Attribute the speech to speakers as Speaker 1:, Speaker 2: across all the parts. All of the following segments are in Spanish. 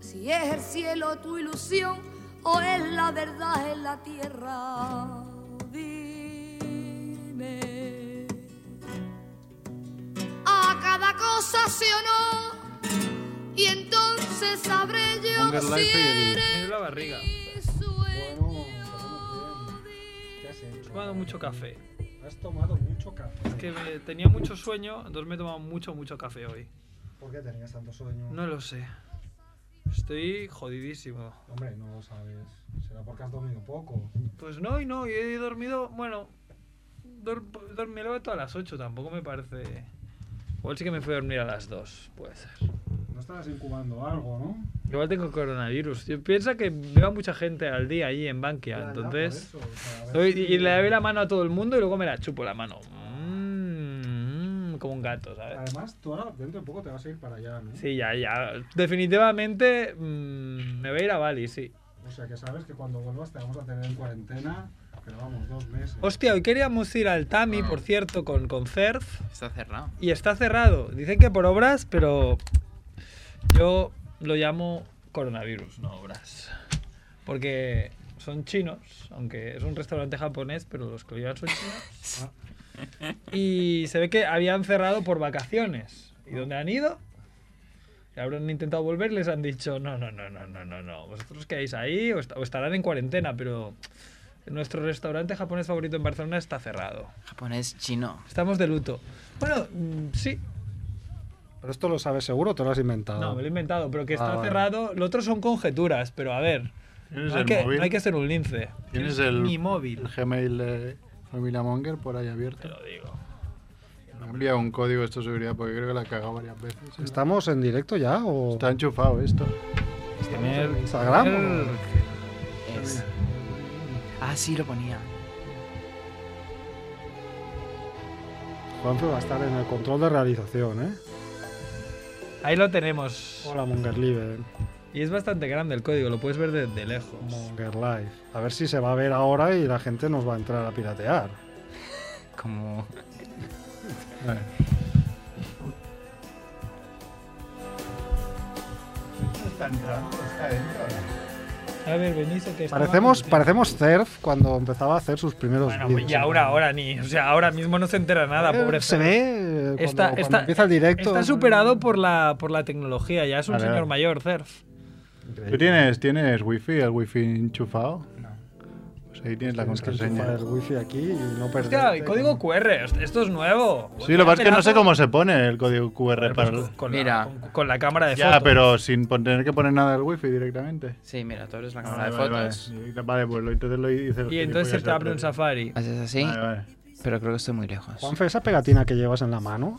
Speaker 1: si es el cielo tu ilusión o es la verdad en la tierra. Dime, a cada cosa se honor y entonces sabré yo
Speaker 2: Hunger
Speaker 1: si
Speaker 2: Life y el-
Speaker 1: eres
Speaker 3: la barriga.
Speaker 1: mi sueño.
Speaker 4: Bueno, empezamos bien. ¿Qué has hecho?
Speaker 3: Tomado mucho café.
Speaker 4: Has tomado mucho café.
Speaker 3: Que me- tenía mucho sueño, entonces me he tomado mucho, mucho café hoy.
Speaker 4: ¿Por qué tenías tanto sueño?
Speaker 3: No lo sé. Estoy jodidísimo.
Speaker 4: Hombre, no lo sabes. Será porque has dormido poco.
Speaker 3: Pues no, y no, y he dormido, bueno, dor- dor- me levanto a las 8, tampoco me parece... Igual sí que me fui a dormir a las 2, puede ser.
Speaker 4: No estabas incubando algo, ¿no?
Speaker 3: Igual tengo coronavirus. Yo piensa que veo a mucha gente al día allí en Bankia,
Speaker 4: Ya, ya,
Speaker 3: entonces...
Speaker 4: por eso, o sea, a ver
Speaker 3: doy-
Speaker 4: si-
Speaker 3: y le doy la mano a todo el mundo y luego me la chupo la mano. Mm, mm, como un gato, ¿sabes?
Speaker 4: Además, tú ahora dentro de poco te vas a ir para allá, ¿no?
Speaker 3: Sí, ya, ya. Definitivamente mm, me voy a ir a Bali, sí.
Speaker 4: O sea que sabes que cuando vuelvas te vamos a tener en cuarentena, pero vamos, dos meses.
Speaker 3: Hostia, hoy queríamos ir al Tami, por cierto, con, con Cerf.
Speaker 5: Está cerrado.
Speaker 3: y está cerrado. Dicen que por obras, pero yo lo llamo coronavirus, no obras. Porque son chinos, aunque es un restaurante japonés, pero los que lo llevan son chinos. Y se ve que habían cerrado por vacaciones. ¿Y dónde han ido? Y habrán intentado volver, les han dicho, no, no, no, no, no, no, no. Vosotros quedáis ahí o, est- o estarán en cuarentena, pero nuestro restaurante japonés favorito en Barcelona está cerrado.
Speaker 5: Japonés chino.
Speaker 3: Estamos de luto. Bueno, mm, sí,
Speaker 4: Pero esto lo sabes seguro, te lo has inventado.
Speaker 3: No, me lo he inventado, pero que
Speaker 4: Ah,
Speaker 3: está
Speaker 4: vale.
Speaker 3: cerrado. Lo otro son conjeturas, pero a ver.
Speaker 2: ¿Tienes
Speaker 3: No hay,
Speaker 2: el
Speaker 3: que,
Speaker 2: móvil?
Speaker 3: no hay que ser un lince.
Speaker 2: ¿Tienes el,
Speaker 3: Mi móvil.
Speaker 2: el Gmail de Familia Monger por ahí
Speaker 3: Te
Speaker 2: abierto?
Speaker 3: lo digo.
Speaker 2: Me ha enviado un código esto de seguridad porque creo que la he cagado varias veces.
Speaker 4: ¿Estamos en directo ya o...?
Speaker 2: Está enchufado esto.
Speaker 3: Tener-
Speaker 4: Instagram,
Speaker 3: tener-
Speaker 5: Es. Ah, sí, lo ponía.
Speaker 4: Juanfe va a estar en el control de realización, ¿eh?
Speaker 3: Ahí lo tenemos.
Speaker 4: Hola, Monger Live.
Speaker 3: Y es bastante grande el código, lo puedes ver desde lejos.
Speaker 4: Monger Live. A ver si se va a ver ahora y la gente nos va a entrar a piratear.
Speaker 5: Como.
Speaker 3: A ver, venís que estaba-
Speaker 4: Parecemos, parecemos Cerf cuando empezaba a hacer sus primeros
Speaker 3: Bueno,
Speaker 4: vídeos.
Speaker 3: pues ya ahora, ahora ni. O sea, ahora mismo no se entera nada,
Speaker 4: Eh,
Speaker 3: pobre.
Speaker 4: Se
Speaker 3: cerdo.
Speaker 4: ve eh, cuando,
Speaker 3: Está,
Speaker 4: cuando
Speaker 3: está-
Speaker 4: empieza el directo.
Speaker 3: está superado por la, por la tecnología, ya es un
Speaker 2: Vale,
Speaker 3: señor
Speaker 2: vale.
Speaker 3: mayor, Cerf.
Speaker 2: ¿Tú tienes, tienes wifi, el wifi enchufado?
Speaker 5: No.
Speaker 2: Pues ahí tienes la
Speaker 4: Tienes que enchufar
Speaker 2: contraseña.
Speaker 4: el wifi aquí y no
Speaker 3: Hostia,
Speaker 4: perder.
Speaker 3: el código QR, host- esto es nuevo.
Speaker 2: Sí, lo que pasa es que no sé
Speaker 3: Espérate,
Speaker 2: cómo se pone el código
Speaker 3: Pues
Speaker 2: QR para...
Speaker 3: con, con
Speaker 5: Mira.
Speaker 3: La, con- con la cámara de
Speaker 2: Ya,
Speaker 3: fotos.
Speaker 2: pero sin pon- tener que poner nada al wifi directamente.
Speaker 5: Sí, mira, tú eres la
Speaker 2: Ah,
Speaker 5: cámara de
Speaker 2: vale, vale.
Speaker 5: fotos.
Speaker 2: Directa- Vale, pues lo entonces lo hice el
Speaker 3: Y entonces se
Speaker 2: gilipollas
Speaker 3: te abre un
Speaker 2: otro día.
Speaker 3: safari.
Speaker 5: Haces así,
Speaker 2: Vale, vale.
Speaker 5: pero creo que estoy muy lejos.
Speaker 4: Juanfe, esa pegatina que llevas en la mano,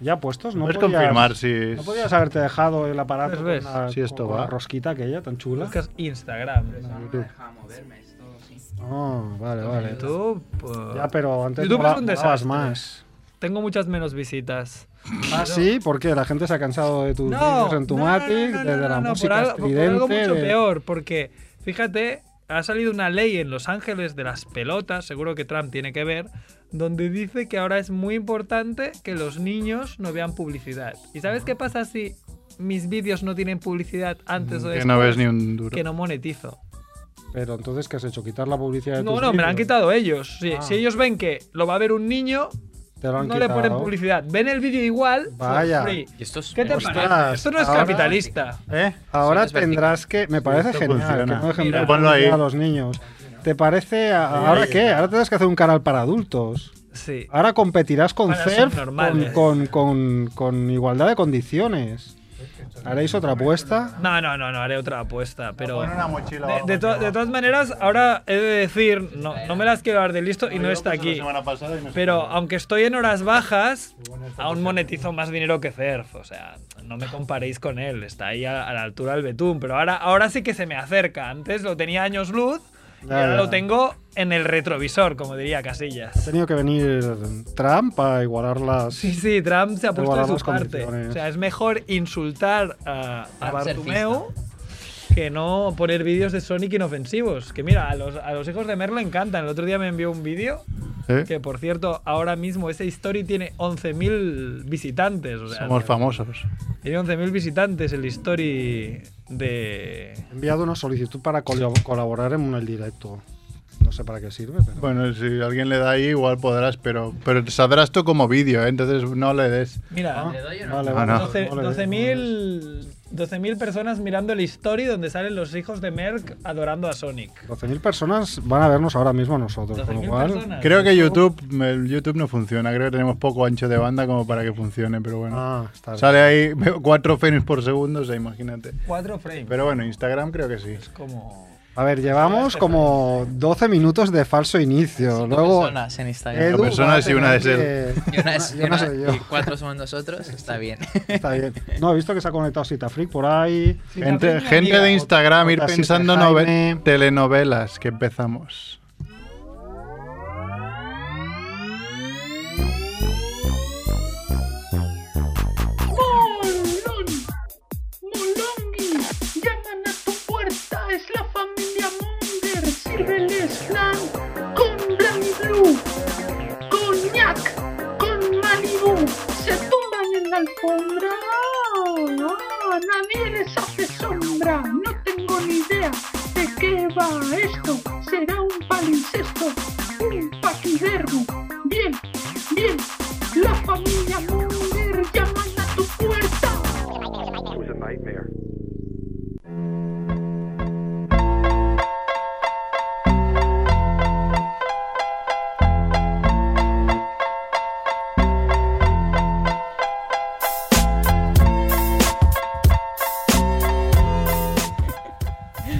Speaker 4: ya puestos, no
Speaker 2: Puedes
Speaker 4: podías-
Speaker 2: confirmar si...
Speaker 4: No podías haberte dejado el aparato
Speaker 3: ¿Ves,
Speaker 4: con
Speaker 3: ves?
Speaker 4: la,
Speaker 2: Si esto
Speaker 4: con la
Speaker 2: va.
Speaker 4: rosquita aquella tan chula.
Speaker 3: Buscas Instagram.
Speaker 4: Ah, YouTube.
Speaker 5: deja moverme, es todo así.
Speaker 4: Ah, vale, vale.
Speaker 3: YouTube. eh,
Speaker 4: Ya, pero antes
Speaker 3: YouTube
Speaker 4: mola-
Speaker 3: es un
Speaker 4: molabas
Speaker 3: desastre.
Speaker 4: más.
Speaker 3: Tengo muchas menos visitas.
Speaker 4: Ah, sí, porque la gente se ha cansado de tus vídeos en tu Matic,
Speaker 3: no,
Speaker 4: de,
Speaker 3: no,
Speaker 4: de la
Speaker 3: no, no,
Speaker 4: música
Speaker 3: por algo, por algo
Speaker 4: estridente,
Speaker 3: mucho
Speaker 4: de-
Speaker 3: peor, porque fíjate, ha salido una ley en Los Ángeles de las pelotas, seguro que Trump tiene que ver, donde dice que ahora es muy importante que los niños no vean publicidad. ¿Y sabes qué pasa si mis vídeos no tienen publicidad antes o
Speaker 2: Que
Speaker 3: después?
Speaker 2: no ves ni un duro.
Speaker 3: Que no monetizo.
Speaker 4: Pero entonces, ¿qué has hecho? ¿Quitar la publicidad de
Speaker 3: No,
Speaker 4: tus
Speaker 3: no, me la han
Speaker 4: vídeos?
Speaker 3: quitado ellos. Si,
Speaker 4: Ah.
Speaker 3: si ellos ven que lo va a ver un niño,
Speaker 4: Te lo
Speaker 3: no
Speaker 4: han
Speaker 3: le
Speaker 4: quitado.
Speaker 3: ponen publicidad. Ven el vídeo igual. for
Speaker 4: Vaya.
Speaker 3: free.
Speaker 5: Y esto es.
Speaker 3: ¿Qué te
Speaker 4: Ostras,
Speaker 3: parece? Esto no es
Speaker 4: ahora-
Speaker 3: capitalista.
Speaker 2: ¿Eh?
Speaker 4: Ahora
Speaker 5: Eso es vertical.
Speaker 4: tendrás que... Me parece
Speaker 2: Esto
Speaker 4: genial
Speaker 2: funciona.
Speaker 4: que no dejen
Speaker 3: Mira,
Speaker 4: ver
Speaker 2: ponlo ahí.
Speaker 4: publicidad a los niños. ¿Te parece... a- ¿Ahora qué? Ahora tendrás que hacer un canal para adultos.
Speaker 3: Sí.
Speaker 4: Ahora competirás con
Speaker 3: Ahora son
Speaker 4: CERF con,
Speaker 3: normales.
Speaker 4: con- con- con igualdad de condiciones. ¿Haréis otra apuesta?
Speaker 3: No, no, no, no, haré otra apuesta, pero...
Speaker 2: Pon una mochila
Speaker 3: De,
Speaker 2: abajo,
Speaker 3: de to-
Speaker 2: tío.
Speaker 3: de todas maneras, ahora he de decir, no, no me las quiero dar de listo y
Speaker 2: Yo
Speaker 3: no
Speaker 2: lo
Speaker 3: está
Speaker 2: puse la
Speaker 3: aquí.
Speaker 2: pues semana pasada y no
Speaker 3: Pero
Speaker 2: está.
Speaker 3: aunque estoy en horas bajas, aún monetizo más dinero que CERF. O sea, no me comparéis con él. Está ahí a, a la altura del betún. Pero ahora, ahora sí que se me acerca. Antes lo tenía años luz y
Speaker 4: Ya,
Speaker 3: ahora
Speaker 4: ya.
Speaker 3: lo tengo en el retrovisor, como diría Casillas.
Speaker 4: Ha tenido que venir Trump para igualar las...
Speaker 3: Sí, sí, Trump se ha puesto de
Speaker 4: Igualar
Speaker 3: su
Speaker 4: las
Speaker 3: parte.
Speaker 4: condiciones.
Speaker 3: O sea, es mejor insultar a, a
Speaker 5: Trump
Speaker 3: Bartumeu que no poner vídeos de Sonic inofensivos. Que mira, a los, a los hijos de Mer le encantan. El otro día me envió un vídeo
Speaker 2: ¿Eh?
Speaker 3: Que por cierto, ahora mismo ese story tiene 11.000 visitantes. O sea,
Speaker 2: Somos famosos.
Speaker 3: Tiene 11.000 visitantes el story de.
Speaker 4: He enviado una solicitud para col- colaborar en el directo. No sé para qué sirve, pero.
Speaker 2: Bueno, si alguien le da ahí, igual podrás, pero, pero saldrás tú como vídeo, ¿eh? entonces no le des.
Speaker 3: Mira,
Speaker 5: ¿Le doy o no?
Speaker 4: Vale,
Speaker 2: Ah, no.
Speaker 4: vale,
Speaker 3: 12
Speaker 4: vale.
Speaker 3: 12.000 12.000 personas mirando el story donde salen los hijos de Merck adorando a Sonic.
Speaker 4: 12.000 personas van a
Speaker 2: Pues
Speaker 4: vernos ahora mismo a nosotros, con lo
Speaker 3: 12.000
Speaker 4: cual.
Speaker 3: personas.
Speaker 2: Creo que YouTube, el YouTube no funciona, creo que tenemos poco ancho de banda como para que funcione, pero bueno.
Speaker 4: Ah, está bien.
Speaker 2: Sale ahí veo cuatro frames por segundo, o sea, imagínate.
Speaker 3: 4 frames.
Speaker 2: Pero bueno, Instagram creo que sí.
Speaker 3: Es como.
Speaker 4: A ver, llevamos como 12 minutos de falso inicio.
Speaker 5: Cinco
Speaker 4: Luego.
Speaker 5: personas en Instagram.
Speaker 4: Edu
Speaker 2: Cinco personas
Speaker 4: va a
Speaker 2: y una de
Speaker 4: tener
Speaker 2: ser.
Speaker 4: que-
Speaker 5: Y una es- y
Speaker 4: Yo no
Speaker 5: una-
Speaker 4: soy yo.
Speaker 5: y cuatro somos nosotros, está bien.
Speaker 4: Está bien. No, he visto que se ha conectado Citafreak por ahí.
Speaker 2: Gente, gente de Instagram, ir
Speaker 4: otra sí,
Speaker 2: pensando
Speaker 4: de
Speaker 2: nove-
Speaker 4: Jaime.
Speaker 2: telenovelas que empezamos.
Speaker 6: Molón, Molongi, llaman a tu puerta, es la familia Monger, sírveles flan con Blanc Blue, coñac, con Malibu, se tumban en la alfombra, Ah, nadie les hace sombra, no tengo ni idea de qué va esto, será un palincesto, un paquidermo, bien, bien, la familia Munger llaman a tu puerta.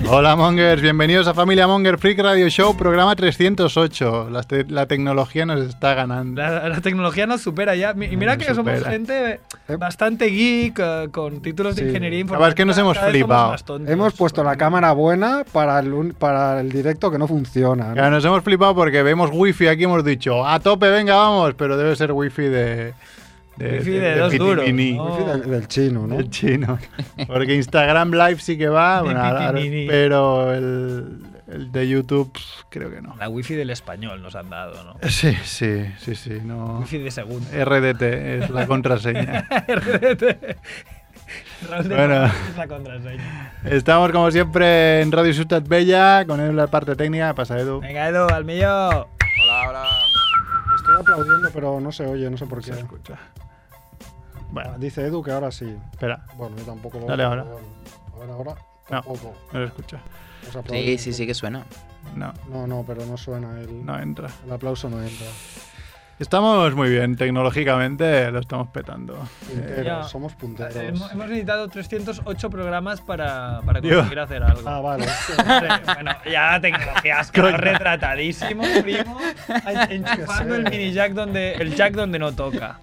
Speaker 2: Hola Mongers, bienvenidos a Familia Monger Freak Radio Show, programa 308. La, te- la tecnología nos está ganando.
Speaker 3: La, la tecnología nos supera ya. Mi- Y mira
Speaker 2: Nos
Speaker 3: que somos
Speaker 2: supera.
Speaker 3: gente bastante geek, eh, con títulos
Speaker 4: Eh. Sí.
Speaker 3: de ingeniería
Speaker 2: La
Speaker 3: informática.
Speaker 2: verdad es que nos hemos
Speaker 3: Cada vez somos
Speaker 2: flipado.
Speaker 3: más tontos.
Speaker 4: Hemos puesto la cámara buena para el, un- para el directo que no funciona. ¿no?
Speaker 2: Claro, nos hemos flipado porque vemos wifi aquí, hemos dicho, a tope, venga, vamos, pero debe ser wifi de...
Speaker 3: Wifi de dos duros, Oh.
Speaker 2: pitiminí.
Speaker 3: ¿no?
Speaker 4: Wifi del, del chino, ¿no?
Speaker 2: El chino. Porque Instagram Live sí que va,
Speaker 3: De
Speaker 2: bueno, ahora-
Speaker 3: pitinini.
Speaker 2: pero el, el de YouTube pff, creo que no.
Speaker 3: La wifi del español nos han dado, ¿no?
Speaker 2: Sí, sí, sí, sí, no.
Speaker 3: Wifi de segundo.
Speaker 2: RDT es la contraseña.
Speaker 3: RDT. Realmente
Speaker 2: Bueno.
Speaker 3: es la contraseña.
Speaker 2: Estamos como siempre en Radio Ciutat Bella, con él la parte técnica, pasa Edu.
Speaker 3: Venga, Edu, al millón.
Speaker 4: Estoy aplaudiendo, pero no se oye, no sé por qué.
Speaker 2: Se escucha.
Speaker 4: Ah,
Speaker 2: Bueno,
Speaker 4: Dice Edu que ahora sí.
Speaker 2: espera,
Speaker 4: Bueno, yo tampoco lo
Speaker 2: Dale
Speaker 4: veo,
Speaker 2: ahora.
Speaker 4: pero bueno. A ver, ahora
Speaker 2: No.
Speaker 4: tampoco.
Speaker 2: no lo escucha.
Speaker 4: Os aplaudimos.
Speaker 5: Sí, sí, sí que suena.
Speaker 2: No,
Speaker 4: No, no, pero no suena el,
Speaker 2: no entra.
Speaker 4: el aplauso, no entra.
Speaker 2: Estamos muy bien, tecnológicamente lo estamos petando. Eh,
Speaker 4: Punteros,
Speaker 3: Ya.
Speaker 4: somos punteros.
Speaker 3: Hemos, hemos necesitado 308 programas para, para
Speaker 2: Digo.
Speaker 3: conseguir hacer algo.
Speaker 4: Ah, vale.
Speaker 3: Hombre, bueno, ya tecnologías que retratadísimo, primo. en- Enchufando el mini jack donde el jack donde no toca.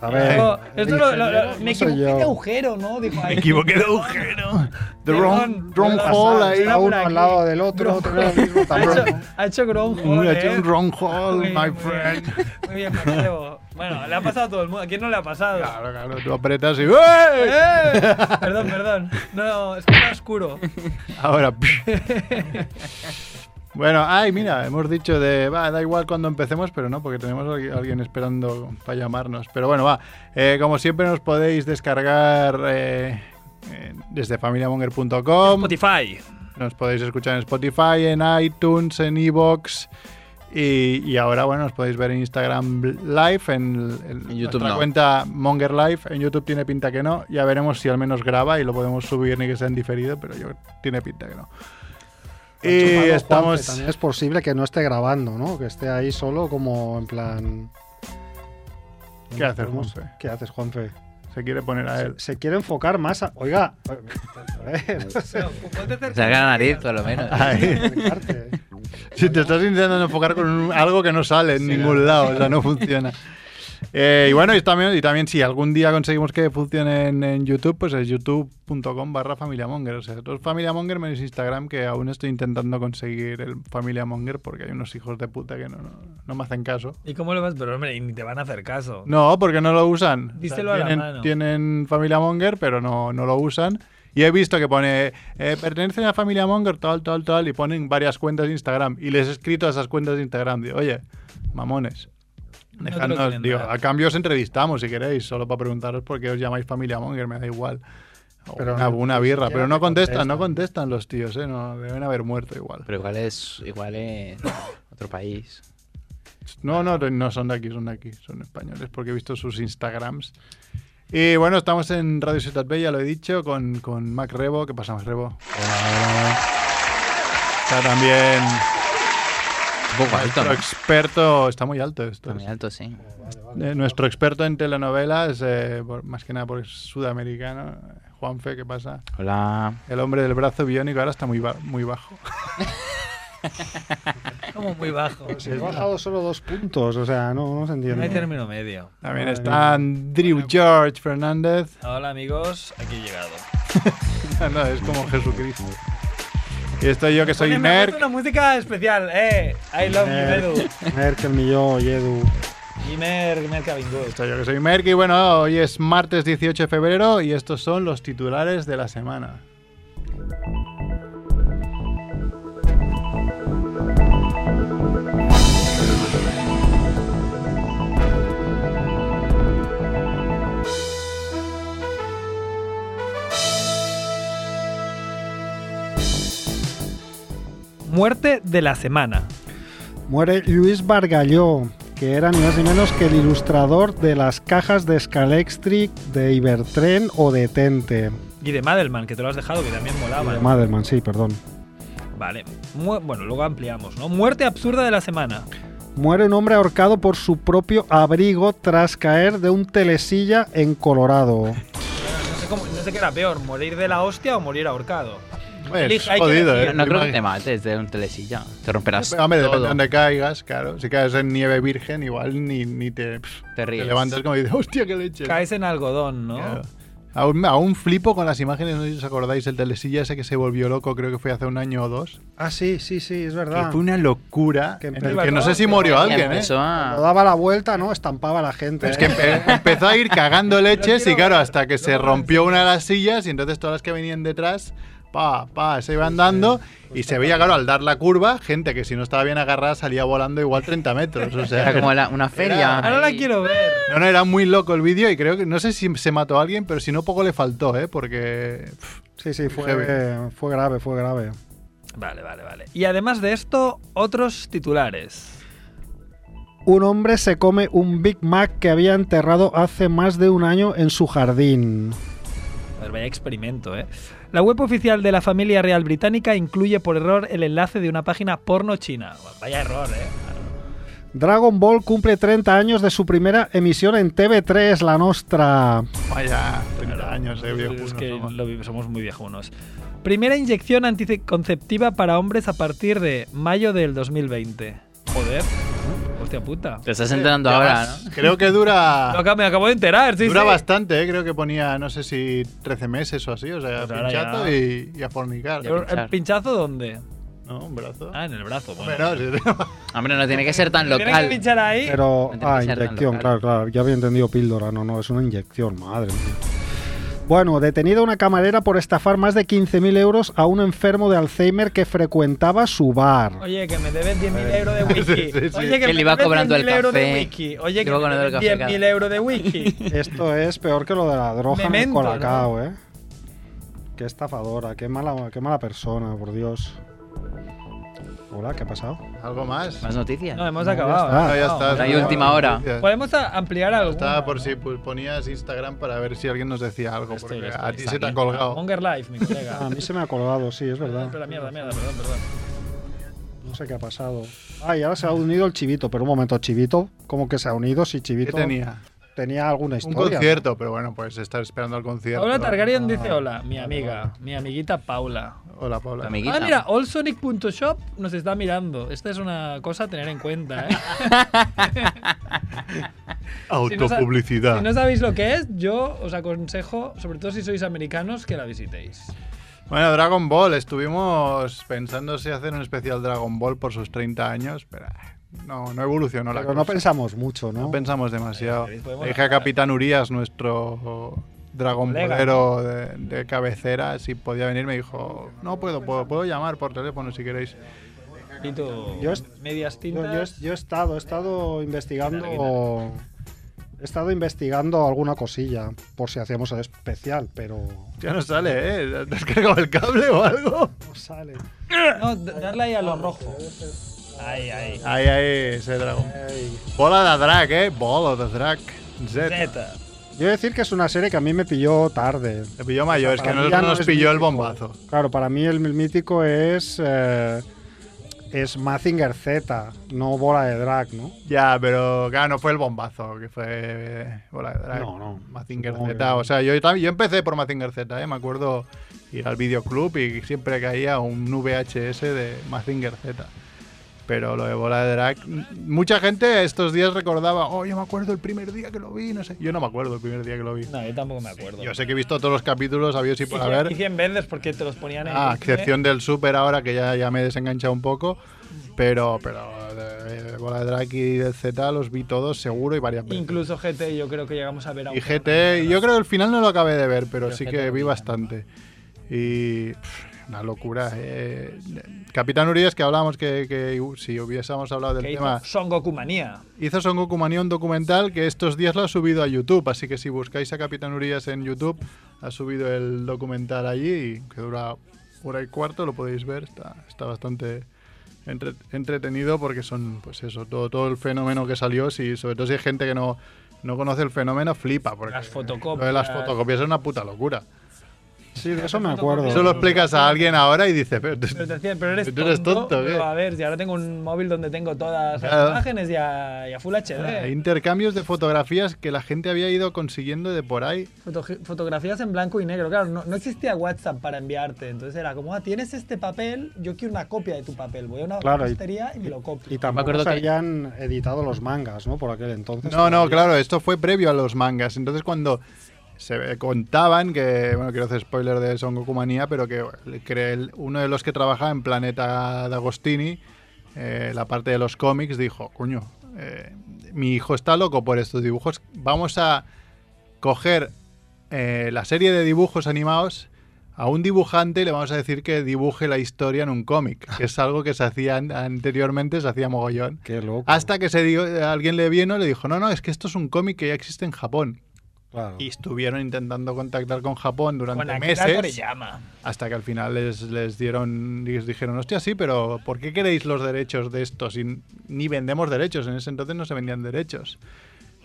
Speaker 4: A ver.
Speaker 3: Luego, esto lo- lo- lo-
Speaker 4: ingeniero
Speaker 3: me
Speaker 4: no soy
Speaker 3: equivoqué de
Speaker 4: yo.
Speaker 3: agujero, ¿no? Dijo ahí.
Speaker 2: Me equivoqué de agujero. The wrong, wrong
Speaker 3: Perdón.
Speaker 2: hole
Speaker 4: Pasar,
Speaker 2: ahí.
Speaker 4: Está
Speaker 3: Por
Speaker 4: uno
Speaker 3: aquí.
Speaker 4: al lado del otro, otro en el mismo
Speaker 3: Ha
Speaker 4: tamaño.
Speaker 3: hecho, ha hecho ground
Speaker 2: Me
Speaker 3: hole,
Speaker 2: ha hecho
Speaker 3: ¿eh?
Speaker 2: un wrong hole,
Speaker 3: Muy bien,
Speaker 2: my
Speaker 3: muy
Speaker 2: friend.
Speaker 3: bien. Muy bien, Mateo. Bueno, le ha pasado a todo el mundo. ¿A quién no le ha pasado?
Speaker 2: Claro, claro, tú apretas y ¡eh!
Speaker 3: ¡Eh! Perdón, perdón. No, es que está oscuro.
Speaker 2: Ahora. bueno, ay, mira, hemos dicho de. Va, da igual cuando empecemos, pero no, porque tenemos a alguien esperando para llamarnos. Pero bueno, va. eh, como siempre, nos podéis descargar. eh, eh, desde familiamonger.com
Speaker 3: Spotify.
Speaker 2: nos podéis escuchar en Spotify, en iTunes, en Evox y, y ahora bueno nos podéis ver en Instagram Live, en, en
Speaker 5: YouTube
Speaker 2: nuestra
Speaker 5: no.
Speaker 2: cuenta Monger Live, en YouTube tiene pinta que no, ya veremos si al menos graba y lo podemos subir ni que sea en diferido, pero yo tiene pinta que no.
Speaker 4: Ha hecho
Speaker 2: Y
Speaker 4: Pablo Juanfe,
Speaker 2: estamos
Speaker 4: También es posible que no esté grabando, ¿no? Que esté ahí solo como en plan...
Speaker 2: ¿Qué haces,
Speaker 4: Podemos-
Speaker 2: Juanfe?
Speaker 4: ¿Qué haces, Juanfe?
Speaker 2: se quiere poner a él.
Speaker 4: Se, se quiere enfocar más a... Oiga, a ver, no sé,
Speaker 5: Saca la nariz, por lo menos.
Speaker 2: Ahí.
Speaker 4: acercarte.
Speaker 2: Si te estás intentando enfocar con un- algo que no sale en ningún lado, o sea, no funciona. Eh, y bueno, y también, y también si algún día conseguimos que funcionen en YouTube, pues es youtube.com barra Familia Monger. O sea, los Familia Monger menos Instagram, que aún estoy intentando conseguir el Familia Monger porque hay unos hijos de puta que no, no, no me hacen caso.
Speaker 3: ¿Y cómo lo vas? Pero hombre, ni te van a hacer caso.
Speaker 2: No, porque no lo usan.
Speaker 3: Díselo a la
Speaker 2: tienen,
Speaker 3: mano.
Speaker 2: tienen Familia Monger, pero no, no lo usan. Y he visto que pone, eh, pertenecen a Familia Monger, tal, tal, tal, y ponen varias cuentas de Instagram. Y les he escrito a esas cuentas de Instagram, digo, oye, mamones.
Speaker 3: te lo
Speaker 2: Dejadnos,
Speaker 3: quieren
Speaker 2: digo,
Speaker 3: dar.
Speaker 2: a cambio os entrevistamos si queréis, solo para preguntaros por qué os llamáis familia Monger, me da igual. O
Speaker 4: Pero
Speaker 2: una,
Speaker 4: no,
Speaker 2: una birra,
Speaker 4: ya
Speaker 2: pero
Speaker 4: te
Speaker 2: no contestan, no contestan los tíos, ¿eh? No, deben haber muerto igual.
Speaker 5: Pero igual es, igual es otro país.
Speaker 2: No, no, no son de aquí, son de aquí, son españoles, porque he visto sus Instagrams. Y bueno, estamos en Radio Ciudad Bella, lo he dicho, con, con Mac Rebo. ¿Qué pasa, Mac Rebo? Está también
Speaker 5: Un poco alto,
Speaker 2: nuestro
Speaker 5: ¿no?
Speaker 2: experto, está muy alto esto.
Speaker 5: Está muy alto, sí.
Speaker 2: Eh, nuestro experto en telenovelas, eh, por- más que nada porque es sudamericano, Juanfe, ¿qué pasa?
Speaker 5: Hola.
Speaker 2: El hombre del brazo biónico ahora está muy, ba- muy bajo.
Speaker 3: Como muy bajo.
Speaker 4: Se ha bajado solo dos puntos, o sea, no, no se
Speaker 3: No hay
Speaker 4: entiende.
Speaker 3: término medio.
Speaker 2: También
Speaker 4: Madre
Speaker 2: está Drew George Fernández.
Speaker 3: Hola amigos, aquí he llegado.
Speaker 2: No, es como Jesucristo. Y estoy yo que soy
Speaker 3: Ponedme
Speaker 2: nerd.
Speaker 3: una música especial, eh. I love you, Edu.
Speaker 4: Merkel, Milló y Edu.
Speaker 3: Y Merck, Merck Abingdon.
Speaker 2: Estoy yo que soy Merck y bueno, hoy es martes 18 de febrero y estos son los titulares de la semana.
Speaker 3: Muerte de la semana.
Speaker 4: Muere Luis Bargalló, que era ni más ni menos que el ilustrador de las cajas de Scalextric, de Ibertren o de Tente.
Speaker 3: Y de Madelman, que te lo has dejado, que también molaba.
Speaker 4: De Madelman, sí, perdón.
Speaker 3: Vale. Mu- bueno, luego ampliamos, ¿no? Muerte absurda de la semana.
Speaker 4: Muere un hombre ahorcado por su propio abrigo tras caer de un telesilla en Colorado.
Speaker 3: No sé, cómo- no sé qué era peor, morir de la hostia o morir ahorcado.
Speaker 2: Hombre,
Speaker 3: Elige, hay
Speaker 2: es
Speaker 3: que
Speaker 2: jodido,
Speaker 3: elegir.
Speaker 2: ¿eh?
Speaker 5: No, no creo que
Speaker 2: Imagi-
Speaker 5: te mates de un telesilla. Te romperás.
Speaker 2: Hombre, depende de
Speaker 5: todo.
Speaker 2: donde caigas, claro. Si caes en nieve virgen, igual ni, ni te, pff,
Speaker 5: Te ríes.
Speaker 2: levantas como dices, hostia, qué leche.
Speaker 3: Caes en algodón, ¿no?
Speaker 2: Claro. Aún, aún flipo con las imágenes, no sé si os acordáis, el telesilla ese que se volvió loco, creo que fue hace un año o dos.
Speaker 4: Ah, sí, sí, sí, es
Speaker 2: Que fue una locura.
Speaker 4: Que
Speaker 2: en
Speaker 4: empezó-
Speaker 2: el que no sé si murió
Speaker 5: Y
Speaker 2: alguien, ¿eh?
Speaker 5: empezó
Speaker 4: Cuando
Speaker 5: a...
Speaker 4: daba la vuelta, ¿no? Estampaba a la gente.
Speaker 2: Es que
Speaker 4: ¿eh?
Speaker 2: empe- empezó a ir cagando leches y
Speaker 3: quiero
Speaker 2: claro,
Speaker 3: ver,
Speaker 2: hasta que
Speaker 3: lo
Speaker 2: se
Speaker 3: quiero ver.
Speaker 2: rompió una de las sillas y entonces todas las que venían detrás, pa, pa, se iban dando y se veía, claro, al dar la curva, gente que si no estaba bien agarrada salía volando igual 30 metros. O sea,
Speaker 5: Era como la- una feria.
Speaker 3: Ahora la
Speaker 5: ahí.
Speaker 3: quiero ver.
Speaker 2: no, no, era muy loco el vídeo y creo que, no sé si se mató a alguien, pero si no poco le faltó, ¿eh? Porque... pff,
Speaker 4: Sí, sí, fue,
Speaker 2: Heavy.
Speaker 4: eh, fue grave, fue grave.
Speaker 3: Vale, vale, vale. Y además de esto, otros titulares.
Speaker 4: Un hombre se come un Big Mac que había enterrado hace más de un año en su jardín.
Speaker 3: A ver, vaya experimento, ¿eh? La web oficial de la familia real británica incluye por error el enlace de una página porno china. Vaya error, ¿eh?
Speaker 4: Dragon Ball cumple 30 años de su primera emisión en TV3, la nostra.
Speaker 2: vaya, 30 años, ¿eh? viejunos
Speaker 3: es que
Speaker 2: somos.
Speaker 3: lo vi- somos muy viejunos. Primera inyección anticonceptiva para hombres a partir de mayo del 2020. Joder. Hostia puta.
Speaker 5: Te estás enterando
Speaker 2: Ya
Speaker 5: ahora,
Speaker 2: vas.
Speaker 5: ¿no?
Speaker 2: Creo que dura...
Speaker 3: Lo acabo- me acabo de enterar, sí,
Speaker 2: Dura
Speaker 3: sí.
Speaker 2: bastante, ¿eh? creo que ponía, no sé si 13 meses o así, o sea,
Speaker 3: Pues ahora
Speaker 2: pinchazo
Speaker 3: ya. eh,
Speaker 2: y, y a fornicar.
Speaker 5: Ya
Speaker 3: ¿El
Speaker 5: pinchar.
Speaker 3: pinchazo dónde?
Speaker 2: ¿No? Un brazo.
Speaker 3: Ah, en el brazo. Bueno.
Speaker 2: Bueno, sí,
Speaker 5: Hombre, no tiene que ser tan
Speaker 3: Tienen que
Speaker 5: local.
Speaker 3: pinchar ahí.
Speaker 4: Pero,
Speaker 5: No tiene que
Speaker 4: ah,
Speaker 5: ser tan
Speaker 4: inyección,
Speaker 5: local.
Speaker 4: claro, claro. Ya había entendido píldora, no, no, es una inyección, madre mía. Bueno, detenida una camarera por estafar más de 15.000 euros a un enfermo de Alzheimer que frecuentaba su bar.
Speaker 3: Oye, que me debes 10.000 euros de wiki.
Speaker 2: Sí, sí, sí.
Speaker 3: Oye, que
Speaker 5: Que
Speaker 3: me
Speaker 5: le iba
Speaker 3: debes
Speaker 5: cobrando el
Speaker 3: 10.000 euros de
Speaker 5: café.
Speaker 3: wiki. Oye,
Speaker 5: Le
Speaker 3: que
Speaker 5: iba
Speaker 3: me
Speaker 5: cobrando el
Speaker 3: debes
Speaker 5: café
Speaker 3: 10.000 euros de wiki.
Speaker 4: Esto es peor que lo de la droga en el
Speaker 3: Memento,
Speaker 4: Colacao, ¿eh? Qué estafadora, qué mala, qué mala persona, por Dios. Hola, ¿qué ha pasado?
Speaker 2: ¿Algo más?
Speaker 5: Más noticias.
Speaker 3: No, hemos
Speaker 4: No, ya
Speaker 3: acabado.
Speaker 4: está.
Speaker 2: No, ya
Speaker 3: No,
Speaker 2: está.
Speaker 5: hay
Speaker 2: no,
Speaker 5: última
Speaker 2: no,
Speaker 5: hora.
Speaker 2: gracias.
Speaker 3: Podemos a- ampliar algo.
Speaker 2: Estaba por si pu- ponías Instagram para ver si alguien nos decía algo,
Speaker 3: Estoy,
Speaker 2: porque
Speaker 3: estoy,
Speaker 2: a ti
Speaker 3: está
Speaker 2: se te ha
Speaker 3: aquí.
Speaker 2: colgado.
Speaker 3: Monger Life, mi
Speaker 4: Ah, a
Speaker 3: colega.
Speaker 4: mí se me ha colgado, sí, es verdad.
Speaker 3: Pero la mierda, mierda, perdón, perdón.
Speaker 4: No sé qué ha pasado. Ah, y ahora se ha unido el Chivito, pero un momento, Chivito, ¿cómo que se ha unido? Si
Speaker 2: ¿Qué
Speaker 4: Chivito
Speaker 2: tenía?
Speaker 4: tenía alguna
Speaker 2: Un
Speaker 4: historia.
Speaker 2: concierto, pero bueno, pues estar esperando al concierto.
Speaker 3: Paula Targaryen dice
Speaker 4: Ah.
Speaker 3: hola, mi amiga, mi amiguita Paula.
Speaker 2: Hola, Paula.
Speaker 5: Amiguita.
Speaker 3: Ah, mira, allsonic.shop nos está mirando. Esta es una cosa a tener en cuenta, ¿eh?
Speaker 2: Autopublicidad.
Speaker 3: Si no sabéis lo que es, yo os aconsejo, sobre todo si sois americanos, que la visitéis.
Speaker 2: Bueno, Dragon Ball. Estuvimos pensando si hacer un especial Dragon Ball por sus 30 años, pero ah, no, no evolucionó la
Speaker 4: Pero no
Speaker 2: cosa.
Speaker 4: pensamos mucho, ¿no?
Speaker 2: No pensamos demasiado.
Speaker 3: Eh, podemos
Speaker 2: Le Dije a
Speaker 3: hablar.
Speaker 2: Capitán Urias, nuestro Dragon
Speaker 3: Colega,
Speaker 2: Ballero de, de cabecera, si podía venir. Me dijo, no puedo, puedo, puedo llamar por teléfono si queréis.
Speaker 3: Y tú,
Speaker 4: Yo est-
Speaker 3: medias
Speaker 4: Yo,
Speaker 3: tintas.
Speaker 4: yo he- yo he estado, he estado investigando.
Speaker 3: Quítale, quítale.
Speaker 4: He estado investigando alguna cosilla por si hacíamos el especial, pero
Speaker 2: Ya no sale, ¿eh? ¿Te has cargado el cable o algo?
Speaker 4: no sale.
Speaker 3: No, d- darle ahí a lo rojo. Ahí, ahí. Ah,
Speaker 2: Ahí, ahí, ese Dragon.
Speaker 4: Ey.
Speaker 2: Bola de drag, ¿eh? Bola de drag. Z.
Speaker 3: Zeta.
Speaker 4: Yo he de decir que es una serie que a mí me pilló tarde.
Speaker 2: Te pilló mayor, es que a
Speaker 4: Para mí
Speaker 2: nosotros
Speaker 4: ya no
Speaker 2: nos
Speaker 4: es
Speaker 2: pilló el
Speaker 4: mítico.
Speaker 2: bombazo.
Speaker 4: Claro, para mí el mítico es eh, es Mazinger Z, no bola de drag, ¿no?
Speaker 2: Ya, pero claro, no fue el bombazo, que fue Bola de Drag.
Speaker 4: No, no.
Speaker 2: Mazinger
Speaker 4: Supongo que
Speaker 2: Z.
Speaker 4: no.
Speaker 2: O sea, yo, tam- yo empecé por Mazinger Z, ¿eh? Me acuerdo ir al videoclub y siempre caía un VHS de Mazinger Z. Pero lo de Bola de Drag. m- Mucha gente estos días recordaba, oh, yo me acuerdo el primer día que lo vi, no sé. Yo no me acuerdo el primer día que lo vi.
Speaker 3: No, yo tampoco me acuerdo.
Speaker 2: Yo sé que he visto todos los capítulos, había si
Speaker 3: Y
Speaker 2: por
Speaker 3: cien- y
Speaker 2: haber.
Speaker 3: 100 veces porque te los ponían en
Speaker 2: A
Speaker 3: el cine.
Speaker 2: excepción Ah, del Super ahora, que ya, ya me he desenganchado un poco. Pero, pero de, de Bola de Drag y del Z los vi todos seguro y varias veces.
Speaker 3: Incluso GT, yo creo que llegamos a ver a un.
Speaker 2: Y GT, yo creo que el final no lo acabé de ver, pero
Speaker 3: Pero
Speaker 2: sí
Speaker 3: GT
Speaker 2: que
Speaker 3: lo
Speaker 2: vi
Speaker 3: pillan,
Speaker 2: bastante. Y pff, una locura. eh. Capitán Urias, que hablábamos que, que si hubiésemos hablado del
Speaker 3: que hizo
Speaker 2: tema,
Speaker 3: Son Goku Manía.
Speaker 2: hizo Son Goku Manía un documental que estos días lo ha subido a YouTube, así que si buscáis a Capitán Urias en YouTube, ha subido el documental allí, y que dura hora y cuarto, lo podéis ver, está, está bastante entre- entretenido porque son, pues eso, todo, todo el fenómeno que salió, si, sobre todo si hay gente que no, no conoce el fenómeno, flipa. Porque
Speaker 3: Las fotocopias.
Speaker 2: Lo de las fotocopias es una puta locura.
Speaker 4: Sí, de eso me acuerdo.
Speaker 2: Eso lo explicas a alguien ahora y dice, pero...
Speaker 3: Pero te decían, pero eres
Speaker 2: Tú
Speaker 3: tonto.
Speaker 2: eres tonto, ¿qué?
Speaker 3: Pero a ver, si ahora tengo un móvil donde tengo todas las
Speaker 2: Claro.
Speaker 3: imágenes y a, y a Full HD.
Speaker 2: Hay intercambios de fotografías que la gente había ido consiguiendo de por ahí.
Speaker 3: Fotogi- fotografías en blanco y negro. Claro, no, no existía WhatsApp para enviarte. Entonces era como, ah, tienes este papel, yo quiero una copia de tu papel. Voy a una
Speaker 4: Claro, y-
Speaker 3: postería y, me lo
Speaker 4: Y
Speaker 3: copio.
Speaker 4: tampoco
Speaker 5: acuerdo
Speaker 4: se
Speaker 5: que-
Speaker 4: habían editado los mangas, ¿no? Por aquel entonces.
Speaker 2: No, no, claro, esto fue previo a los mangas. Entonces cuando se contaban que, bueno, quiero hacer spoiler de Son Goku Manía, pero que el- que el- uno de los que trabajaba en Planeta D'Agostini, eh, la parte de los cómics, dijo, coño, eh, mi hijo está loco por estos dibujos, vamos a coger eh, la serie de dibujos animados a un dibujante y le vamos a decir que dibuje la historia en un cómic, que es algo que se hacía an- anteriormente, se hacía mogollón.
Speaker 4: Qué loco.
Speaker 2: Hasta que se dio- alguien le vino y le dijo, no, no, es que esto es un cómic que ya existe en Japón.
Speaker 4: Claro.
Speaker 2: Y estuvieron intentando contactar con Japón durante
Speaker 3: Con Akira
Speaker 2: meses,
Speaker 3: Toriyama.
Speaker 2: hasta que al final les, les dieron, les dijeron, hostia, sí, pero ¿por qué queréis los derechos de esto si ni vendemos derechos? En ese entonces no se vendían derechos.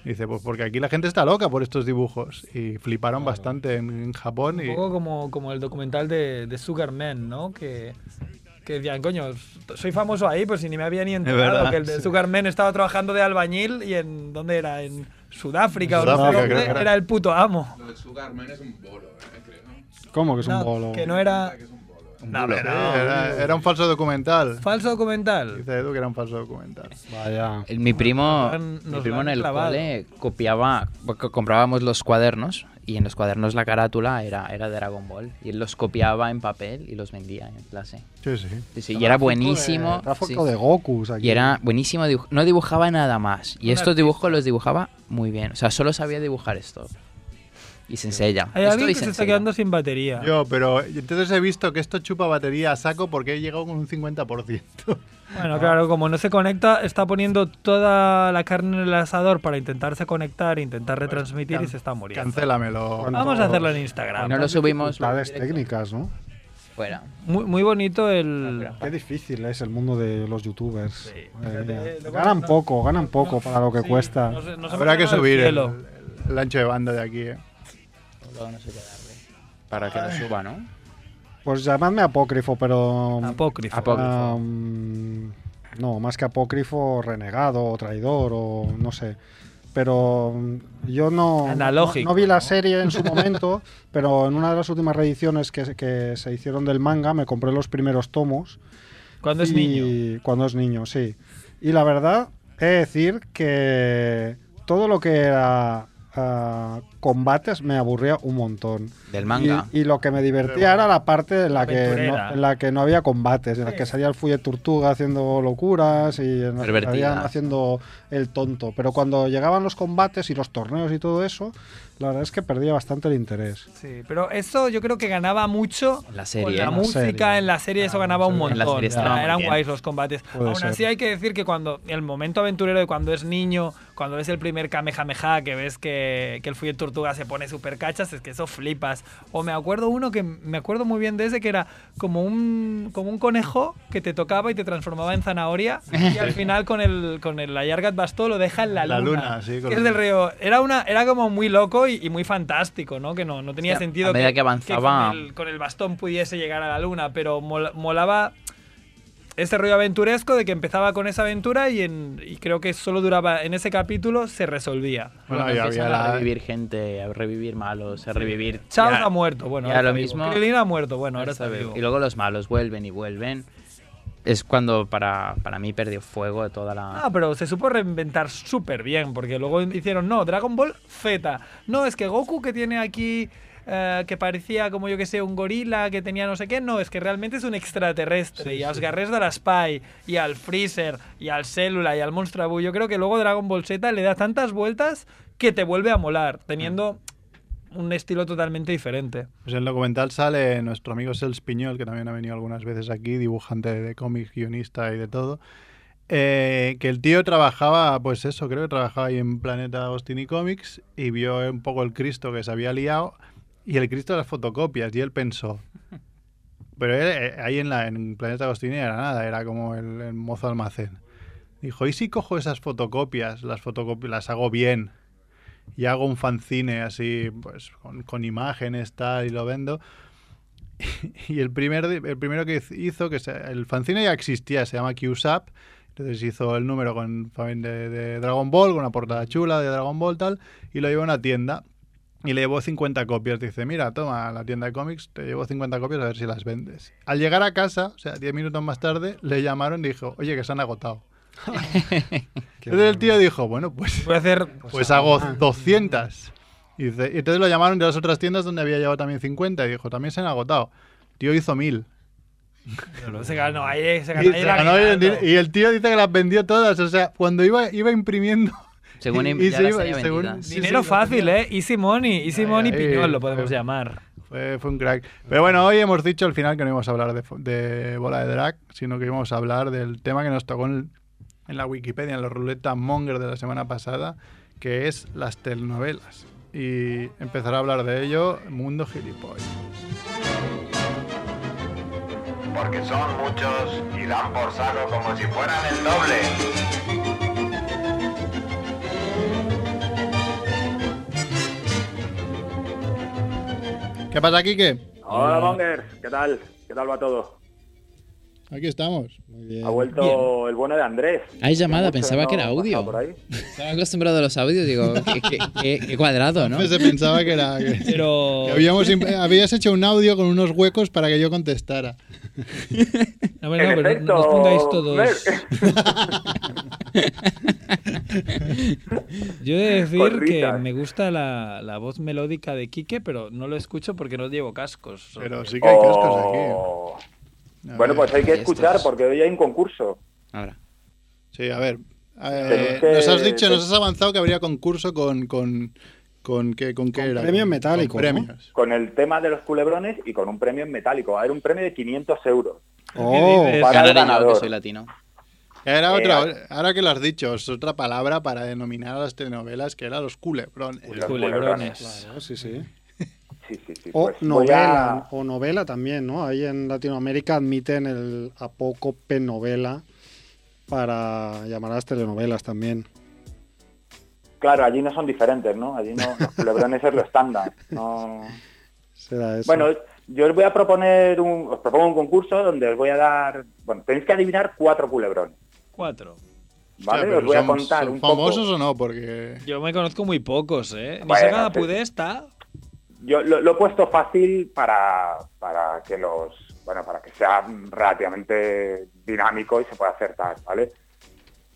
Speaker 2: Y dice, pues porque aquí la gente está loca por estos dibujos. Y fliparon bastante en, en Japón.
Speaker 3: Un
Speaker 2: Y,
Speaker 3: poco como, como el documental de, de Sugar Man, ¿no? Que, que decían, coño, soy famoso ahí, pues si ni me había ni enterado
Speaker 2: verdad,
Speaker 3: que el de Sugar Man estaba trabajando de albañil y en, ¿dónde era? En Sudáfrica, o no sé
Speaker 2: Sudáfrica,
Speaker 3: dónde,
Speaker 2: creo que era.
Speaker 3: era el puto amo.
Speaker 7: Lo de Sugarman es un bolo, ¿eh? Creo.
Speaker 4: ¿Cómo que es
Speaker 3: No,
Speaker 4: un bolo?
Speaker 3: que no era
Speaker 7: Es un bolo.
Speaker 2: Sí, era, era un falso documental.
Speaker 3: falso documental.
Speaker 2: Dice Edu que era un falso documental.
Speaker 4: Vaya.
Speaker 5: El- Mi primo,
Speaker 3: Nos lo han- nos
Speaker 5: mi
Speaker 3: lo
Speaker 5: primo
Speaker 3: han
Speaker 5: en el
Speaker 3: clavado.
Speaker 5: cole copiaba, porque comprábamos los cuadernos y en los cuadernos la carátula era, era de Dragon Ball y él los copiaba en papel y los vendía en clase.
Speaker 2: Sí, sí.
Speaker 5: Sí, sí, y era buenísimo. sí,
Speaker 4: Tráfico
Speaker 5: sí.
Speaker 4: de Gokus aquí.
Speaker 5: Y era buenísimo, dibuj- no dibujaba nada más. Y
Speaker 3: Un
Speaker 5: estos dibujos los dibujaba muy bien. O sea, solo sabía dibujar esto. Y Sensei ya.
Speaker 3: Hay
Speaker 5: Esto
Speaker 3: alguien
Speaker 5: y
Speaker 3: que se está
Speaker 5: Sensei ya.
Speaker 3: quedando sin batería.
Speaker 2: Yo, pero entonces he visto que esto chupa batería a saco porque he llegado con un 50%.
Speaker 3: Bueno, claro, como no se conecta, está poniendo toda la carne en el asador para intentarse conectar, intentar retransmitir
Speaker 2: can-
Speaker 3: y se está muriendo.
Speaker 2: Cancélamelo.
Speaker 4: Bueno.
Speaker 3: Vamos a hacerlo en Instagram.
Speaker 5: No lo subimos
Speaker 4: Dificultades
Speaker 5: directo.
Speaker 4: técnicas, ¿no?
Speaker 5: fuera.
Speaker 3: Muy, muy bonito el...
Speaker 4: Qué difícil es el mundo de los youtubers. Madre
Speaker 3: fíjate,
Speaker 4: mía.
Speaker 3: eh, lo
Speaker 4: ganan
Speaker 3: bueno-
Speaker 4: poco, ganan poco para lo que
Speaker 3: Sí,
Speaker 4: cuesta.
Speaker 3: nos- nos
Speaker 2: Habrá
Speaker 3: hemos
Speaker 2: que
Speaker 3: llegado al
Speaker 2: subir ¿eh? el,
Speaker 3: cielo.
Speaker 2: el ancho de banda de aquí. ¿eh?
Speaker 5: Luego no sé qué darle. Para que lo suba, ¿no?
Speaker 4: Pues llamadme apócrifo, pero...
Speaker 3: Apócrifo.
Speaker 5: Apó- Apócrifo.
Speaker 4: um, no, más que apócrifo, renegado o traidor o no sé. Pero um, yo no,
Speaker 3: Analógico,
Speaker 4: no, no vi la
Speaker 3: ¿no?
Speaker 4: serie en su momento, pero en una de las últimas reediciones que, se- que se hicieron del manga me compré los primeros tomos
Speaker 3: Cuando es
Speaker 4: y-
Speaker 3: niño.
Speaker 4: Cuando es niño, sí. Y la verdad, he de decir que todo lo que era ah, combates me aburría un montón.
Speaker 5: Del manga.
Speaker 4: Y, y lo que me divertía era la parte en la, que
Speaker 3: Aventurera.
Speaker 4: no, en la que no había combates, en la que salía el Fuye Tortuga haciendo locuras y en la que
Speaker 5: Pervertidas.
Speaker 4: salían haciendo el tonto. Pero cuando llegaban los combates y los torneos y todo eso, la verdad es que perdía bastante el interés.
Speaker 3: Sí, pero eso yo creo que ganaba mucho
Speaker 5: La serie,
Speaker 3: con la,
Speaker 5: ¿no?
Speaker 3: música,
Speaker 4: Serie.
Speaker 3: en la serie eso ganaba un
Speaker 5: En la
Speaker 3: montón.
Speaker 5: serie estaba muy
Speaker 3: eran
Speaker 5: bien.
Speaker 3: guays los combates.
Speaker 4: Puede
Speaker 3: Aún
Speaker 4: ser.
Speaker 3: así hay que decir que cuando el momento aventurero de cuando es niño, cuando ves el primer Kamehameha, que ves que, que el Fuye Tortuga se pone super cachas, es que eso flipas. O me acuerdo uno que me acuerdo muy bien de ese que era como un, como un conejo que te tocaba y te transformaba en zanahoria y al final con el con el Ayargat Bastó lo deja en la luna.
Speaker 2: La luna, sí, con
Speaker 3: Que es
Speaker 2: el-
Speaker 3: del río. Era una era como muy loco y, y muy fantástico, ¿no? Que no, no tenía tenía
Speaker 5: O sea,
Speaker 3: sentido
Speaker 5: a medida que avanzaba-
Speaker 3: con, el, con el bastón pudiese llegar a la luna, pero mol- molaba ese rollo aventuresco de que empezaba con esa aventura y, en, y creo que solo duraba en ese capítulo se resolvía.
Speaker 2: Bueno,
Speaker 5: Cuando
Speaker 2: ya
Speaker 5: empiezan
Speaker 2: había
Speaker 5: a
Speaker 2: la-
Speaker 5: revivir gente, a revivir malos, a revivir.
Speaker 3: Charles
Speaker 5: Ya-
Speaker 3: ha muerto, bueno,
Speaker 5: ya
Speaker 3: ahora
Speaker 5: lo
Speaker 3: está vivo.
Speaker 5: mismo.
Speaker 3: Krillin ha muerto, bueno, ahora
Speaker 5: Está
Speaker 3: está
Speaker 5: bien.
Speaker 3: vivo.
Speaker 5: Y luego los malos vuelven y vuelven. Es cuando para, para mí perdió fuego toda la.
Speaker 3: Ah, pero se supo reinventar súper bien, porque luego hicieron, no, Dragon Ball Z. No, es que Goku que tiene aquí, eh, que parecía como yo que sé, un gorila, que tenía no sé qué, no, es que realmente es un extraterrestre. y a los Garrés de la Spy, y al Freezer, y al Célula, y al Monstrabu. Yo creo que luego Dragon Ball Z le da tantas vueltas que te vuelve a molar, teniendo un estilo totalmente diferente.
Speaker 2: Pues en el documental sale nuestro amigo Sels Piñol, que también ha venido algunas veces aquí, dibujante de cómics, guionista y de todo. eh, que el tío trabajaba, pues eso, creo que trabajaba ahí en Planeta Agostini Comics y vio un poco el Cristo que se había liado y el Cristo de las fotocopias. Y él pensó. Pero él, eh, ahí en, la, en Planeta Agostini era nada, era como el, el mozo almacén. Dijo: ¿Y si cojo esas fotocopias, las, fotocopias, las hago bien? y hago un fanzine así, pues con, con imágenes, tal, y lo vendo. Y el, primer, di- el primero que hizo, que se- el fanzine ya existía, se llama QSAP. Entonces hizo el número con, también de, de Dragon Ball, con una portada chula de Dragon Ball, tal, y lo llevó a una tienda. Y le llevó 50 copias. Dice, mira, toma, a la tienda de cómics, te llevo 50 copias a ver si las vendes. Al llegar a casa, o sea, 10 minutos más tarde, le llamaron y dijo, oye, que se han agotado. Entonces el tío dijo, bueno, pues
Speaker 3: Voy a hacer...
Speaker 2: pues hago 200. Y, dice- y entonces lo llamaron de las otras tiendas donde había llevado también 50 y dijo, también se han agotado. Tío hizo 1000.
Speaker 3: Se ganó ahí, se
Speaker 2: Y,
Speaker 3: ganó ahí
Speaker 2: se
Speaker 3: el
Speaker 2: ganó el
Speaker 3: aguinaldo.
Speaker 2: di- y el tío dice que las vendió todas. O sea, cuando iba, iba imprimiendo...
Speaker 5: Según
Speaker 2: y-
Speaker 5: im-
Speaker 2: y
Speaker 5: ya
Speaker 2: se
Speaker 5: las
Speaker 2: iba-
Speaker 5: había
Speaker 2: y según-
Speaker 5: vendidas.
Speaker 2: sí, sí,
Speaker 3: Dinero
Speaker 2: lo
Speaker 3: fácil,
Speaker 2: tenía.
Speaker 3: ¿eh? Easy money, easy
Speaker 2: Ay,
Speaker 3: money
Speaker 2: ay,
Speaker 3: piñón lo podemos
Speaker 2: ay.
Speaker 3: llamar.
Speaker 2: Fue, fue un crack. Pero bueno, hoy hemos dicho al final que no íbamos a hablar de, fo- de bola de drag, sino que íbamos a hablar del tema que nos tocó en, en la Wikipedia, en la ruleta monger de la semana pasada, que es las telenovelas. Y empezará a hablar de ello Mundo Gilipollas.
Speaker 8: porque son muchos y dan por saco como si fueran el doble.
Speaker 2: ¿Qué pasa, Kike?
Speaker 9: Hola, Monger, ¿qué tal? ¿Qué tal va todo?
Speaker 2: Aquí estamos.
Speaker 9: Ha vuelto el bueno de Andrés.
Speaker 5: Hay llamada,
Speaker 9: Mucho
Speaker 5: pensaba que era
Speaker 9: no
Speaker 5: audio.
Speaker 9: pasaba por ahí.
Speaker 5: Estaba acostumbrado a los audios, digo, qué, qué- qué- qué cuadrado, ¿no?
Speaker 2: Se pensaba que era. que-
Speaker 3: Pero
Speaker 2: que habíamos imp- habías hecho un audio con unos huecos para que yo contestara.
Speaker 3: no, hombre,
Speaker 9: En
Speaker 3: no, pero
Speaker 9: efecto,
Speaker 3: no os pongáis todos.
Speaker 9: Mer.
Speaker 3: Yo he de decir que
Speaker 9: Corritas.
Speaker 3: me gusta la, la voz melódica de Quique, pero no lo escucho porque no llevo cascos.
Speaker 2: Pero sí que hay cascos
Speaker 9: Oh.
Speaker 2: aquí. A
Speaker 9: Bueno,
Speaker 2: ver.
Speaker 9: pues hay que
Speaker 5: Ahí
Speaker 9: escuchar
Speaker 5: estás.
Speaker 9: porque hoy hay un concurso.
Speaker 5: Ahora.
Speaker 2: Sí, a ver. Eh,
Speaker 9: Pero es que-
Speaker 2: nos has dicho, nos has avanzado que habría concurso con. con con qué, con qué
Speaker 4: Con
Speaker 2: era.
Speaker 4: premios
Speaker 2: Con-
Speaker 4: metálicos,
Speaker 2: con premios.
Speaker 9: Con el tema de los culebrones y con un premio en metálico. Va a haber un premio de 500 euros.
Speaker 4: Oh,
Speaker 3: dices?
Speaker 9: Para el
Speaker 5: Ganaré yo, que
Speaker 9: ganador.
Speaker 5: soy latino.
Speaker 2: Era
Speaker 9: Eh,
Speaker 2: otra, ahora que lo has dicho, es otra palabra para denominar a las telenovelas que era los culebrones.
Speaker 9: Los
Speaker 3: Culebrones.
Speaker 4: Claro, sí, sí.
Speaker 9: Sí, sí, sí.
Speaker 4: O
Speaker 9: pues voy
Speaker 4: novela,
Speaker 9: a-
Speaker 4: o novela también, ¿no? Ahí en Latinoamérica admiten el apócope novela para llamar a las telenovelas también.
Speaker 9: Claro, allí no son diferentes, ¿no? Allí no, los culebrones es lo estándar. No...
Speaker 4: Será eso.
Speaker 9: Bueno, yo os voy a proponer un, os propongo un concurso donde os voy a dar, bueno, tenéis que adivinar cuatro culebrones,
Speaker 3: Cuatro.
Speaker 9: ¿vale?
Speaker 2: Hostia, pero
Speaker 9: os voy a
Speaker 2: son-
Speaker 9: contar
Speaker 2: ¿son
Speaker 9: un
Speaker 2: famosos
Speaker 9: poco.
Speaker 2: o no? Porque.
Speaker 3: Yo me conozco muy pocos, ¿eh?
Speaker 9: Bueno,
Speaker 3: Nisaka
Speaker 9: sí.
Speaker 3: Pudé está.
Speaker 9: Yo lo, lo he puesto fácil para, para que los, bueno, para que sea relativamente dinámico y se pueda acertar, ¿vale?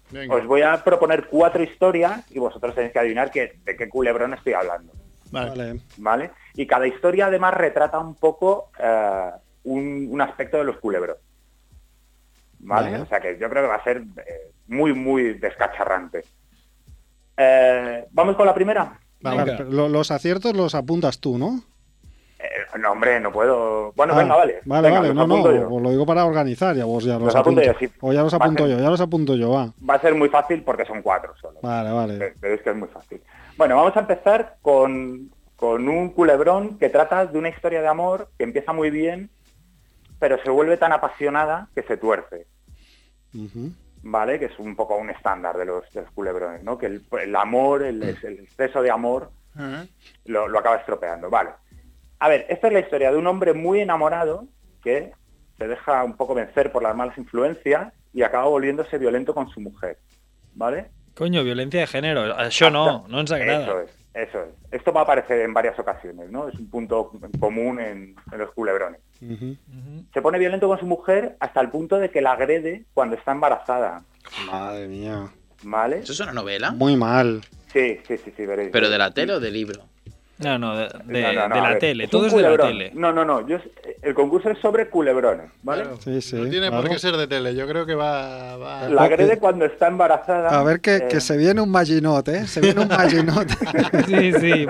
Speaker 2: Venga.
Speaker 9: Os voy a proponer cuatro historias y vosotros tenéis que adivinar que- de qué culebrón estoy hablando.
Speaker 2: Vale.
Speaker 4: Vale.
Speaker 9: ¿Vale? Y cada historia además retrata un poco eh, un, un aspecto de los culebros. ¿Vale?
Speaker 4: Vale.
Speaker 9: O sea que yo creo que va a ser eh, muy, muy descacharrante. Eh, ¿Vamos con la primera?
Speaker 2: Vamos.
Speaker 4: Vale, pero lo- los aciertos los apuntas tú, ¿no?
Speaker 9: Eh, no, hombre, no puedo. Bueno,
Speaker 4: Ah,
Speaker 9: venga, vale.
Speaker 4: Vale,
Speaker 9: Venga,
Speaker 4: vale,
Speaker 9: los
Speaker 4: no, no,
Speaker 9: apunto yo.
Speaker 4: os lo digo para organizar, ya vos ya los,
Speaker 9: Los apunto
Speaker 4: apunto.
Speaker 9: yo, sí.
Speaker 4: O ya los
Speaker 9: Vale.
Speaker 4: apunto yo, ya los apunto yo, va.
Speaker 9: Va a ser muy fácil porque son cuatro solo.
Speaker 4: Vale, vale.
Speaker 9: Veis que es muy fácil. Bueno, vamos a empezar con, con un culebrón que trata de una historia de amor que empieza muy bien, pero se vuelve tan apasionada que se tuerce,
Speaker 4: Ujú.
Speaker 9: ¿vale? Que es un poco un estándar de los, de los culebrones, ¿no? Que el, el amor, el, el exceso de amor
Speaker 2: Ah,
Speaker 9: lo, lo acaba estropeando, vale. A ver, esta es la historia de un hombre muy enamorado que se deja un poco vencer por las malas influencias y acaba volviéndose violento con su mujer, ¿vale?
Speaker 3: Coño, violencia de género. Això no, no ens
Speaker 9: Eso
Speaker 3: agrada.
Speaker 9: es, eso es. Esto va a aparecer en varias ocasiones, ¿no? Es un punto común en, en los culebrones.
Speaker 4: Ujú.
Speaker 3: Ujú.
Speaker 9: Se pone violento con su mujer hasta el punto de que la agrede cuando está embarazada,
Speaker 4: Madre mía.
Speaker 9: ¿vale?
Speaker 5: ¿Eso es una novela?
Speaker 4: Muy mal.
Speaker 9: Sí, sí, sí, sí, veréis.
Speaker 5: ¿Pero de la tele o de libro?
Speaker 3: No, no, de, de-
Speaker 9: No, no, no,
Speaker 3: de
Speaker 9: a
Speaker 3: la
Speaker 9: ver,
Speaker 3: tele.
Speaker 9: un
Speaker 3: Todo es de la
Speaker 9: culebrón.
Speaker 3: tele.
Speaker 9: No, no, no. yo es- el concurso es sobre culebrones, ¿vale?
Speaker 2: claro.
Speaker 4: Sí, sí,
Speaker 2: No tiene por
Speaker 4: claro.
Speaker 2: qué ser de tele, yo creo que va... va-
Speaker 9: La
Speaker 4: Eh,
Speaker 9: agrede cuando está embarazada.
Speaker 4: A ver que,
Speaker 9: eh,
Speaker 4: que se viene un maginot, ¿eh? Se viene un maginot.
Speaker 3: Sí, sí.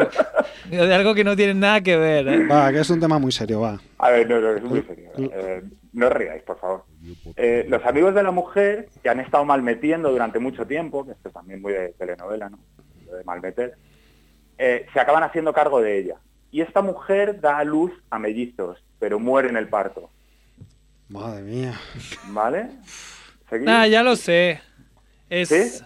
Speaker 3: De algo que no tiene nada que ver. ¿eh?
Speaker 4: va, Ah, que es un tema muy serio, va.
Speaker 9: A ver, no, no, es muy serio. Eh, no os riáis, por favor. Eh, los amigos de la mujer que han estado malmetiendo durante mucho tiempo, que esto es también muy de telenovela, ¿no? Lo de malmeter, eh, se acaban haciendo cargo de ella. Y esta mujer da a luz a mellizos, pero muere en el parto,
Speaker 4: Madre mía.
Speaker 9: ¿vale? ¿Seguís?
Speaker 3: Ah, ya lo sé. Es.
Speaker 9: ¿Sí?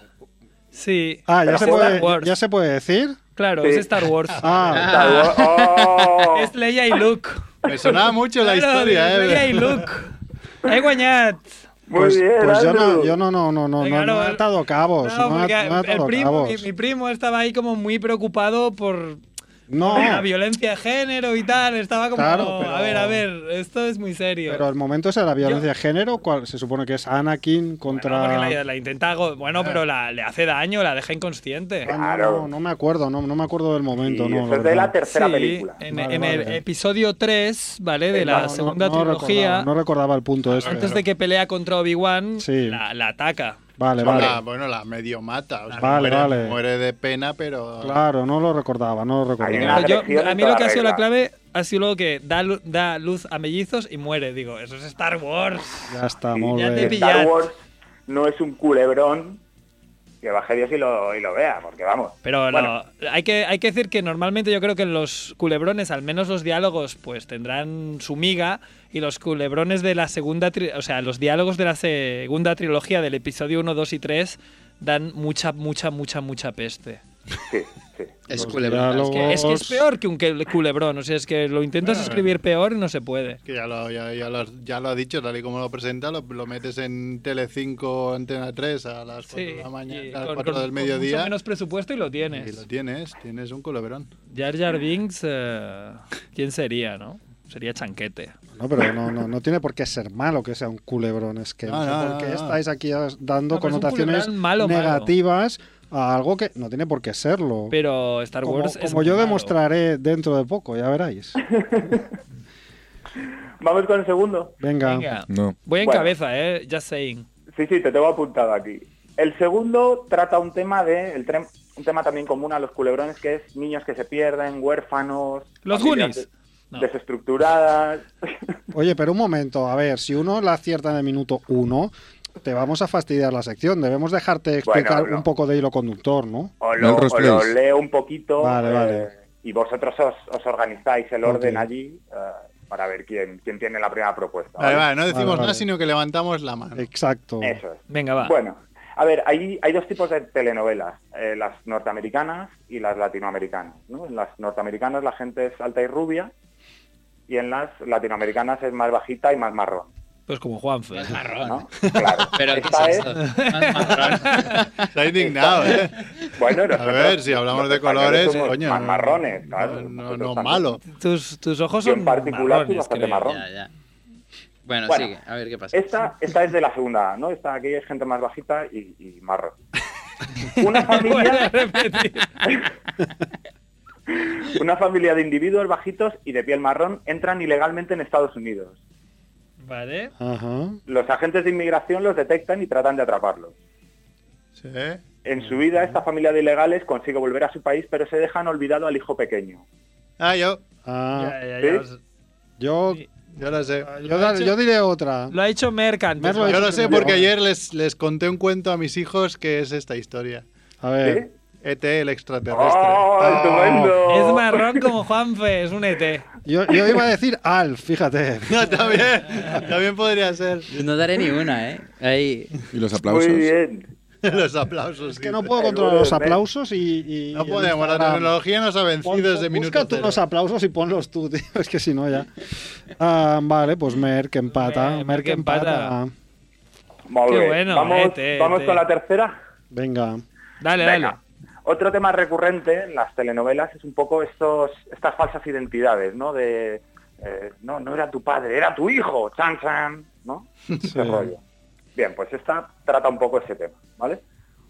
Speaker 3: Sí.
Speaker 4: Ah, ya
Speaker 9: Pero
Speaker 4: se,
Speaker 9: Star
Speaker 4: puede,
Speaker 3: Wars.
Speaker 4: ya se puede decir.
Speaker 3: Claro,
Speaker 9: Sí.
Speaker 3: es Star Wars.
Speaker 4: Ah,
Speaker 9: Star Wars- ¡Oh!
Speaker 3: Es Leia y Luke.
Speaker 2: Me sonaba mucho la
Speaker 3: Claro,
Speaker 2: historia, ¿eh?
Speaker 3: Leia y Luke. He guanyat.
Speaker 9: Muy
Speaker 4: pues,
Speaker 9: bien,
Speaker 4: pues yo no,
Speaker 9: Andrew.
Speaker 4: yo no, no, no, no,
Speaker 3: Venga,
Speaker 4: no, no
Speaker 3: no,
Speaker 4: he
Speaker 3: el-
Speaker 4: atado cabos. No,
Speaker 3: No,
Speaker 4: he-
Speaker 3: porque
Speaker 4: no he
Speaker 3: el
Speaker 4: atado
Speaker 3: primo, mi,
Speaker 4: cabos.
Speaker 3: mi primo estaba ahí como muy preocupado por
Speaker 4: No,
Speaker 3: por la violencia de género y tal. Estaba como, "Oh,
Speaker 4: Claro, pero-
Speaker 3: a ver, a ver, esto es muy serio.
Speaker 4: pero el momento es de la violencia de género, ¿cuál? Se supone que es Anakin
Speaker 3: No,
Speaker 4: contra...
Speaker 3: porque la, la intenta, go- bueno, pero la, le hace daño, la deja inconsciente.
Speaker 4: Ah, no,
Speaker 9: Claro.
Speaker 4: no, no me acuerdo, no, no me acuerdo del
Speaker 9: Y
Speaker 4: momento. no,
Speaker 9: eso
Speaker 4: la
Speaker 9: es de Pues la
Speaker 4: verdad.
Speaker 9: tercera
Speaker 3: Sí,
Speaker 9: película.
Speaker 3: En,
Speaker 4: Vale,
Speaker 3: en el
Speaker 4: vale.
Speaker 3: episodio 3, ¿vale? De
Speaker 4: Eh, No,
Speaker 3: la
Speaker 4: no,
Speaker 3: segunda
Speaker 4: no
Speaker 3: trilogía,
Speaker 4: Recordaba, no recordaba el punto este.
Speaker 3: antes de que pelea contra Obi-Wan,
Speaker 4: Sí.
Speaker 3: la, la ataca.
Speaker 4: Vale,
Speaker 2: Bueno,
Speaker 4: vale.
Speaker 2: la- bueno, la medio mata. o sea,
Speaker 4: Vale,
Speaker 2: muere,
Speaker 4: vale.
Speaker 2: muere de pena, pero...
Speaker 4: Claro, no lo recordaba, no lo
Speaker 9: Hay
Speaker 4: recordaba.
Speaker 9: una-
Speaker 3: Pero yo-
Speaker 9: agresión
Speaker 3: a
Speaker 9: en
Speaker 3: mí lo
Speaker 9: toda
Speaker 3: que ha sido
Speaker 9: regla.
Speaker 3: la clave ha sido lo que da, lu- da luz a mellizos y muere. Digo, eso es Star Wars.
Speaker 4: Ya está, muy
Speaker 3: Ya te
Speaker 4: bien.
Speaker 3: he pillado.
Speaker 9: Star
Speaker 3: pillar.
Speaker 9: Wars no es un culebrón que baje Dios y lo, y lo vea, porque vamos.
Speaker 3: Pero
Speaker 9: Bueno.
Speaker 3: no, hay, que, hay que decir que normalmente yo creo que en los culebrones, al menos los diálogos, pues tendrán su miga. Y los culebrones de la segunda, tri- o sea, los diálogos de la segunda trilogía del episodio 1, 2 y 3 dan mucha, mucha, mucha, mucha peste.
Speaker 9: Sí, sí.
Speaker 5: Es
Speaker 4: Los
Speaker 5: culebrón.
Speaker 3: Es que, es que es
Speaker 4: diálogos.
Speaker 3: peor que un que- culebrón, o sea, es que lo intentas escribir peor y no se puede.
Speaker 2: Que ya lo, ya, ya lo- ya lo ha dicho, tal y como lo presenta, lo, lo metes en Tele5, Antena 3 a las 4 de la mañana,
Speaker 3: y
Speaker 2: a las
Speaker 3: con-
Speaker 2: 4
Speaker 3: con-
Speaker 2: del
Speaker 3: con
Speaker 2: mediodía.
Speaker 3: mucho menos presupuesto y lo tienes.
Speaker 2: Y lo tienes, tienes un culebrón.
Speaker 3: Jar Jar Binks, eh, ¿quién sería, no? Sería Chanquete.
Speaker 4: No, pero no, no, no tiene por qué ser malo que sea un culebrón. Es que no,
Speaker 2: No,
Speaker 4: sé
Speaker 2: no,
Speaker 4: por
Speaker 2: no,
Speaker 4: qué
Speaker 2: no.
Speaker 4: estáis aquí dando
Speaker 3: No, pero es un
Speaker 4: connotaciones
Speaker 3: culebrón malo, malo.
Speaker 4: negativas a algo que no tiene por qué serlo.
Speaker 3: Pero Star
Speaker 4: como
Speaker 3: Wars es
Speaker 4: como yo
Speaker 3: malo.
Speaker 4: demostraré dentro de poco, ya veráis.
Speaker 9: Vamos con el segundo.
Speaker 4: Venga.
Speaker 3: Venga,
Speaker 10: No.
Speaker 3: voy en
Speaker 9: Bueno.
Speaker 3: cabeza, eh, just saying.
Speaker 9: Sí, sí, te tengo apuntado aquí. El segundo trata un tema de el trem- un tema también común a los culebrones que es niños que se pierden, huérfanos,
Speaker 3: Los
Speaker 9: familias
Speaker 3: Goonies.
Speaker 9: des-
Speaker 3: No.
Speaker 9: desestructuradas.
Speaker 4: Oye, pero un momento, a ver, si uno la acierta en el minuto uno, te vamos a fastidiar la sección. Debemos dejarte explicar
Speaker 9: Bueno, no.
Speaker 4: un poco de hilo conductor, ¿no?
Speaker 9: Os lo,
Speaker 10: Melrose
Speaker 9: os lo
Speaker 10: Place.
Speaker 9: leo un poquito
Speaker 4: Vale,
Speaker 9: eh,
Speaker 4: vale.
Speaker 9: y vosotros os, os organizáis el
Speaker 4: Ok.
Speaker 9: orden allí eh, para ver quién, quién tiene la primera propuesta.
Speaker 2: Vale,
Speaker 9: ¿vale?
Speaker 2: vale, no decimos
Speaker 4: Vale,
Speaker 2: nada,
Speaker 4: vale.
Speaker 2: sino que levantamos la mano.
Speaker 4: Exacto.
Speaker 9: Eso es.
Speaker 3: Venga, va.
Speaker 9: Bueno, a ver, hay, hay dos tipos de telenovelas, eh, las norteamericanas y las latinoamericanas. ¿no? En las norteamericanas la gente es alta y rubia y en las latinoamericanas es más bajita y más marrón.
Speaker 3: Pues como Juanfe.
Speaker 9: ¿no? Claro.
Speaker 5: Pero ¿qué
Speaker 9: Esta es-
Speaker 5: es esto? ¿eh? Más marrón.
Speaker 2: Está indignado, ¿eh?
Speaker 9: bueno,
Speaker 2: A ver, si hablamos de
Speaker 9: nosotros también
Speaker 2: colores,
Speaker 9: somos
Speaker 2: coño.
Speaker 9: Más
Speaker 2: no-
Speaker 9: marrones, claro.
Speaker 2: No, no,
Speaker 9: Nosotros
Speaker 2: no
Speaker 9: también.
Speaker 2: malo.
Speaker 3: Tus, tus ojos
Speaker 9: Yo en
Speaker 3: son
Speaker 9: particular soy
Speaker 3: marrones,
Speaker 9: bastante
Speaker 3: creo.
Speaker 9: marrón.
Speaker 5: Ya, ya. Bueno,
Speaker 9: Bueno,
Speaker 5: sigue, a ver qué pasa.
Speaker 9: Esta, esta es de la segunda, ¿no? Esta aquí es gente más bajita y, y más rota. Una familia, una familia de individuos bajitos y de piel marrón entran ilegalmente en Estados Unidos.
Speaker 3: Vale.
Speaker 4: Ajá.
Speaker 9: Los agentes de inmigración los detectan y tratan de atraparlos.
Speaker 2: Sí.
Speaker 9: En su vida, esta familia de ilegales consigue volver a su país, pero se dejan olvidado al hijo pequeño.
Speaker 2: Ah, yo.
Speaker 4: Ah,
Speaker 3: Ya, ya,
Speaker 9: ¿sí?
Speaker 3: ya os-
Speaker 4: yo,
Speaker 2: Yo lo sé.
Speaker 4: yo, da- yo diré otra.
Speaker 3: Lo ha hecho Merck antes,
Speaker 4: Merck lo
Speaker 3: ¿no?
Speaker 4: ha
Speaker 2: Yo
Speaker 4: hecho
Speaker 2: lo sé
Speaker 4: primero.
Speaker 2: porque ayer les, les conté un cuento a mis hijos que es esta historia.
Speaker 4: A
Speaker 9: ¿Sí?
Speaker 4: ver.
Speaker 2: ET el extraterrestre.
Speaker 9: ¡Oh,
Speaker 2: Ah.
Speaker 9: estupendo!
Speaker 3: Es marrón como Juanfe, es un ET.
Speaker 4: Yo, yo iba a decir Alf, fíjate.
Speaker 2: No, también, también podría ser.
Speaker 5: No daré ni una, ¿eh? Ahí.
Speaker 7: Y los aplausos.
Speaker 9: Muy bien.
Speaker 2: Los aplausos.
Speaker 4: Es que no
Speaker 2: dice.
Speaker 4: puedo
Speaker 9: El
Speaker 4: controlar
Speaker 9: bolo
Speaker 4: los
Speaker 9: de Merck.
Speaker 4: aplausos y. y-
Speaker 2: No
Speaker 4: y el
Speaker 2: podemos, la
Speaker 4: Instagram.
Speaker 2: tecnología nos ha
Speaker 4: Pon-
Speaker 2: vencido
Speaker 4: busca
Speaker 2: desde minuto
Speaker 4: tú
Speaker 2: cero.
Speaker 4: los aplausos y ponlos tú, tío. Es que si no ya. Ah, vale, pues Merck empata. Merck
Speaker 3: Mer- Merck empata.
Speaker 4: empata.
Speaker 9: Muy
Speaker 3: Qué
Speaker 9: bien.
Speaker 3: bueno,
Speaker 9: vamos
Speaker 5: eh,
Speaker 3: vete,
Speaker 9: vamos
Speaker 3: vete.
Speaker 9: con la tercera.
Speaker 4: Venga.
Speaker 3: Dale, dale.
Speaker 9: Venga. Otro tema recurrente en las telenovelas es un poco estos, estas falsas identidades, ¿no? De, eh, no, no era tu padre, era tu hijo, chan chan, ¿no? Ese rollo. Bien, pues esta trata un poco ese tema, ¿vale?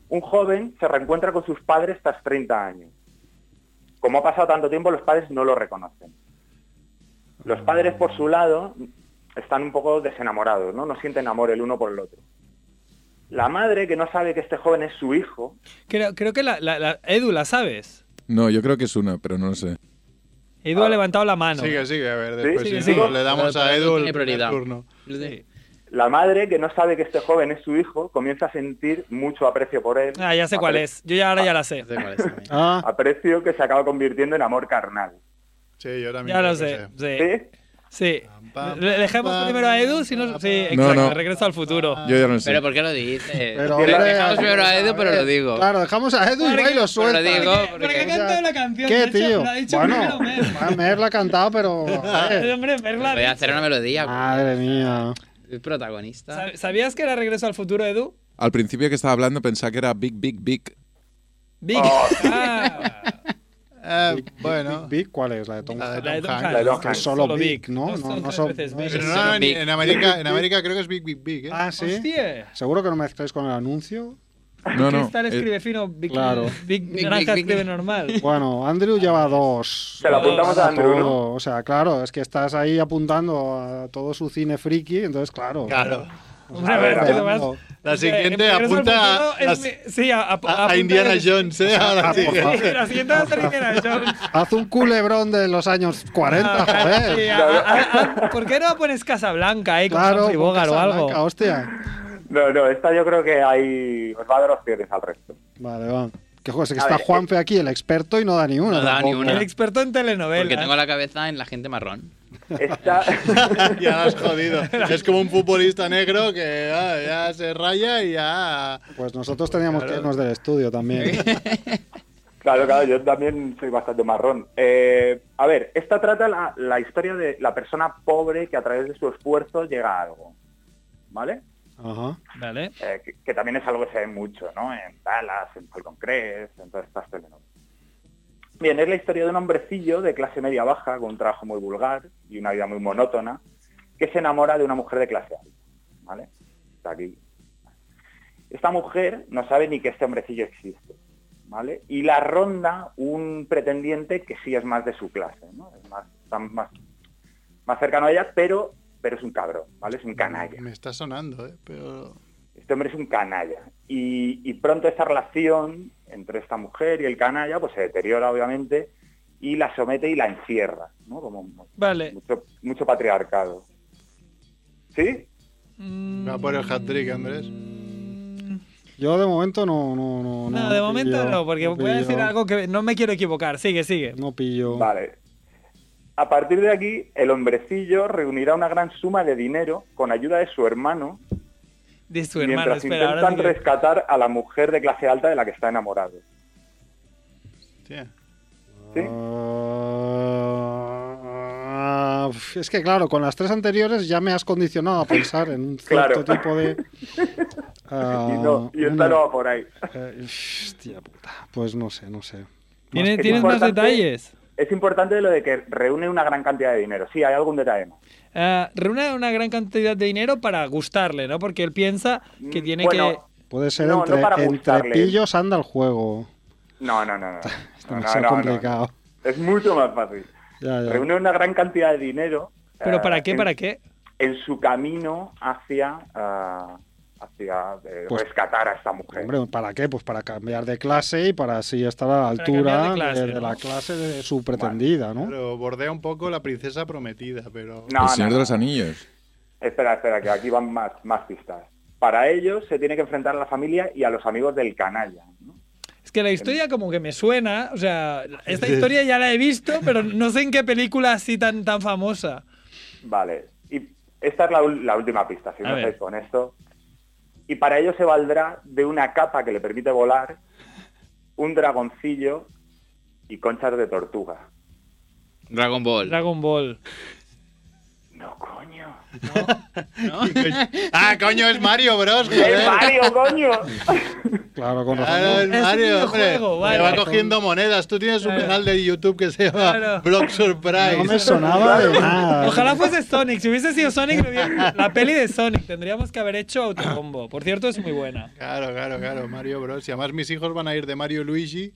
Speaker 9: Un joven se reencuentra con sus padres tras 30 años. Como ha pasado tanto tiempo, los padres no lo reconocen. Los padres, por su lado, están un poco desenamorados, ¿no? No sienten amor el uno por el otro. La madre, que no sabe que este joven es su hijo,
Speaker 3: Creo, creo que la, la- la- Edu, ¿la sabes?
Speaker 7: No, yo creo que es una, pero no lo sé.
Speaker 3: Edu ha levantado la mano.
Speaker 2: Sigue, sigue, a ver, después
Speaker 9: Sí,
Speaker 2: si
Speaker 9: sí,
Speaker 2: no,
Speaker 9: sí.
Speaker 2: le damos a
Speaker 5: Pero no
Speaker 2: Edu el
Speaker 5: tiene prioridad.
Speaker 2: primer turno.
Speaker 3: Sí.
Speaker 9: La madre, que no sabe que este joven es su hijo, comienza a sentir mucho aprecio por él.
Speaker 3: Ah, ya sé cuál
Speaker 9: Apre-
Speaker 3: es. Yo ya ahora ya la sé.
Speaker 5: No sé cuál es también.
Speaker 4: Ah,
Speaker 9: Aprecio que se acaba convirtiendo en amor carnal.
Speaker 2: Sí, yo también
Speaker 3: Ya
Speaker 2: creo
Speaker 3: lo
Speaker 2: que
Speaker 3: sé. Sí.
Speaker 9: ¿Sí?
Speaker 3: sí.
Speaker 2: pam,
Speaker 3: Le dejamos
Speaker 2: pam,
Speaker 3: primero a Edu, si no. Sí,
Speaker 2: pam,
Speaker 3: exacto.
Speaker 7: no.
Speaker 3: Regreso al futuro.
Speaker 7: Yo ya no lo sé.
Speaker 5: Pero ¿por qué lo dices?
Speaker 4: pero.
Speaker 5: Le
Speaker 4: hombre,
Speaker 5: dejamos primero a Edu, pero lo digo.
Speaker 4: Claro, dejamos a Edu y
Speaker 3: Porque-
Speaker 4: va y lo
Speaker 5: pero
Speaker 4: suelta.
Speaker 5: lo digo,
Speaker 3: Porque ha
Speaker 5: porque...
Speaker 3: cantado la canción. de
Speaker 4: ¿Qué,
Speaker 3: hecho,
Speaker 4: tío?
Speaker 3: la ha dicho
Speaker 4: Bueno,
Speaker 3: primero Merck.
Speaker 4: Mer la ha cantado, pero. eh,
Speaker 3: Hombre, Merck la ha
Speaker 5: Voy a
Speaker 3: dicho.
Speaker 5: hacer una melodía.
Speaker 4: Madre mía.
Speaker 5: El protagonista.
Speaker 3: ¿Sab- ¿Sabías que era Regreso al futuro, Edu?
Speaker 7: Al principio que estaba hablando pensaba que era Big, Big, Big.
Speaker 3: Big. Ah,
Speaker 2: Eh,
Speaker 4: Big, Big,
Speaker 2: bueno,
Speaker 4: Big, Big, ¿cuál es? La de Tom
Speaker 2: la de
Speaker 4: Hanks.
Speaker 3: la de Tom
Speaker 2: Tom
Speaker 3: Hanks.
Speaker 2: Hanks.
Speaker 9: de Tom
Speaker 4: Que es solo,
Speaker 3: Solo
Speaker 4: Big,
Speaker 3: Big.
Speaker 4: ¿no?
Speaker 3: No
Speaker 4: No,
Speaker 3: son
Speaker 4: no
Speaker 3: tres
Speaker 4: son.
Speaker 3: veces
Speaker 4: no es-
Speaker 2: Pero
Speaker 5: Big.
Speaker 2: no,
Speaker 5: Son
Speaker 2: en,
Speaker 5: Big.
Speaker 2: en América, en América creo que es Big Big Big, ¿eh?
Speaker 4: Ah, sí.
Speaker 3: Hostia.
Speaker 4: Seguro que no mezcláis con el anuncio.
Speaker 7: No, no.
Speaker 3: Cristal
Speaker 7: eh,
Speaker 3: escribe fino, Big,
Speaker 4: Claro.
Speaker 3: Big
Speaker 5: Big,
Speaker 3: Naranja
Speaker 5: Big, Big.
Speaker 3: escribe normal.
Speaker 4: Bueno, Andrew lleva dos.
Speaker 9: Se lo apuntamos a Andrew, ¿no?
Speaker 4: Todo. O sea, claro, es que estás ahí apuntando a todo su cine friki, entonces, claro.
Speaker 2: Claro.
Speaker 3: Hombre,
Speaker 9: A ver,
Speaker 3: es que además-
Speaker 4: apuntando.
Speaker 2: La
Speaker 3: es que
Speaker 2: siguiente
Speaker 3: Regreso al
Speaker 2: apunta
Speaker 3: futuro
Speaker 2: a,
Speaker 3: es
Speaker 2: las-
Speaker 3: mi- sí, a, a-
Speaker 2: a-
Speaker 3: apunta
Speaker 2: a Indiana
Speaker 3: el-
Speaker 2: Jones, ¿eh? Ahora sí.
Speaker 3: Sí, la siguiente va a ser Indiana Jones.
Speaker 4: Haz un culebrón de los años 40,
Speaker 3: Sí,
Speaker 4: joder.
Speaker 3: a- a- a- ¿Por qué no pones Casablanca ahí con
Speaker 4: Claro,
Speaker 3: Humphrey
Speaker 4: con
Speaker 3: Bogart o
Speaker 4: Casablanca,
Speaker 3: algo?
Speaker 4: hostia.
Speaker 9: No, no, esta yo creo que ahí os va a dar opciones al resto.
Speaker 4: Vale, va. Que joder, es que
Speaker 9: A
Speaker 4: está
Speaker 9: ver,
Speaker 4: Juanfe aquí, el experto, y no da ni una.
Speaker 5: eh, No da Ah, ni
Speaker 4: tampoco.
Speaker 5: una.
Speaker 3: El experto en telenovelas.
Speaker 5: Porque tengo la cabeza en la gente marrón.
Speaker 9: Esta,
Speaker 2: ya lo has jodido. Es como un futbolista negro que ah, ya se raya y ya.
Speaker 4: Pues nosotros teníamos que irnos del estudio también.
Speaker 9: claro, claro, yo también soy bastante marrón. Eh, a ver, esta trata la, la historia de la persona pobre que a través de su esfuerzo llega a algo. ¿Vale?
Speaker 4: Ajá.
Speaker 3: Vale.
Speaker 9: Eh, que, que también es algo que se ve mucho, ¿no? En Dallas, en Falcon Crest, en todas estas telenovelas. Bien, es la historia de un hombrecillo de clase media baja, con un trabajo muy vulgar y una vida muy monótona, que se enamora de una mujer de clase alta, ¿vale? Está aquí. Esta mujer no sabe ni que este hombrecillo existe, ¿vale? Y la ronda un pretendiente que sí es más de su clase, ¿no? Es más, está más, más cercano a ella, pero, pero es un cabrón, ¿vale? Es un canalla
Speaker 2: Me está sonando, ¿eh? Pero.
Speaker 9: este hombre es un canalla. Y, y pronto esta relación entre esta mujer y el canalla pues se deteriora obviamente y la somete y la encierra, ¿no? Como mu-
Speaker 3: Vale.
Speaker 9: mucho, mucho patriarcado. ¿Sí?
Speaker 3: Mm,
Speaker 2: Va por el hat-trick, Andrés.
Speaker 4: Yo de momento no, no, no.
Speaker 3: no, de momento
Speaker 4: pillo,
Speaker 3: no, porque voy a
Speaker 4: pillo,
Speaker 3: decir algo que no me quiero equivocar. Sigue, sigue.
Speaker 4: No pillo.
Speaker 9: Vale. A partir de aquí, el hombrecillo reunirá una gran suma de dinero con ayuda de su hermano
Speaker 3: De su hermano,
Speaker 9: mientras
Speaker 3: espera, ahora
Speaker 9: intentan
Speaker 3: sí que-
Speaker 9: rescatar a la mujer de clase alta de la que está enamorado.
Speaker 2: Hostia.
Speaker 9: ¿Sí?
Speaker 4: Ah, uf, es que claro, con las tres anteriores ya me has condicionado a pensar en un cierto
Speaker 9: Claro.
Speaker 4: tipo de. Ah,
Speaker 9: y no, y esta
Speaker 4: bueno,
Speaker 9: no va por ahí.
Speaker 4: eh, hostia puta. Pues no sé, no sé.
Speaker 3: ¿Tiene-
Speaker 9: que
Speaker 3: ¿Tienes más
Speaker 9: importante-
Speaker 3: detalles?
Speaker 9: es importante lo de que reúne una gran cantidad de dinero. Sí, hay algún detalle más.
Speaker 3: Ah, reúne una gran cantidad de dinero para gustarle, ¿no? Porque él piensa que
Speaker 9: Mm,
Speaker 3: tiene
Speaker 9: bueno,
Speaker 4: Puede ser
Speaker 9: No, no
Speaker 4: entre,
Speaker 9: para
Speaker 4: entre
Speaker 9: gustarle.
Speaker 4: pillos anda el juego.
Speaker 9: No, no, no, no.
Speaker 4: Es
Speaker 9: No, no,
Speaker 4: demasiado
Speaker 9: no, no.
Speaker 4: complicado.
Speaker 9: Es mucho más fácil.
Speaker 4: Ya, ya.
Speaker 9: Reúne una gran cantidad de dinero.
Speaker 3: que... ¿Pero
Speaker 9: eh,
Speaker 3: para qué?
Speaker 9: en-
Speaker 3: ¿Para qué?
Speaker 9: En su camino hacia, ah, hacia eh,
Speaker 4: Pues-
Speaker 9: rescatar a esta mujer.
Speaker 4: Hombre, ¿para qué? Pues para cambiar de clase y para así estar a la
Speaker 3: Para cambiar de
Speaker 4: altura de,
Speaker 3: clase,
Speaker 4: de
Speaker 3: ¿no?
Speaker 4: la clase de su pretendida, ¿no?
Speaker 2: Pero bordea un poco la princesa prometida, pero...
Speaker 9: No,
Speaker 7: el Señor
Speaker 9: no,
Speaker 7: de los
Speaker 9: no.
Speaker 7: Anillos.
Speaker 9: Espera, espera, que aquí van más, más pistas. Para ellos se tiene que enfrentar a la familia y a los amigos del canalla. ¿no?
Speaker 3: Es que la historia como que me suena, o sea, esta historia ya la he visto, pero no sé en qué película así tan, tan famosa.
Speaker 9: Vale. Y esta es la, ul- la última pista, si
Speaker 3: A
Speaker 9: no
Speaker 3: ver.
Speaker 9: sois con esto. Y para ello se valdrá de una capa que le permite volar, un dragoncillo y conchas de tortuga.
Speaker 5: Dragon Ball.
Speaker 3: Dragon Ball.
Speaker 9: No, coño.
Speaker 2: ¡Ah, coño, es Mario Bros!
Speaker 9: ¡Es
Speaker 2: joder!
Speaker 9: Mario, coño!
Speaker 4: Claro, con razón.
Speaker 2: Claro, es
Speaker 3: Es un
Speaker 2: Mario, hombre.
Speaker 3: videojuego, vale.
Speaker 2: Le va cogiendo monedas. Tú tienes un
Speaker 3: Claro.
Speaker 2: canal de YouTube que se llama
Speaker 3: Claro.
Speaker 2: Blog Surprise.
Speaker 4: No me sonaba de nada.
Speaker 3: Ojalá fuese Sonic, si hubiese sido Sonic, lo hubiera- la peli de Sonic, tendríamos que haber hecho Autobombo. Por cierto, es muy buena.
Speaker 2: Claro, claro, claro, Mario Bros. Y además mis hijos van a ir de Mario y Luigi.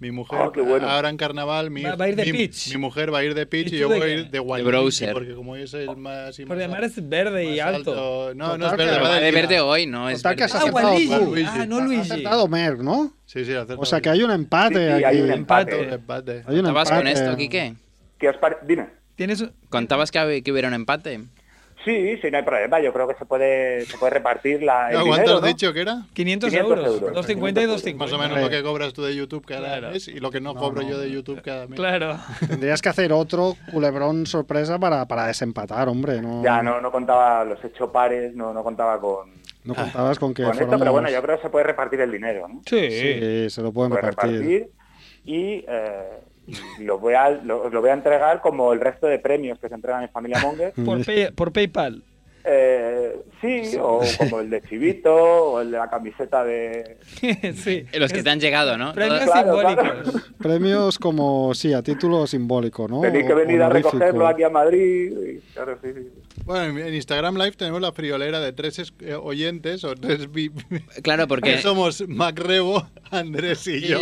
Speaker 2: Mi mujer
Speaker 9: Ah, qué bueno.
Speaker 2: ahora en carnaval, mi,
Speaker 3: Va- va a ir de
Speaker 2: mi-
Speaker 3: Peach.
Speaker 2: mi mujer va a ir de Peach
Speaker 3: ¿Y
Speaker 2: y
Speaker 3: tú
Speaker 2: yo
Speaker 3: de
Speaker 2: voy a
Speaker 3: qué?
Speaker 2: ir de Waluigi,
Speaker 5: Browser.
Speaker 2: porque como yo soy el más... y
Speaker 3: Porque
Speaker 2: más-
Speaker 3: además es verde y
Speaker 2: más
Speaker 3: alto.
Speaker 2: No, no
Speaker 4: Total,
Speaker 2: es verde,
Speaker 4: que-
Speaker 2: va
Speaker 5: Va
Speaker 2: de
Speaker 5: de
Speaker 2: lila.
Speaker 5: verde hoy, ¿no? Es
Speaker 4: Total que
Speaker 5: verde.
Speaker 4: has
Speaker 3: Ah,
Speaker 4: acertado,
Speaker 3: Waluigi.
Speaker 2: Waluigi.
Speaker 3: Ah, no
Speaker 4: Has
Speaker 3: Luigi.
Speaker 4: acertado Merck, ¿no?
Speaker 2: Sí, sí, acepto.
Speaker 4: O sea que hay un empate
Speaker 9: Sí, sí,
Speaker 4: aquí.
Speaker 9: hay un
Speaker 2: Todo el
Speaker 9: empate.
Speaker 2: empate.
Speaker 4: Hay un
Speaker 5: ¿Contabas con
Speaker 4: empate.
Speaker 5: esto, Quique?
Speaker 9: ¿Qué os pare- Dime.
Speaker 3: Tienes un-
Speaker 5: ¿Contabas que, hab- que hubiera un empate?
Speaker 9: Sí, sí, no hay problema. Yo creo que se puede, se puede repartir la, el
Speaker 2: No, ¿Cuánto
Speaker 9: dinero,
Speaker 2: has
Speaker 9: ¿no?
Speaker 2: dicho que era?
Speaker 3: 500,
Speaker 9: 500
Speaker 3: euros.
Speaker 9: euros.
Speaker 3: 250 y 250.
Speaker 2: Más o menos lo que cobras tú de YouTube cada
Speaker 3: Claro.
Speaker 2: mes y lo que no cobro yo de YouTube cada mes.
Speaker 3: Claro.
Speaker 4: Tendrías que hacer otro culebrón sorpresa para, para desempatar, hombre. No,
Speaker 9: Ya no, no contaba los hechos pares, no, no contaba con,
Speaker 4: no contabas con que
Speaker 9: con esto,
Speaker 4: fuéramos-
Speaker 9: pero bueno, yo creo que se puede repartir el dinero, ¿no?
Speaker 3: Sí.
Speaker 4: Sí, se lo pueden
Speaker 9: Puede
Speaker 4: repartir.
Speaker 9: repartir y eh, lo voy a lo, os lo voy a entregar como el resto de premios que se entregan en Familia Monger.
Speaker 3: Por, pay- por PayPal.
Speaker 9: Eh, sí, o como el de Chivito, o el de la camiseta de...
Speaker 3: sí.
Speaker 5: Los que te han llegado, ¿no?
Speaker 3: Premios
Speaker 9: Claro,
Speaker 3: simbólicos.
Speaker 4: Premios como, sí, a título simbólico, ¿no?
Speaker 9: Tenéis que venir a
Speaker 4: Honorífico.
Speaker 9: recogerlo aquí a Madrid. y claro, sí, sí.
Speaker 2: Bueno, en- en Instagram Live tenemos la friolera de tres es- eh, oyentes o tres vi-
Speaker 5: Claro,
Speaker 2: que
Speaker 5: porque...
Speaker 2: somos Macrebo, Andrés y yo.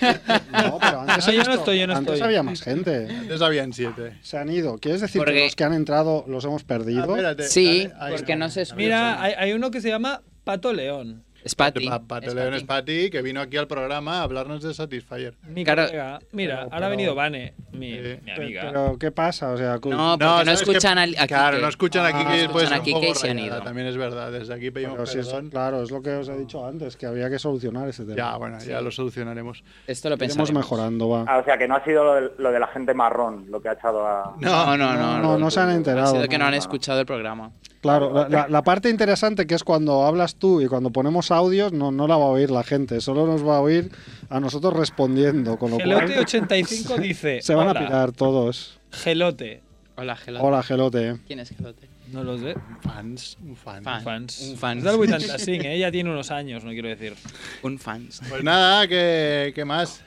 Speaker 4: No, pero antes,
Speaker 3: No, yo no
Speaker 4: esto-
Speaker 3: estoy, yo no
Speaker 4: antes
Speaker 3: estoy.
Speaker 4: había más gente.
Speaker 2: Antes habían siete.
Speaker 4: Se han ido. ¿Quieres decir que
Speaker 5: Porque-
Speaker 4: los que han entrado los hemos
Speaker 2: Ah,
Speaker 4: perdido?
Speaker 2: espérate,
Speaker 5: Sí,
Speaker 2: dale, ahí
Speaker 5: porque
Speaker 2: está.
Speaker 5: no se...
Speaker 3: Mira, hay, hay uno que se llama Pato León.
Speaker 5: Es Patty.
Speaker 2: Pa- Pato León es Pati, que vino aquí al programa a hablarnos de Satisfyer.
Speaker 3: Mi
Speaker 5: Claro.
Speaker 3: colega. Mira,
Speaker 4: Pero-
Speaker 3: ahora ha
Speaker 4: pero-
Speaker 3: venido Vane, mi,
Speaker 2: Eh,
Speaker 3: mi
Speaker 4: Pe-
Speaker 3: amiga.
Speaker 4: Pero, ¿qué pasa? O sea, cu-
Speaker 5: No, porque no
Speaker 2: ¿sabes qué?
Speaker 5: escuchan al- a
Speaker 2: Claro,
Speaker 5: Quique.
Speaker 2: no escuchan a
Speaker 4: Ah,
Speaker 2: Quique y después
Speaker 5: escuchan a
Speaker 2: es un poco
Speaker 5: Quique y se han
Speaker 2: rayada,
Speaker 5: ido.
Speaker 2: También es verdad, desde aquí pedimos
Speaker 4: pero si es-
Speaker 2: perdón.
Speaker 4: claro, es lo que os he dicho antes, que había que solucionar ese tema.
Speaker 2: Ya, bueno, ya lo solucionaremos.
Speaker 5: Esto lo pensamos
Speaker 4: Estamos mejorando, va.
Speaker 9: Ah, o sea, que no ha sido lo de, lo de la gente marrón lo que ha echado a...
Speaker 5: No, no, no.
Speaker 4: No, no, no se han
Speaker 5: Ha
Speaker 4: enterado.
Speaker 5: sido que no han
Speaker 9: no.
Speaker 5: escuchado el programa.
Speaker 4: Claro, la, la- la parte interesante que es cuando hablas tú y cuando ponemos audios, no, no la va a oír la gente, solo nos va a oír a nosotros respondiendo, con lo
Speaker 3: Gelote
Speaker 4: cual
Speaker 3: 85 dice.
Speaker 4: se van a
Speaker 3: "Hola,
Speaker 4: pirar todos.
Speaker 3: Gelote.
Speaker 5: Hola, Gelote.
Speaker 4: Hola, Gelote.
Speaker 5: ¿Quién es Gelote?
Speaker 3: No lo sé.
Speaker 2: Un fans, un fan.
Speaker 5: Fan.
Speaker 3: Fans.
Speaker 5: Un fans.
Speaker 3: Es del 85, ¿eh? Ya tiene unos años, no quiero decir.
Speaker 5: Un fans.
Speaker 2: Pues nada, ¿qué, qué más?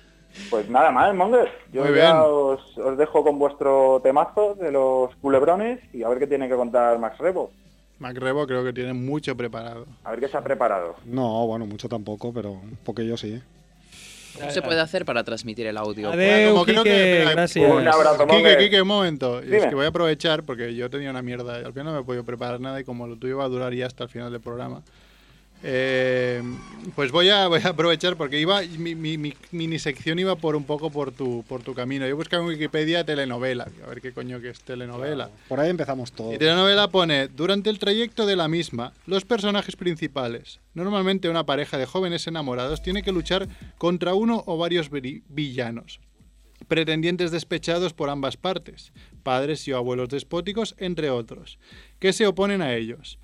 Speaker 9: Pues nada más, Monger. Yo
Speaker 2: Muy
Speaker 9: ya
Speaker 2: bien.
Speaker 9: os, os dejo con vuestro temazo de los culebrones y a ver qué tiene que contar Max Rebo.
Speaker 2: Macrebo creo que tiene mucho preparado.
Speaker 9: A ver qué se ha preparado.
Speaker 4: No, bueno, mucho tampoco, pero porque yo sí.
Speaker 5: ¿Cómo se puede hacer para transmitir el audio?
Speaker 3: Adeu,
Speaker 2: como creo
Speaker 3: Quique,
Speaker 2: que- espera,
Speaker 3: gracias.
Speaker 9: Un abrazo,
Speaker 2: Quique,
Speaker 9: Monger.
Speaker 2: Quique, un momento. Es
Speaker 9: Dime.
Speaker 2: que voy a aprovechar porque yo tenía una mierda. Al final no me he podido preparar nada y como lo tuyo va a durar ya hasta el final del programa. eh, pues voy a, voy a aprovechar porque iba mi, mi, mi mini sección iba por un poco por tu, por tu camino. Yo buscaba en Wikipedia telenovela. A ver qué coño que es telenovela.
Speaker 4: Por ahí empezamos todo.
Speaker 2: Y telenovela pone, durante el trayecto de la misma, los personajes principales, normalmente una pareja de jóvenes enamorados, tiene que luchar contra uno o varios viri- villanos, pretendientes despechados por ambas partes, padres y abuelos despóticos, entre otros, que se oponen a ellos.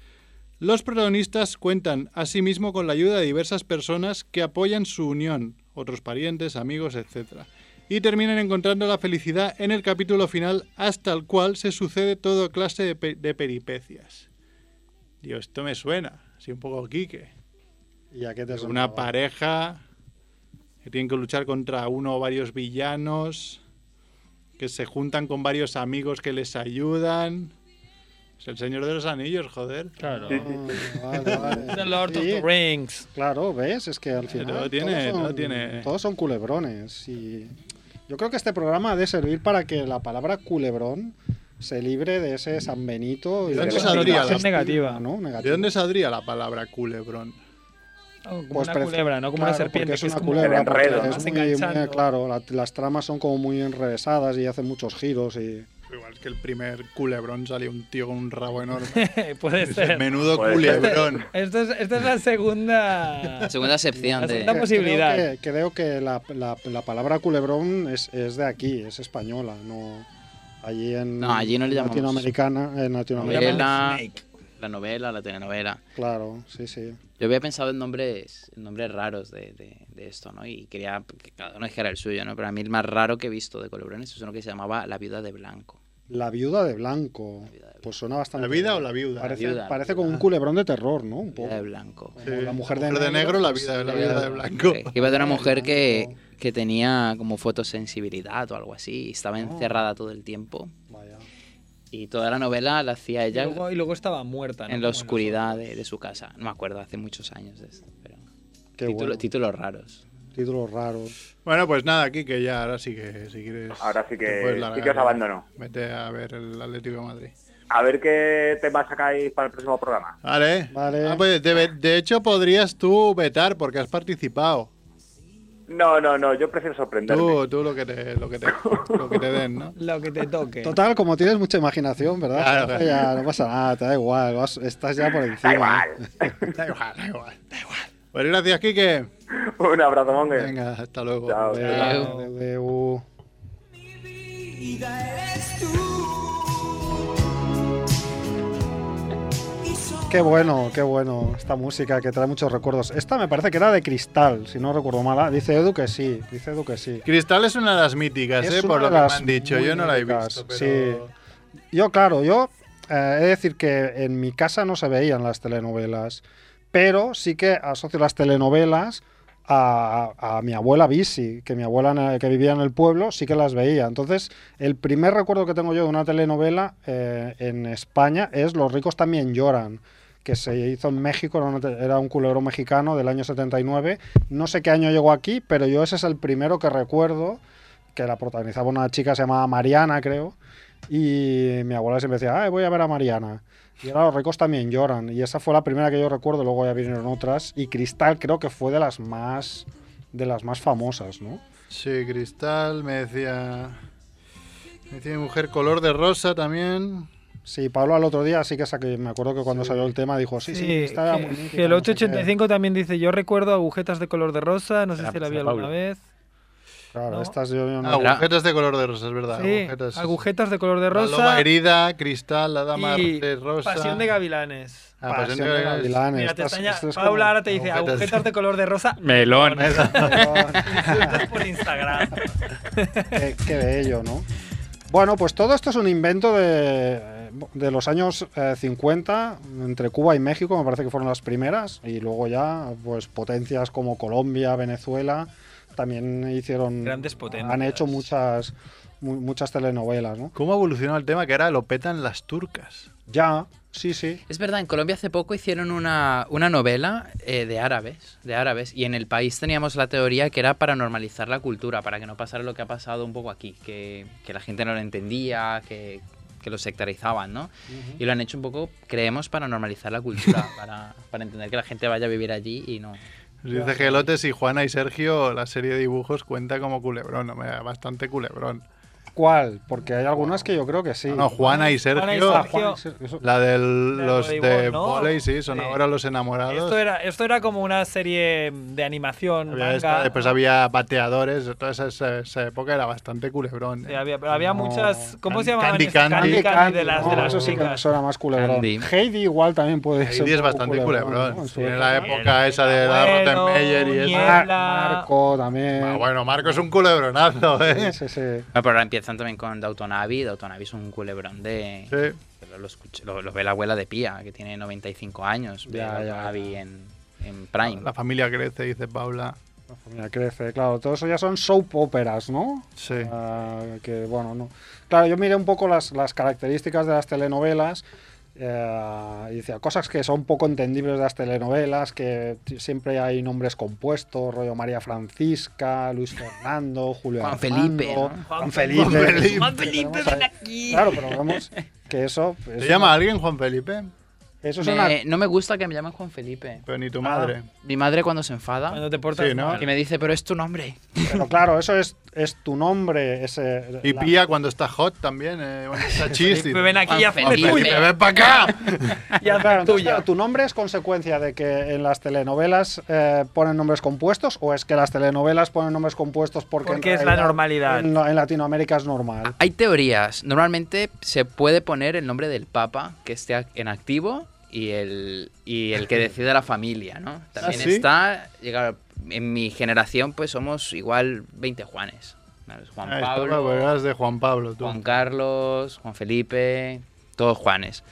Speaker 2: Los protagonistas cuentan asimismo con la ayuda de diversas personas que apoyan su unión, otros parientes, amigos, etc. Y terminan encontrando la felicidad en el capítulo final hasta el cual se sucede toda clase de, pe- de peripecias. Dios, esto me suena, así un poco quique.
Speaker 4: ¿Y a qué te
Speaker 2: Una
Speaker 4: sonaba?
Speaker 2: pareja que tienen que luchar contra uno o varios villanos. que se juntan con varios amigos que les ayudan. Es el Señor de los Anillos, joder.
Speaker 3: Claro.
Speaker 4: Vale, vale.
Speaker 3: The Lord of
Speaker 4: Sí,
Speaker 3: the Rings.
Speaker 4: Claro, ves, es que al final.
Speaker 2: No tiene,
Speaker 4: todos son,
Speaker 2: no tiene.
Speaker 4: Todos son culebrones. Y yo creo que este programa ha de servir para que la palabra culebrón se libre de ese San Benito.
Speaker 2: ¿De
Speaker 4: de
Speaker 2: dónde
Speaker 4: la
Speaker 2: saldría
Speaker 4: connotación
Speaker 3: la- negativa?
Speaker 4: ¿no?
Speaker 2: ¿De
Speaker 4: Negativa.
Speaker 2: dónde saldría la palabra culebrón?
Speaker 3: Oh, como
Speaker 4: Pues
Speaker 3: una
Speaker 4: pref-
Speaker 3: culebra, no como una
Speaker 4: claro, porque
Speaker 3: serpiente.
Speaker 4: es
Speaker 3: que
Speaker 4: una
Speaker 3: como-
Speaker 4: culebra.
Speaker 9: El enredo,
Speaker 4: porque
Speaker 9: ¿no?
Speaker 4: es
Speaker 3: Vas
Speaker 4: muy- muy-
Speaker 3: enganchando.
Speaker 4: claro, la- las tramas son como muy enrevesadas y hacen muchos giros y.
Speaker 2: Igual es que el primer culebrón salió un tío con un rabo enorme.
Speaker 3: Puede ser.
Speaker 2: Menudo
Speaker 9: Puede ser.
Speaker 2: culebrón.
Speaker 3: Esto es, esta es la segunda.
Speaker 5: La segunda sección
Speaker 3: La
Speaker 5: de...
Speaker 3: segunda
Speaker 4: Creo
Speaker 3: posibilidad.
Speaker 4: que- Creo que, la, la- la palabra culebrón es, es de aquí, es española, no. Allí en
Speaker 5: No, allí no le llamamos.
Speaker 4: Latinoamericana, en Latinoamérica.
Speaker 5: novela, la novela, la telenovela.
Speaker 4: Claro, sí, sí.
Speaker 5: Yo había pensado en nombres, en nombres raros de, de- de esto, ¿no? Y quería que cada uno dijera el suyo, ¿no? Pero a mí el más raro que he visto de colebrones es uno que se llamaba La Viuda de Blanco.
Speaker 4: La viuda de blanco.
Speaker 5: viuda de blanco.
Speaker 4: Pues suena bastante.
Speaker 2: ¿La vida o
Speaker 4: bien.
Speaker 2: la viuda?
Speaker 4: Parece,
Speaker 5: La viuda,
Speaker 4: parece
Speaker 5: la
Speaker 4: como
Speaker 5: viuda.
Speaker 4: un culebrón de terror, ¿no? Un
Speaker 5: La Viuda
Speaker 4: poco.
Speaker 5: de Blanco.
Speaker 4: Como la mujer de
Speaker 2: Mujer
Speaker 4: negro.
Speaker 2: la vida, la vida de blanco.
Speaker 5: Eh, Que iba de una mujer que, que tenía como fotosensibilidad o algo así. y Estaba encerrada todo el tiempo.
Speaker 4: Vaya.
Speaker 5: Y toda la novela la hacía
Speaker 3: Y
Speaker 5: ella
Speaker 3: luego, y luego estaba muerta. ¿no?
Speaker 5: en la
Speaker 3: Bueno,
Speaker 5: oscuridad de, de su casa. No me acuerdo, hace muchos años de esto. Pero...
Speaker 4: Qué
Speaker 5: Título-
Speaker 4: bueno.
Speaker 5: Títulos raros.
Speaker 4: Títulos raros.
Speaker 2: Bueno, pues nada, aquí que ya ahora sí que si quieres.
Speaker 9: Ahora sí que-
Speaker 2: te puedes
Speaker 9: sí
Speaker 2: largar
Speaker 9: que os
Speaker 2: ya.
Speaker 9: abandono.
Speaker 2: Vete a ver el Atlético de Madrid.
Speaker 9: A ver qué tema sacáis para el próximo programa.
Speaker 2: Vale.
Speaker 4: Vale.
Speaker 2: Ah, pues, de, de hecho, podrías tú vetar porque has participado.
Speaker 9: No, no, no, yo prefiero sorprenderme.
Speaker 2: Tú, tú lo que te, lo que te, lo que te den, ¿no?
Speaker 3: Lo que te toque.
Speaker 4: Total, como tienes mucha imaginación, ¿verdad?
Speaker 2: Claro, claro.
Speaker 4: Ya, no pasa nada, te da igual. vas- estás ya por encima.
Speaker 9: Da igual.
Speaker 2: Da igual, da igual, da igual. Pues gracias, Quique.
Speaker 9: Un abrazo, Monge.
Speaker 2: Venga, hasta luego.
Speaker 9: Chao.
Speaker 4: Adeu, adeu, adeu. Qué bueno, qué bueno. Esta música que trae muchos recuerdos. Esta me parece que era de cristal, si no recuerdo mal. Ah, Dice Edu que sí, dice Edu que sí.
Speaker 2: Cristal es una de las míticas,
Speaker 4: Es
Speaker 2: ¿eh?
Speaker 4: una
Speaker 2: Por lo
Speaker 4: de
Speaker 2: que me
Speaker 4: las
Speaker 2: han dicho.
Speaker 4: muy
Speaker 2: Yo no la he
Speaker 4: míticas,
Speaker 2: visto, pero.
Speaker 4: Yo, claro, yo eh, he de decir que en mi casa no se veían las telenovelas, pero sí que asocio las telenovelas a, a mi abuela Bisi, que mi abuela en el- que vivía en el pueblo sí que las veía. Entonces, el primer recuerdo que tengo yo de una telenovela eh, en España es Los ricos también lloran que se hizo en México, era, una te- era un culebrón mexicano del año 79. No sé qué año llegó aquí, pero yo ese es el primero que recuerdo, que la protagonizaba una chica se llamaba Mariana, creo. Y mi abuela siempre decía, "Ay, voy a ver a Mariana. Y ahora los ricos también lloran. Y esa fue la primera que yo recuerdo, luego ya vinieron otras. Y Cristal creo que fue de las más de las más famosas, ¿no?
Speaker 2: Sí, Cristal, me decía. Me decía mi mujer color de rosa también.
Speaker 4: Sí, Pablo al otro día sí que saqué, me acuerdo que cuando salió el tema dijo, sí, sí, Cristal era muy
Speaker 3: que-
Speaker 4: mítica,
Speaker 3: que el
Speaker 4: no sé qué".
Speaker 3: 885 también dice, yo recuerdo agujetas de color de rosa, no sé
Speaker 5: Era
Speaker 3: si la vi
Speaker 5: de
Speaker 3: alguna
Speaker 5: Pablo.
Speaker 3: vez.
Speaker 4: Claro,
Speaker 3: ¿no?
Speaker 4: estas yo, yo no-
Speaker 5: Ah, bueno,
Speaker 2: Agujetas de color de rosa, es verdad.
Speaker 3: Sí,
Speaker 2: agujetas.
Speaker 3: agujetas. de color de
Speaker 2: La loba
Speaker 3: rosa
Speaker 2: herida, cristal, la dama
Speaker 3: y
Speaker 2: de rosa.
Speaker 3: pasión de gavilanes.
Speaker 2: Ah, pasión de gavilanes.
Speaker 4: gavilanes.
Speaker 3: Mira, te
Speaker 4: Estas-
Speaker 3: extraña,
Speaker 4: esto es
Speaker 3: Paula
Speaker 4: como-
Speaker 3: ahora te dice
Speaker 2: agujetas.
Speaker 3: agujetas, de color de rosa.
Speaker 5: Melón.
Speaker 3: Insultos por Instagram.
Speaker 4: qué, qué bello, ¿no? Bueno, pues todo esto es un invento de, de los años eh, 50, entre Cuba y México, me parece que fueron las primeras, y luego ya, pues potencias como Colombia, Venezuela, también hicieron...
Speaker 3: Grandes potencias.
Speaker 4: Han hecho muchas, mu- muchas telenovelas, ¿no?
Speaker 2: ¿Cómo ha evolucionado el tema que ahora lo petan las turcas?
Speaker 4: Ya, sí, sí.
Speaker 5: Es verdad, en Colombia hace poco hicieron una, una novela eh, de árabes, de árabes, y en el país teníamos la teoría que era para normalizar la cultura, para que no pasara lo que ha pasado un poco aquí, que, que la gente no lo entendía, que, que lo sectarizaban, ¿no? Y lo han hecho un poco, creemos, para normalizar la cultura, para, para entender que la gente vaya a vivir allí y no.
Speaker 2: Dice Gelotes y Juana y Sergio, la serie de dibujos cuenta como culebrón, hombre, bastante culebrón.
Speaker 4: ¿Cuál? Porque hay algunas que yo creo que sí.
Speaker 2: No, no, Juana y Sergio,
Speaker 3: Juana y
Speaker 4: Ah,
Speaker 3: Sergio.
Speaker 4: y Sergio, eso-
Speaker 2: la de los de
Speaker 3: voleibol, ¿no?
Speaker 2: volei, sí, son
Speaker 3: Sí.
Speaker 2: ahora los enamorados.
Speaker 3: Esto era, esto era como una serie de animación.
Speaker 2: Había
Speaker 3: manga.
Speaker 2: esta, después había bateadores, toda esa, esa- esa época era bastante culebrón.
Speaker 3: Sí,
Speaker 2: eh.
Speaker 3: había, pero había
Speaker 4: No.
Speaker 3: muchas. ¿Cómo
Speaker 2: Candy
Speaker 3: se llamaban?
Speaker 2: Candy.
Speaker 3: esas?
Speaker 2: Candy
Speaker 3: de las,
Speaker 4: no,
Speaker 3: de las
Speaker 4: eso sí que
Speaker 3: chicas.
Speaker 4: suena más culebrón.
Speaker 5: Candy.
Speaker 4: Heidi igual también puede ser.
Speaker 2: Heidi
Speaker 4: un
Speaker 2: es
Speaker 4: poco
Speaker 2: bastante
Speaker 4: ¿no?
Speaker 2: culebrón.
Speaker 4: En su
Speaker 2: Tiene
Speaker 4: época.
Speaker 2: la época esa de la
Speaker 3: Bueno,
Speaker 2: Rottenmeier y
Speaker 3: Niebla.
Speaker 2: esa.
Speaker 4: Mar- Marco también.
Speaker 2: Ah, bueno, Marco es un culebronazo, ¿eh?
Speaker 4: Sí, sí, sí.
Speaker 5: Ah, pero ahora empiezan también con Dautonavi, Dautonavi es un culebrón de...
Speaker 2: Sí.
Speaker 5: que Lo, lo escuch- lo- lo ve la abuela de Pía, que tiene 95 años, ve
Speaker 4: Ya, ya,
Speaker 5: Dautonavi en, en Prime.
Speaker 2: La familia crece, dice Paula.
Speaker 4: La familia crece, claro. Todo eso ya son soap operas, ¿no?
Speaker 2: Sí.
Speaker 4: Ah, que bueno, no. Claro, yo miré un poco las, las características de las telenovelas. eh, y decía cosas que son poco entendibles de las telenovelas, que t- siempre hay nombres compuestos, rollo María Francisca, Luis Fernando, Julio
Speaker 5: Juan
Speaker 4: Armando,
Speaker 5: Felipe, ¿no?
Speaker 4: Juan Felipe.
Speaker 2: Juan Felipe.
Speaker 4: Juan Felipe, ven aquí. Claro, pero vemos que eso...
Speaker 2: ¿Te
Speaker 4: eso-
Speaker 2: llama alguien Juan Felipe?
Speaker 4: Eso es
Speaker 5: Me-
Speaker 4: una...
Speaker 5: No me gusta que me llamen Juan Felipe. Ah,
Speaker 2: Pero ni tu madre.
Speaker 5: Mi madre cuando se enfada
Speaker 3: Cuando te portas
Speaker 2: Sí, ¿no?
Speaker 3: mal.
Speaker 5: y me dice, pero es tu nombre.
Speaker 4: Pero claro, eso es, es tu nombre, ese...
Speaker 2: Y
Speaker 4: la-
Speaker 2: pía cuando está hot también. eh, cuando está chis.
Speaker 3: Felipe, ven aquí y
Speaker 5: Juan
Speaker 3: hace
Speaker 5: Felipe.
Speaker 2: Ah, Uy, me ven para acá.
Speaker 3: y haz
Speaker 4: Claro,
Speaker 3: la
Speaker 4: entonces,
Speaker 3: tuya.
Speaker 4: claro, ¿Tu nombre es consecuencia de que en las telenovelas eh, ponen nombres compuestos o es que las telenovelas ponen nombres compuestos porque, en
Speaker 3: Porque es la
Speaker 4: realidad
Speaker 3: normalidad.
Speaker 4: En, en Latinoamérica es normal.
Speaker 5: Hay teorías. Normalmente se puede poner el nombre del papa que esté ac- en activo y el, y el que decide la familia, ¿no? También
Speaker 2: Ah, sí?
Speaker 5: está, llegar, en mi generación pues somos igual 20 Juanes. ¿sabes? Juan
Speaker 2: Ah, estaba,
Speaker 5: Pablo,
Speaker 2: pues, eras de Juan Pablo, tú.
Speaker 5: Juan Carlos, Juan Felipe, todos Juanes.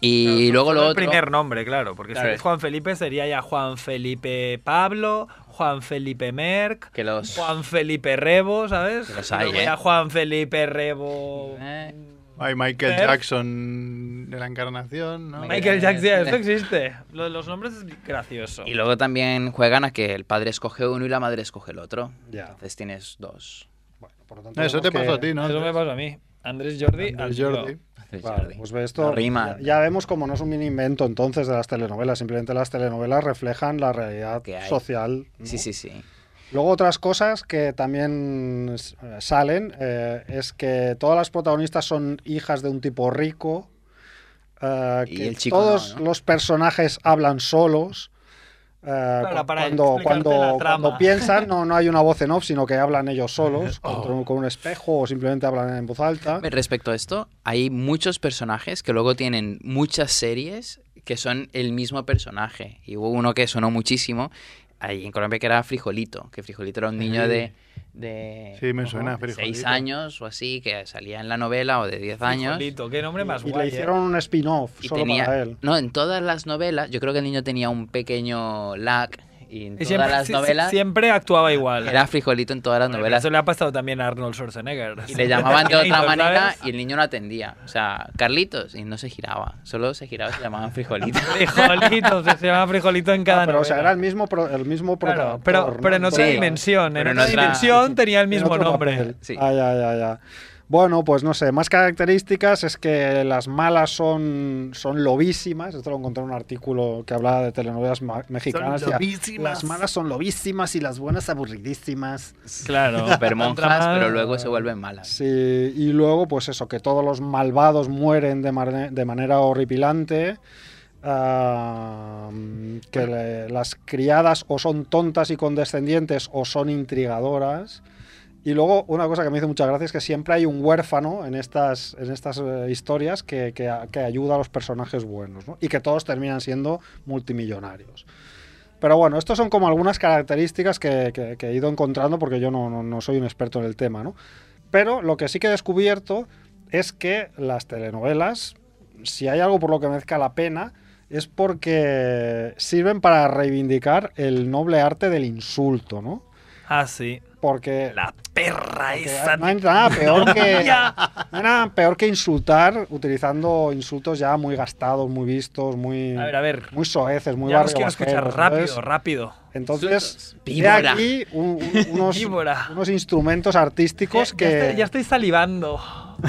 Speaker 5: Y luego
Speaker 3: Solo
Speaker 5: lo
Speaker 3: el
Speaker 5: otro...
Speaker 3: primer nombre, claro, porque
Speaker 5: Claro.
Speaker 3: si es Juan Felipe sería ya Juan Felipe Pablo, Juan Felipe Merck,
Speaker 5: Que los...
Speaker 3: Juan Felipe Rebo, ¿sabes?
Speaker 5: Que los hay,
Speaker 3: Luego
Speaker 5: ¿eh?
Speaker 3: ya Juan Felipe Rebo.
Speaker 5: Eh,
Speaker 2: Hay Michael
Speaker 3: Fer.
Speaker 2: Jackson de la encarnación, ¿no? Eh,
Speaker 5: Michael-
Speaker 3: Michael Jackson, esto existe. Lo de los nombres es gracioso.
Speaker 5: Eh, Y luego también juegan a que el padre escoge uno y la madre escoge el otro.
Speaker 4: Ya.
Speaker 5: Entonces tienes dos.
Speaker 4: Bueno, por lo tanto,
Speaker 2: No, Eso te
Speaker 4: vemos que-
Speaker 2: pasó a ti, ¿no?
Speaker 3: Eso me pasa a mí. Andrés Jordi. Andrés
Speaker 2: Andrés Jordi.
Speaker 4: Claro, pues ve esto
Speaker 5: No rima.
Speaker 4: Ya, ya vemos como no es un mini invento entonces de las telenovelas, simplemente las telenovelas reflejan la realidad
Speaker 5: Que hay.
Speaker 4: social. ¿no?
Speaker 5: Sí, sí, sí.
Speaker 4: Luego otras cosas que también eh, salen eh, es que todas las protagonistas son hijas de un tipo rico, eh,
Speaker 5: Y
Speaker 4: que
Speaker 5: el chico
Speaker 4: todos
Speaker 5: no, ¿no?
Speaker 4: los personajes hablan solos. eh,
Speaker 3: Claro,
Speaker 4: cu-
Speaker 3: para
Speaker 4: cuando,
Speaker 3: explicarte
Speaker 4: cuando,
Speaker 3: la trama.
Speaker 4: cuando piensan, no, no hay una voz en off, sino que hablan ellos solos,
Speaker 5: Oh.
Speaker 4: contra un- con un espejo o simplemente hablan en voz alta.
Speaker 5: Respecto a esto, hay muchos personajes que luego tienen muchas series que son el mismo personaje. Y hubo uno que sonó muchísimo ahí en Colombia que era Frijolito, que Frijolito era un niño de... de
Speaker 2: Sí, me suena
Speaker 5: de seis
Speaker 2: Frijolito.
Speaker 5: años o así, que salía en la novela o de 10 años.
Speaker 3: Frijolito, qué nombre más
Speaker 4: Y
Speaker 3: guay.
Speaker 4: le
Speaker 3: ¿eh?
Speaker 4: hicieron un spin-off
Speaker 5: Y
Speaker 4: solo
Speaker 5: tenía,
Speaker 4: para él.
Speaker 5: No, en todas las novelas, yo creo que el niño tenía un pequeño lag y en
Speaker 3: Y
Speaker 5: todas
Speaker 3: siempre,
Speaker 5: las
Speaker 3: sí, sí,
Speaker 5: novelas
Speaker 3: siempre actuaba igual.
Speaker 5: era frijolito en todas las
Speaker 3: Bueno,
Speaker 5: novelas.
Speaker 3: Eso le ha pasado también a Arnold Schwarzenegger.
Speaker 5: Y le llamaban de otra
Speaker 3: ¿Sabes?
Speaker 5: manera y el niño no atendía. O sea, Carlitos, y no se giraba. Solo se giraba y se llamaban frijolito.
Speaker 3: Frijolito, se llama frijolito en cada
Speaker 4: Ah, pero o sea,
Speaker 3: novela.
Speaker 4: era el mismo, pro- el mismo
Speaker 3: Claro,
Speaker 4: protagonista.
Speaker 3: pero, pero en otra
Speaker 5: Sí,
Speaker 3: dimensión. En
Speaker 5: pero en
Speaker 3: otra
Speaker 5: otra-
Speaker 3: dimensión tenía el
Speaker 4: Tiene
Speaker 3: mismo
Speaker 4: otro
Speaker 3: nombre.
Speaker 4: papel.
Speaker 5: Sí.
Speaker 4: Ah, ya, ya, ya. Bueno, pues no sé, más características es que las malas son, son lobísimas. Esto lo encontré en un artículo que hablaba de telenovelas ma- mexicanas. Decía, las malas son lobísimas y las buenas aburridísimas.
Speaker 3: Claro.
Speaker 5: Super monjas,
Speaker 3: Otra-
Speaker 5: pero luego se vuelven malas.
Speaker 4: Sí, y luego pues eso, que todos los malvados mueren de, mar- de manera horripilante. ah, que le- las criadas o son tontas y condescendientes o son intrigadoras. Y luego una cosa que me hizo mucha gracia es que siempre hay un huérfano en estas, en estas eh, historias que, que a- que ayuda a los personajes buenos ¿no? y que todos terminan siendo multimillonarios. Pero bueno, estos son como algunas características que, que- que he ido encontrando porque yo no, no- no soy un experto en el tema, ¿no? Pero lo que sí que he descubierto es que las telenovelas, si hay algo por lo que merezca la pena, es porque sirven para reivindicar el noble arte del insulto, ¿no?
Speaker 3: Ah, sí.
Speaker 4: Porque
Speaker 3: La perra
Speaker 4: que
Speaker 2: ah,
Speaker 3: esa.
Speaker 4: No hay nada peor que
Speaker 3: Ya.
Speaker 4: no hay nada peor que insultar utilizando insultos ya muy gastados, muy vistos, muy
Speaker 3: A ver, a ver.
Speaker 4: muy soeces, muy
Speaker 3: Ya los quiero
Speaker 4: barrio
Speaker 3: escuchar
Speaker 4: bajeros,
Speaker 3: rápido,
Speaker 4: ¿sabes?
Speaker 3: rápido.
Speaker 4: Entonces, he
Speaker 5: Víbora.
Speaker 4: aquí un- un- unos,
Speaker 3: Víbora.
Speaker 4: unos instrumentos artísticos
Speaker 3: Ya-
Speaker 4: que,
Speaker 3: ya estoy- ya estoy salivando.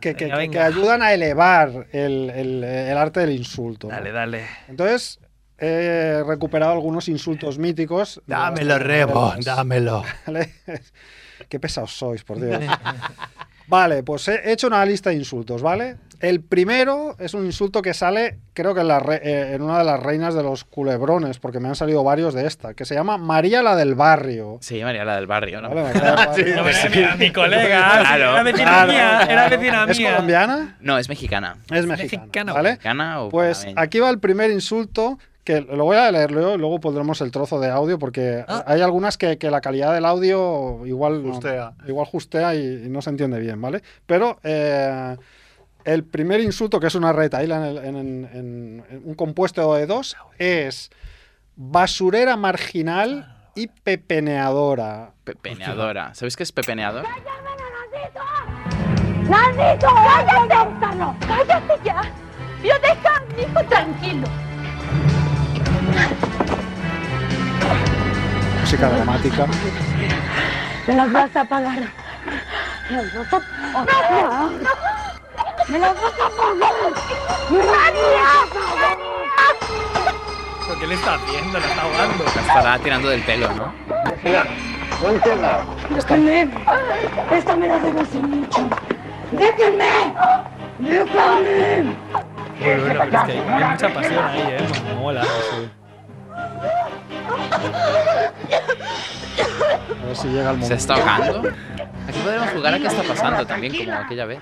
Speaker 4: que, que-
Speaker 3: Venga,
Speaker 4: que-
Speaker 3: venga.
Speaker 4: que ayudan a elevar el, el- el arte del insulto. ¿no?
Speaker 3: Dale, dale.
Speaker 4: Entonces, he recuperado algunos insultos míticos. de las
Speaker 2: Dámelo, Rebo,
Speaker 4: telenovelas.
Speaker 2: dámelo.
Speaker 4: ¿vale? Qué pesados sois, por Dios. Vale, pues he hecho una lista de insultos, ¿vale? El primero es un insulto que sale, creo que en, la re- eh, en una de las reinas de los culebrones, porque me han salido varios de esta, que se llama María la del barrio.
Speaker 5: Sí, María, la del barrio, ¿no?
Speaker 4: ¿Vale? María la del barrio.
Speaker 3: No, pero era mi, mi colega.
Speaker 5: Claro.
Speaker 3: Era vecina
Speaker 4: Claro,
Speaker 3: mía. Era
Speaker 4: claro.
Speaker 3: vecina mía.
Speaker 4: ¿Es colombiana?
Speaker 5: No, es mexicana.
Speaker 4: Es mexicana,
Speaker 3: Mexicana.
Speaker 4: ¿vale?
Speaker 5: ¿Mexicana o
Speaker 4: Pues
Speaker 5: panameña?
Speaker 4: aquí va el primer insulto, que lo voy a leerlo yo y luego pondremos el trozo de audio, porque
Speaker 3: Ah.
Speaker 4: hay algunas que, que la calidad del audio igual no-
Speaker 2: Justea.
Speaker 4: igual justea y, y no se entiende bien, ¿vale? Pero eh, el primer insulto, que es una retaíla en, el- en- en- en- en un compuesto de dos, es basurera marginal y pepeneadora.
Speaker 5: Pepeneadora. ¿Sabéis qué es pepeneador?
Speaker 10: ¡Nandito! ¡Cállate, Gonzalo! ¡Cállate ya! Yo deja a mi hijo tranquilo.
Speaker 4: Música dramática.
Speaker 10: Me las vas a pagar. Me las vas a pagar. ¡Me las vas a pagar! ¡María!
Speaker 3: ¿Pero ¿Qué le está haciendo? La está ahogando.
Speaker 5: La estará tirando del pelo, ¿no?
Speaker 10: ¡Déjenme! ¡Esta me la debo hace mucho! ¡Déjenme! ¡Déjenme!
Speaker 3: Bueno, bueno, pero es que hay, hay mucha pasión ahí, ¿eh? Me mola. sí.
Speaker 4: A ver si llega el
Speaker 5: ¿Se
Speaker 4: momento.
Speaker 5: está ahogando? Aquí podríamos jugar a qué está pasando también, como aquella vez.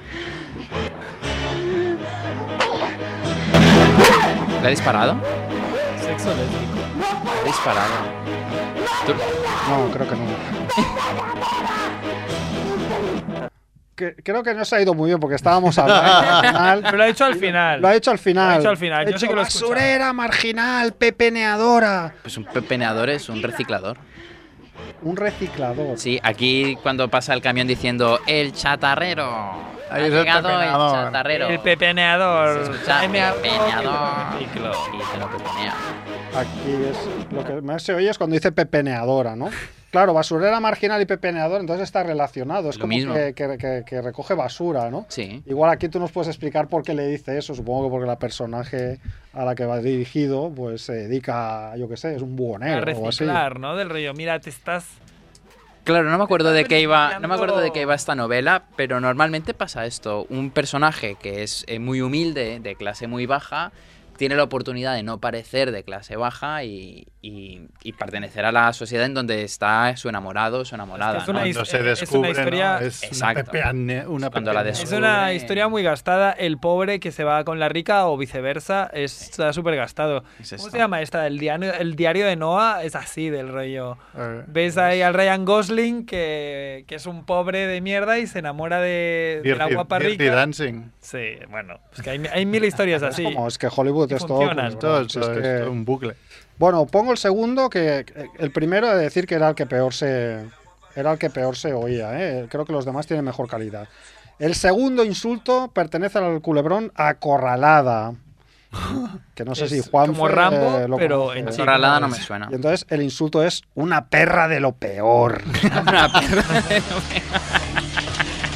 Speaker 5: ¿Le ha disparado?
Speaker 3: Sexo lésbico.
Speaker 5: Le ha disparado. Tú-
Speaker 4: No, creo que no. Que- creo que no se ha ido muy bien porque estábamos hablando.
Speaker 3: Pero lo ha hecho al final.
Speaker 4: Lo ha hecho al final.
Speaker 3: Lo ha hecho al final.
Speaker 4: Ha
Speaker 3: Yo sé
Speaker 4: hecho
Speaker 3: que lo he escuchado.
Speaker 4: basurera, marginal, pepeneadora.
Speaker 5: Pues un pepeneador es un reciclador.
Speaker 4: Un reciclador.
Speaker 5: Sí, aquí cuando pasa el camión diciendo el chatarrero.
Speaker 2: Ahí
Speaker 5: ha
Speaker 2: es el
Speaker 5: llegado el,
Speaker 2: pepeneador.
Speaker 5: chatarrero.
Speaker 3: El pepeneador.
Speaker 5: Se escucha
Speaker 3: Ay, me ahogo.
Speaker 5: pepeneador.
Speaker 3: Y claro.
Speaker 5: Y te lo pepenea.
Speaker 4: Aquí es lo que más se oye es cuando dice pepeneadora, ¿no? Claro, basurera marginal y pepeneador, entonces está relacionado. Es
Speaker 5: Lo
Speaker 4: como
Speaker 5: mismo.
Speaker 4: Que, que- que- que recoge basura, ¿no?
Speaker 5: Sí.
Speaker 4: Igual aquí tú nos puedes explicar por qué le dice eso. Supongo que porque la personaje a la que va dirigido, pues se dedica, yo qué sé, es un
Speaker 3: A
Speaker 4: buhonero o así.
Speaker 3: reciclar, ¿no? Del rollo, mira, te estás...
Speaker 5: Claro, no me acuerdo de qué iba, no me
Speaker 3: Pensando-
Speaker 5: acuerdo de qué iba esta novela, pero normalmente pasa esto, un personaje que es eh, muy humilde, de clase muy baja, tiene la oportunidad de no parecer de clase baja y, y- y pertenecer a la sociedad en donde está su enamorado, su enamorada.
Speaker 3: Es que es una
Speaker 5: ¿no?
Speaker 3: is-
Speaker 2: Cuando se
Speaker 3: es una
Speaker 2: descubre,
Speaker 3: historia-
Speaker 2: ¿no? Es una
Speaker 5: Exacto.
Speaker 2: pepeane- una
Speaker 5: Cuando la
Speaker 2: pepeane-
Speaker 5: des-
Speaker 3: Es una
Speaker 5: Sobre-
Speaker 3: historia muy gastada. El pobre que se va con la rica o viceversa es- está súper gastado.
Speaker 5: Es
Speaker 3: ¿Cómo
Speaker 5: esto.
Speaker 3: se llama esta? El diario, el diario de Noah es así del rollo.
Speaker 2: Eh,
Speaker 3: Ves ahí al Ryan Gosling que, que es un pobre de mierda y se enamora de, de la
Speaker 2: Dirty-
Speaker 3: guapa
Speaker 2: Dirty
Speaker 3: rica.
Speaker 2: Dancing.
Speaker 3: Sí, bueno, es que hay, hay mil historias
Speaker 4: Es
Speaker 3: así.
Speaker 4: como, es que Hollywood
Speaker 3: Y
Speaker 4: es todo.
Speaker 3: funcionan.
Speaker 4: pues,
Speaker 2: Todo,
Speaker 4: bueno, si es
Speaker 2: todo, es
Speaker 4: que-
Speaker 2: todo un bucle.
Speaker 4: Bueno, pongo el segundo, que que el primero de decir que era el que peor se era el que peor se oía, ¿eh? creo que los demás tienen mejor calidad. El segundo insulto pertenece al culebrón acorralada. Que no sé
Speaker 3: Es
Speaker 4: si Juan eh,
Speaker 3: como Rambo, pero en
Speaker 4: conoce.
Speaker 3: chico.
Speaker 5: Corralada no me suena.
Speaker 4: Y entonces el insulto es una perra de lo peor.
Speaker 5: Una perra.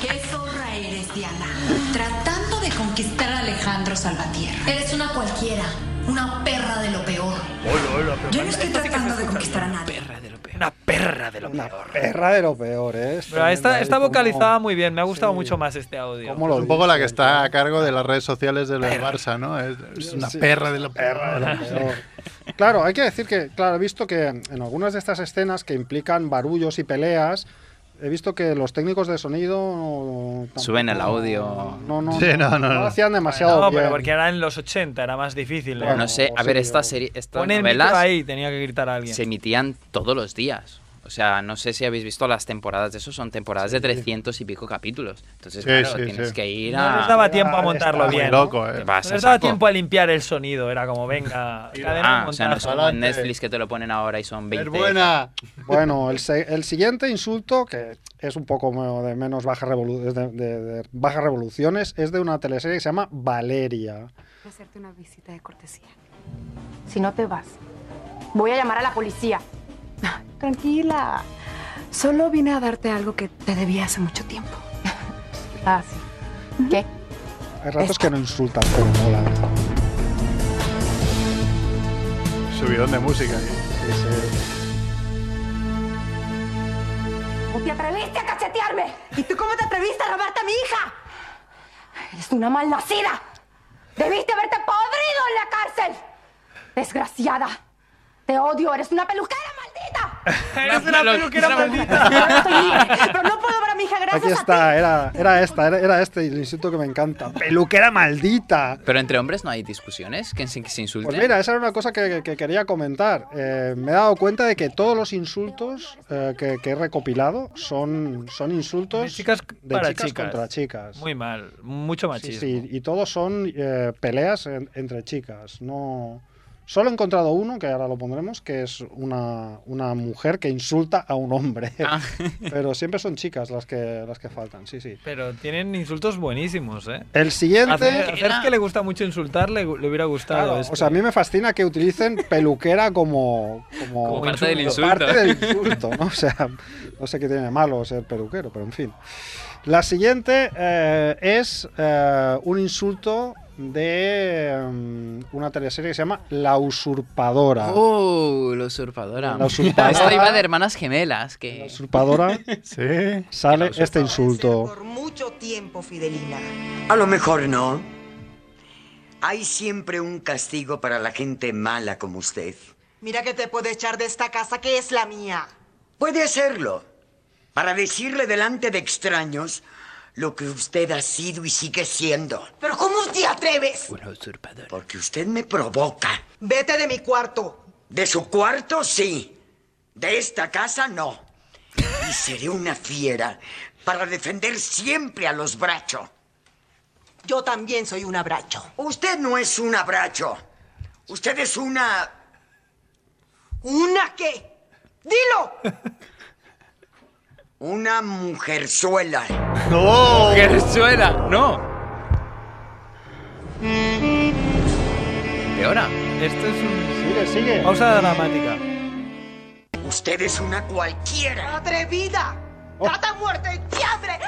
Speaker 11: Qué zorra eres, Diana. Tratando de conquistar a Alejandro Salvatierra. Eres una cualquiera. Una perra de lo peor. Yo no estoy tratando de conquistar a nadie.
Speaker 3: Una perra de lo
Speaker 4: Una perra de lo peor, ¿eh? Es
Speaker 3: Pero esta,
Speaker 4: tremenda,
Speaker 3: esta
Speaker 4: ¿eh? Cómo-
Speaker 3: vocalizada muy bien, me ha gustado
Speaker 4: Sí.
Speaker 3: mucho más este audio.
Speaker 4: cómo lo
Speaker 2: Es un poco la que
Speaker 4: dicen,
Speaker 2: está a cargo de las redes sociales del Barça, ¿no? Es, es una
Speaker 4: Sí.
Speaker 2: perra de la
Speaker 4: perra de
Speaker 2: perra.
Speaker 4: la peor. Claro, hay que decir que, claro, he visto que en algunas de estas escenas que implican barullos y peleas, he visto que los técnicos de sonido tampoco-
Speaker 5: Suben el audio.
Speaker 4: No, no,
Speaker 2: Sí, no, no, no.
Speaker 4: lo hacían demasiado
Speaker 3: no,
Speaker 4: bien.
Speaker 3: pero porque era en los 80, era más difícil. ¿eh?
Speaker 4: Bueno,
Speaker 5: No sé, a ver,
Speaker 4: sí,
Speaker 5: esta
Speaker 4: o-
Speaker 5: serie, estas
Speaker 3: Pon el micro
Speaker 5: novelas
Speaker 3: ahí, tenía que gritar a alguien.
Speaker 5: se emitían todos los días. O sea, no sé si habéis visto las temporadas de eso, son temporadas de 300 y pico capítulos. Entonces,
Speaker 2: Sí,
Speaker 5: claro,
Speaker 2: sí,
Speaker 5: tienes
Speaker 2: sí.
Speaker 5: que ir
Speaker 3: No
Speaker 5: a...
Speaker 3: les daba tiempo a
Speaker 4: Era-
Speaker 3: montarlo
Speaker 4: estaba
Speaker 2: Muy
Speaker 3: bien.
Speaker 2: loco, ¿eh?
Speaker 5: Te vas
Speaker 3: No
Speaker 5: a
Speaker 3: les daba
Speaker 5: saco.
Speaker 3: tiempo a limpiar el sonido, era como, venga, cadena
Speaker 5: Ah,
Speaker 3: de
Speaker 5: o sea, no es
Speaker 3: montaje.
Speaker 5: como en
Speaker 2: Adelante.
Speaker 5: Netflix que te lo ponen ahora y son 20.
Speaker 2: Es buena.
Speaker 4: Bueno, el, se- el siguiente insulto, que es un poco mo- de menos baja revolu- es de- de- de bajas revoluciones, es de una teleserie que se llama Valeria.
Speaker 10: hacerte una visita de cortesía. Si no te vas, voy a llamar a la policía. Tranquila. Solo vine a darte algo que te debía hace mucho tiempo. Ah, sí. ¿Qué?
Speaker 4: Hay ratos que no insultan, pero mola.
Speaker 2: Subidón de música. aquí.
Speaker 10: ¿Cómo te atreviste a cachetearme? ¿Y tú cómo te atreviste a robarte a mi hija? Eres una malnacida. Debiste haberte podrido en la cárcel. Desgraciada. Te odio. Eres una peluquera maldita.
Speaker 3: Eres una peluquera maldita.
Speaker 10: Ahora estoy libre, pero no puedo ver a mi hija gracias
Speaker 4: Aquí
Speaker 10: a ti.
Speaker 4: está, era, era esta, era, era este el insulto que me encanta. ¡Peluquera maldita!
Speaker 5: Pero entre hombres no hay discusiones que se, que se insulten.
Speaker 4: Pues mira, esa era una cosa que, que quería comentar. Eh, me he dado cuenta de que todos los insultos eh, que, que he recopilado son, son insultos
Speaker 3: De chicas
Speaker 4: de
Speaker 3: para
Speaker 4: chicas
Speaker 3: chicas.
Speaker 4: contra chicas.
Speaker 3: Muy mal, mucho
Speaker 4: Sí,
Speaker 3: machismo.
Speaker 4: sí, y todos son eh, peleas en- entre chicas. No, Solo he encontrado uno, que ahora lo pondremos, que es una, una mujer que insulta a un hombre. Pero siempre son chicas las que, las que faltan, sí, sí.
Speaker 3: Pero tienen insultos buenísimos, ¿eh?
Speaker 4: El siguiente...
Speaker 3: A Fer- a Fer que le gusta mucho insultar, le, le hubiera gustado
Speaker 4: Claro,
Speaker 3: esto.
Speaker 4: o sea, a mí me fascina que utilicen peluquera como, como,
Speaker 3: Como parte del insulto.
Speaker 4: parte del insulto, ¿no? O sea, no sé qué tiene de malo ser peluquero, pero en fin. La siguiente eh, es eh, un insulto de mm, una teleserie que se llama La Usurpadora.
Speaker 5: ¡Oh! La usurpadora.
Speaker 4: La usurpadora.
Speaker 5: Esto iba de hermanas gemelas. Que... La
Speaker 4: usurpadora. Sale este insulto.
Speaker 12: Mucho tiempo, Fidelina.
Speaker 13: A lo mejor no. Hay siempre un castigo para la gente mala como usted.
Speaker 12: Mira que te puedo echar de esta casa que es la mía.
Speaker 13: Puede hacerlo. Para decirle delante de extraños lo que usted ha sido y sigue siendo.
Speaker 12: Pero ¿cómo te atreves?
Speaker 13: Una usurpadora. Porque usted me provoca.
Speaker 12: Vete de mi cuarto.
Speaker 13: De su cuarto, sí. De esta casa, no. Y seré una fiera para defender siempre a los bracho.
Speaker 12: Yo también soy un abracho.
Speaker 13: Usted no es un abracho. Usted es una...
Speaker 12: ¿Una qué? ¡Dilo!
Speaker 13: Una mujerzuela.
Speaker 5: ¡No! ¡Mujerzuela! ¡No! Peora.
Speaker 3: Esto es un...
Speaker 4: Sigue, sigue.
Speaker 3: Pausa dramática.
Speaker 13: Usted es una cualquiera. Oh.
Speaker 12: ¡Atrevida! ¡Data muerte! ¡Diadre!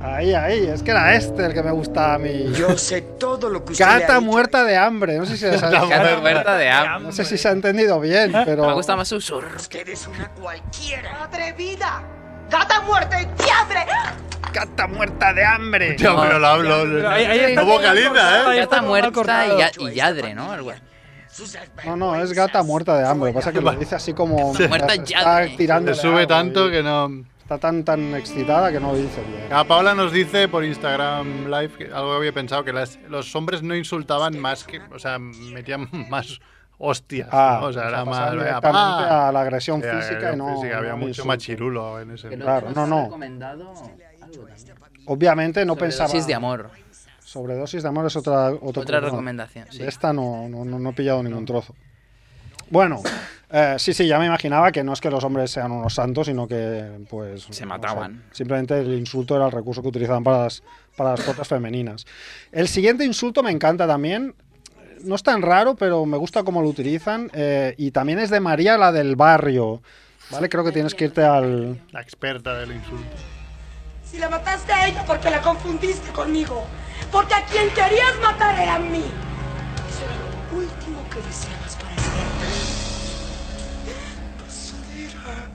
Speaker 4: Ahí, ahí, es que era este el que me gustaba a mí.
Speaker 13: Yo sé todo lo que usted le ha
Speaker 4: Gata
Speaker 13: dicho.
Speaker 4: muerta de hambre, no sé si se ha-
Speaker 5: Gata muerta de hambre.
Speaker 4: No sé si se ha entendido bien, pero
Speaker 5: Me gusta más susurro.
Speaker 13: Usted es una cualquiera.
Speaker 12: ¡Atrevida! ¡Data muerte! ¡Diadre!
Speaker 4: Gata muerta de hambre.
Speaker 2: Tío, pero lo hablo. eh.
Speaker 3: Pero ahí- ahí está
Speaker 2: no vocaliza,
Speaker 3: ahí
Speaker 2: ¿eh?
Speaker 5: Ya está
Speaker 3: está
Speaker 5: muerta
Speaker 3: cortado.
Speaker 5: y, ya- y yadre, ¿no? Algo así.
Speaker 4: No, no, es gata muerta de hambre. Pasa que lo dice así como.
Speaker 5: Gata muerta
Speaker 4: está
Speaker 5: ya.
Speaker 4: tirando.
Speaker 2: Se sube tanto que no.
Speaker 4: Está tan, tan excitada que no lo dice bien.
Speaker 2: A Paula nos dice por Instagram Live que algo que había pensado, que las- los hombres no insultaban más que. O sea, metían más hostias.
Speaker 4: Ah,
Speaker 2: ¿no? O sea,
Speaker 4: o sea,
Speaker 2: era más.
Speaker 4: pasaban
Speaker 2: venga,
Speaker 4: directamente
Speaker 2: pa.
Speaker 4: a la agresión
Speaker 2: Sí,
Speaker 4: física y no-
Speaker 2: física, Había
Speaker 4: no
Speaker 2: mucho
Speaker 4: insulto.
Speaker 2: machirulo en ese.
Speaker 5: Que
Speaker 4: Claro,
Speaker 5: nos
Speaker 4: no,
Speaker 5: ha
Speaker 4: no.
Speaker 5: recomendado algo también.
Speaker 4: Obviamente no pensaba.
Speaker 5: Sobredosis de amor.
Speaker 4: Sobredosis de amor es otra, otro
Speaker 5: Otra
Speaker 4: programa.
Speaker 5: recomendación, sí.
Speaker 4: De esta no, no, no- no he pillado ningún trozo. Bueno, eh, sí, sí, ya me imaginaba que no es que los hombres sean unos santos, sino que pues... Se
Speaker 5: mataban.
Speaker 4: simplemente el insulto era el recurso que utilizaban para las, para las cuotas femeninas. El siguiente insulto me encanta también. No es tan raro, pero me gusta cómo lo utilizan. eh, y también es de María, la del barrio. ¿Vale? Creo que tienes que irte al...
Speaker 2: La experta del insulto.
Speaker 10: Si la mataste a ella porque la confundiste conmigo. Porque a quien querías matar era a mí.
Speaker 11: Eso era lo último que deseabas para
Speaker 10: Basura.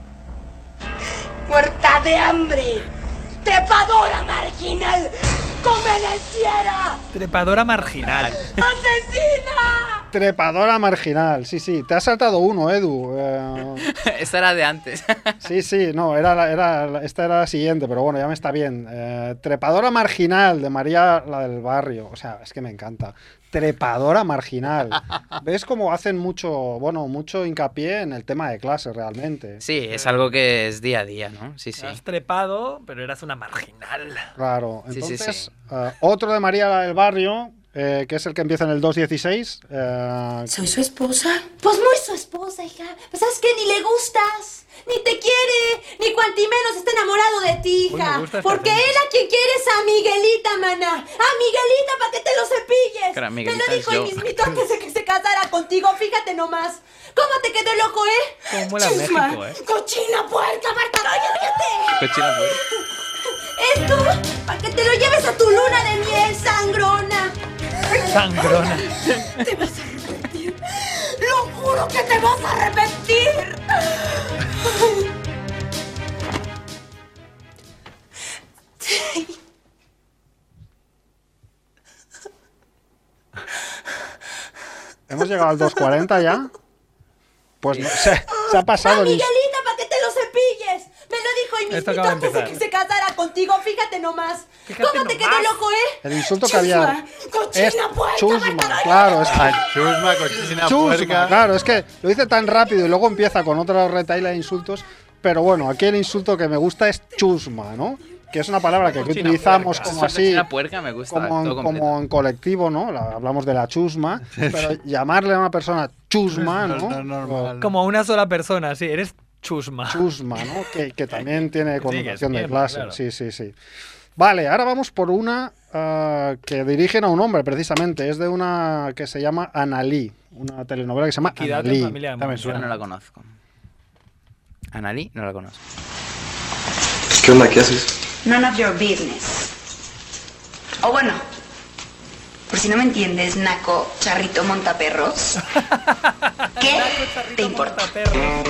Speaker 10: Muerta de hambre. Trepadora marginal. Conveneciera.
Speaker 3: Trepadora marginal.
Speaker 10: Asesina.
Speaker 4: Trepadora marginal, sí, sí. Te has saltado uno, Edu. eh,
Speaker 5: Esta era de antes.
Speaker 4: Sí, sí, no, era, la- era, la- esta era la siguiente, pero bueno, ya me está bien. Eh, trepadora marginal de María, la del barrio. O sea, es que me encanta. Trepadora marginal. ¿Ves cómo hacen mucho, bueno, mucho hincapié en el tema de clase realmente?
Speaker 5: Sí, es algo que es día a día, ¿no? Sí, sí.
Speaker 3: Has trepado, pero eras una marginal.
Speaker 4: Claro.
Speaker 5: Sí, sí,
Speaker 4: Entonces,
Speaker 5: sí.
Speaker 4: eh, otro de María, la del barrio, eh, que es el que empieza en el 2.16. eh,
Speaker 11: ¿Soy su esposa?
Speaker 10: Pues muy su esposa, hija. Pues sabes que ni le gustas, ni te quiere, ni cuanti menos está enamorado de ti,
Speaker 3: Uy,
Speaker 10: hija.
Speaker 3: me gusta esta
Speaker 10: Porque
Speaker 3: técnica.
Speaker 10: él a quien quiere es a Miguelita, maná. A Miguelita para que te lo cepilles.
Speaker 5: Cara,
Speaker 10: Me
Speaker 5: Miguelita
Speaker 10: lo dijo
Speaker 5: es
Speaker 10: el
Speaker 5: yo.
Speaker 10: mismito antes de que se casara contigo, fíjate nomás. ¿Cómo te quedó el ojo, eh?
Speaker 3: Cómo la
Speaker 10: Chusma,
Speaker 3: México, eh.
Speaker 10: cochina puerca, Marta, cállate.
Speaker 5: Cochina muerta.
Speaker 10: Esto, para que te lo lleves a tu luna de miel, sangrona.
Speaker 3: Sangrona.
Speaker 10: Te vas a arrepentir. Lo juro que te vas a arrepentir.
Speaker 4: ¿Hemos llegado al 2.40 ya? Pues no sé, se ha pasado
Speaker 10: a
Speaker 4: el ins-
Speaker 10: Ah, Miguelita para que te lo cepilles. Me lo dijo el mismito
Speaker 3: Esto acaba de
Speaker 10: antes de que
Speaker 3: empezar.
Speaker 10: se casara contigo. Fíjate nomás.
Speaker 3: Fíjate
Speaker 10: ¿Cómo te quedó
Speaker 3: nomás.
Speaker 10: loco, eh?
Speaker 4: El insulto que había.
Speaker 10: Chusma, cochina
Speaker 4: Es
Speaker 10: puerca,
Speaker 4: chusma,
Speaker 10: Marta,
Speaker 4: claro, es que-
Speaker 2: Ah, chusma, cochina,
Speaker 4: Chusma,
Speaker 2: puerca.
Speaker 4: claro, es que lo dice tan rápido y luego empieza con otra retaila de insultos. Pero bueno, aquí el insulto que me gusta es chusma, ¿no? que es una palabra que aquí
Speaker 5: Cochina
Speaker 4: utilizamos
Speaker 5: puerca.
Speaker 4: como
Speaker 5: Esa
Speaker 4: así,
Speaker 5: cochina puerca me gusta,
Speaker 4: como,
Speaker 5: todo
Speaker 4: en,
Speaker 5: completo.
Speaker 4: como en colectivo, ¿no? La- hablamos de la chusma, pero llamarle a una persona chusma, ¿no?
Speaker 3: Como una sola persona, sí, eres chusma.
Speaker 4: Chusma, ¿no? Que, que también tiene
Speaker 3: que es
Speaker 4: connotación de
Speaker 3: miembro,
Speaker 4: clase.
Speaker 3: claro.
Speaker 4: Sí, sí, sí. Vale, ahora vamos por una ah, que dirigen a un hombre, precisamente. Es de una que se llama Analí, una telenovela que se llama
Speaker 5: Equidad de
Speaker 4: Analí.
Speaker 5: familia Esta me suena. no la conozco. Analí no la conozco.
Speaker 14: ¿Qué onda? ¿Qué haces?
Speaker 11: None of your business. O bueno, por si no me entiendes, Naco, charrito, montaperros. ¿Qué te importa?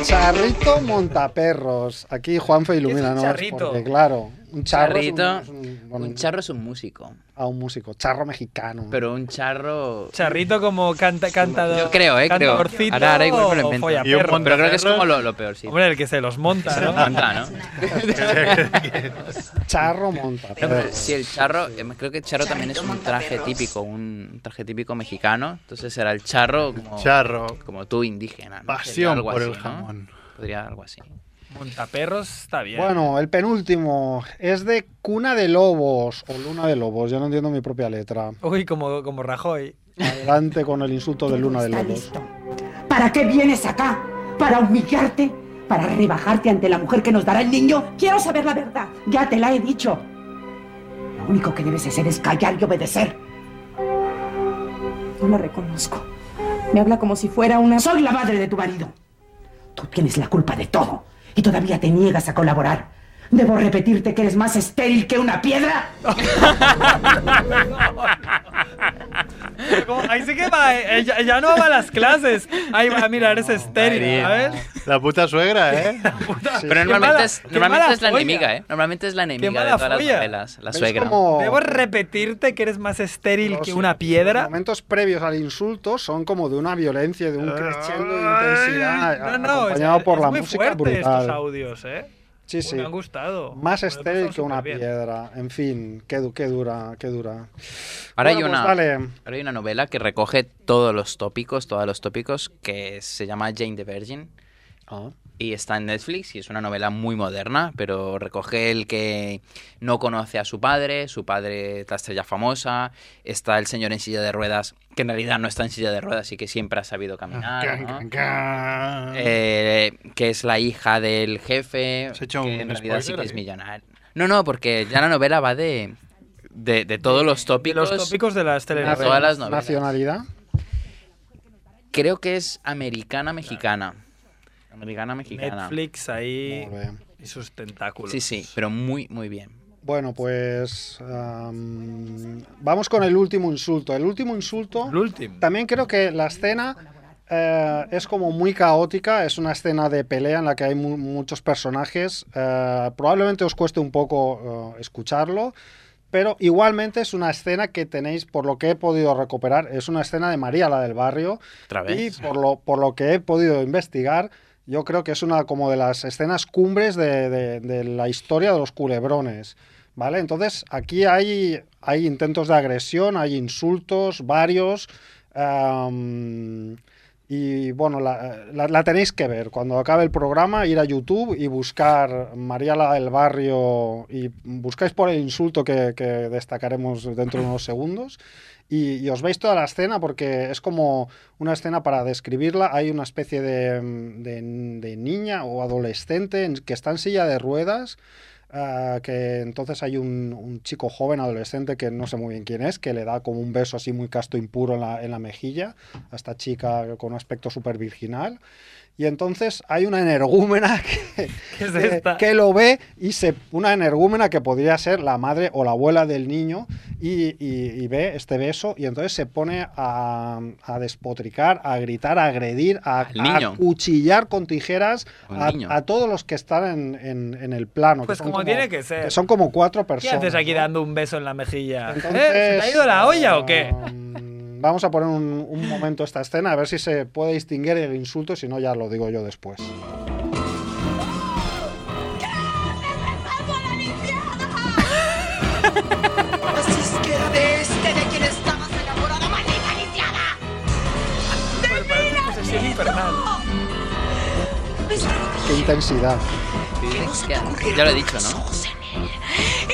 Speaker 4: Charrito Montaperros. Aquí Juanfe ilumina,
Speaker 5: ¿Qué es
Speaker 4: ¿no?
Speaker 5: un charrito?
Speaker 4: Porque, claro, un charro es un-
Speaker 5: Charrito,
Speaker 4: es
Speaker 5: un,
Speaker 4: bueno,
Speaker 5: charro es un músico.
Speaker 4: a un músico, charro mexicano.
Speaker 5: Pero un charro.
Speaker 3: Charrito como canta, cantador.
Speaker 5: Yo creo, eh, creo.
Speaker 3: cantadorcito
Speaker 5: Ahora, ahora igual me lo
Speaker 3: o
Speaker 5: invento.
Speaker 3: follaperro.
Speaker 5: Pero creo que es como lo, lo peor, sí.
Speaker 3: Hombre, el que se los monta,
Speaker 5: Se
Speaker 3: ¿no?
Speaker 5: los monta, ¿no?
Speaker 4: Charro monta.
Speaker 5: No, pero sí, el charro, eh, creo que el charro también es un traje típico, un traje típico mexicano. Entonces será el charro como,
Speaker 2: charro.
Speaker 5: como tú indígena. ¿no?
Speaker 2: Pasión
Speaker 5: Sería algo
Speaker 2: por el
Speaker 5: así, ¿no? Podría algo así.
Speaker 3: Montaperros está bien.
Speaker 4: Bueno, eh. el penúltimo es de Cuna de Lobos o Luna de Lobos. Yo no entiendo mi propia letra.
Speaker 3: Uy, como, como Rajoy.
Speaker 4: Adelante con el insulto de Luna de Lobos.
Speaker 10: ¿Para qué vienes acá? ¿Para humillarte? ¿Para rebajarte ante la mujer que nos dará el niño? Quiero saber la verdad. Ya te la he dicho. Lo único que debes hacer es callar y obedecer.
Speaker 15: No la reconozco. Me habla como si fuera una...
Speaker 10: Soy la madre de tu marido. Tú tienes la culpa de todo y todavía te niegas a colaborar. ¿Debo repetirte que eres más estéril que una piedra?
Speaker 3: Como- Ahí sí que va, eh, ya, ya no va a las clases. Ahí va, mira, eres estéril, ¿sabes?
Speaker 2: La puta suegra, ¿eh?
Speaker 5: Pero
Speaker 3: Qué
Speaker 5: normalmente,
Speaker 3: mala-
Speaker 5: es,
Speaker 3: qué
Speaker 5: normalmente
Speaker 3: mala
Speaker 5: es la
Speaker 3: folla.
Speaker 5: enemiga, ¿eh? Normalmente es la
Speaker 3: Qué
Speaker 5: enemiga de
Speaker 3: mala
Speaker 5: todas las
Speaker 3: folla.
Speaker 5: novelas, la suegra.
Speaker 3: ¿Debo repetirte que eres más estéril que una piedra?
Speaker 4: Los momentos previos al insulto son como de una violencia, y de un crescendo de intensidad,
Speaker 3: No, no, es,
Speaker 4: acompañado por
Speaker 3: es
Speaker 4: la
Speaker 3: muy
Speaker 4: música
Speaker 3: fuerte estos
Speaker 4: brutal.
Speaker 3: audios, ¿eh?
Speaker 4: Sí, sí.
Speaker 3: Me han gustado.
Speaker 4: Más
Speaker 3: Me lo he pasado
Speaker 4: estéril que una
Speaker 3: superbién.
Speaker 4: piedra. En fin, qué, du- qué dura, qué dura.
Speaker 5: Ahora, hay
Speaker 4: Bueno,
Speaker 5: una,
Speaker 4: pues vale.
Speaker 5: ahora hay una novela que recoge todos los tópicos, todos los tópicos, que se llama Jane the Virgin. Ah. Y está en Netflix y es una novela muy moderna, pero recoge el que no conoce a su padre, su padre es la estrella famosa, está el señor en silla de ruedas, que en realidad no está en silla de ruedas y que siempre ha sabido
Speaker 1: Ah,
Speaker 5: caminar, ¿no? Eh, que es la hija del jefe, que en realidad sí que es millonario. No, no, porque ya la novela va de, de, de todos los tópicos.
Speaker 3: Los tópicos de las
Speaker 5: de
Speaker 3: telenovelas.
Speaker 5: todas las novelas.
Speaker 4: Nacionalidad.
Speaker 5: Creo que es americana-mexicana. Americana-mexicana.
Speaker 3: Netflix ahí y sus tentáculos.
Speaker 5: Sí, sí, pero muy, muy bien.
Speaker 4: Bueno, pues am, vamos con el último insulto. El último insulto. También creo que la escena eh, es como muy caótica. Es una escena de pelea en la que hay mu- muchos personajes. Eh, probablemente os cueste un poco eh, escucharlo. Pero igualmente es una escena que tenéis, por lo que he podido recuperar, es una escena de María, la del barrio.
Speaker 5: Otra vez.
Speaker 4: Y por lo, por lo que he podido investigar, yo creo que es una como de las escenas cumbres de, de- de la historia de los culebrones. ¿Vale? Entonces, aquí hay, hay intentos de agresión, hay insultos, varios. em, am, y bueno, la, la- la tenéis que ver. Cuando acabe el programa, ir a YouTube y buscar María la del Barrio y buscáis por el insulto que, que destacaremos dentro de unos segundos. Y, y os veis toda la escena porque es como una escena para describirla. Hay una especie de, mm, de- de niña o adolescente en- que está en silla de ruedas. ah, que entonces hay un, un chico joven, adolescente, que no sé muy bien quién es, que le da como un beso así muy casto impuro en la, en la mejilla a esta chica con un aspecto súper virginal. Y entonces hay una energúmena que,
Speaker 3: es
Speaker 4: que-
Speaker 3: esta?
Speaker 4: que lo ve y se una energúmena que podría ser la madre o la abuela del niño y, y- y ve este beso y entonces se pone a, a despotricar, a gritar, a agredir, a,
Speaker 5: niño.
Speaker 4: a cuchillar con tijeras
Speaker 5: Al
Speaker 4: a,
Speaker 5: niño.
Speaker 4: a todos los que están en, en- en el plano. que
Speaker 3: Pues
Speaker 4: son
Speaker 3: como tiene que ser.
Speaker 4: Son como cuatro
Speaker 3: ¿Qué
Speaker 4: personas.
Speaker 3: haces aquí dando un beso en la mejilla?
Speaker 4: Entonces,
Speaker 3: ¿Eh? ¿Se te ha ido la olla o qué?
Speaker 4: Vamos a poner un, un momento esta escena, a ver si se puede distinguir el insulto, si no ya lo digo yo después.
Speaker 11: Así es que de este de quien estabas enamorada, maldita lisiada. ¡De mí,
Speaker 4: Qué intensidad.
Speaker 5: Ya lo he dicho, ¿no?
Speaker 11: Y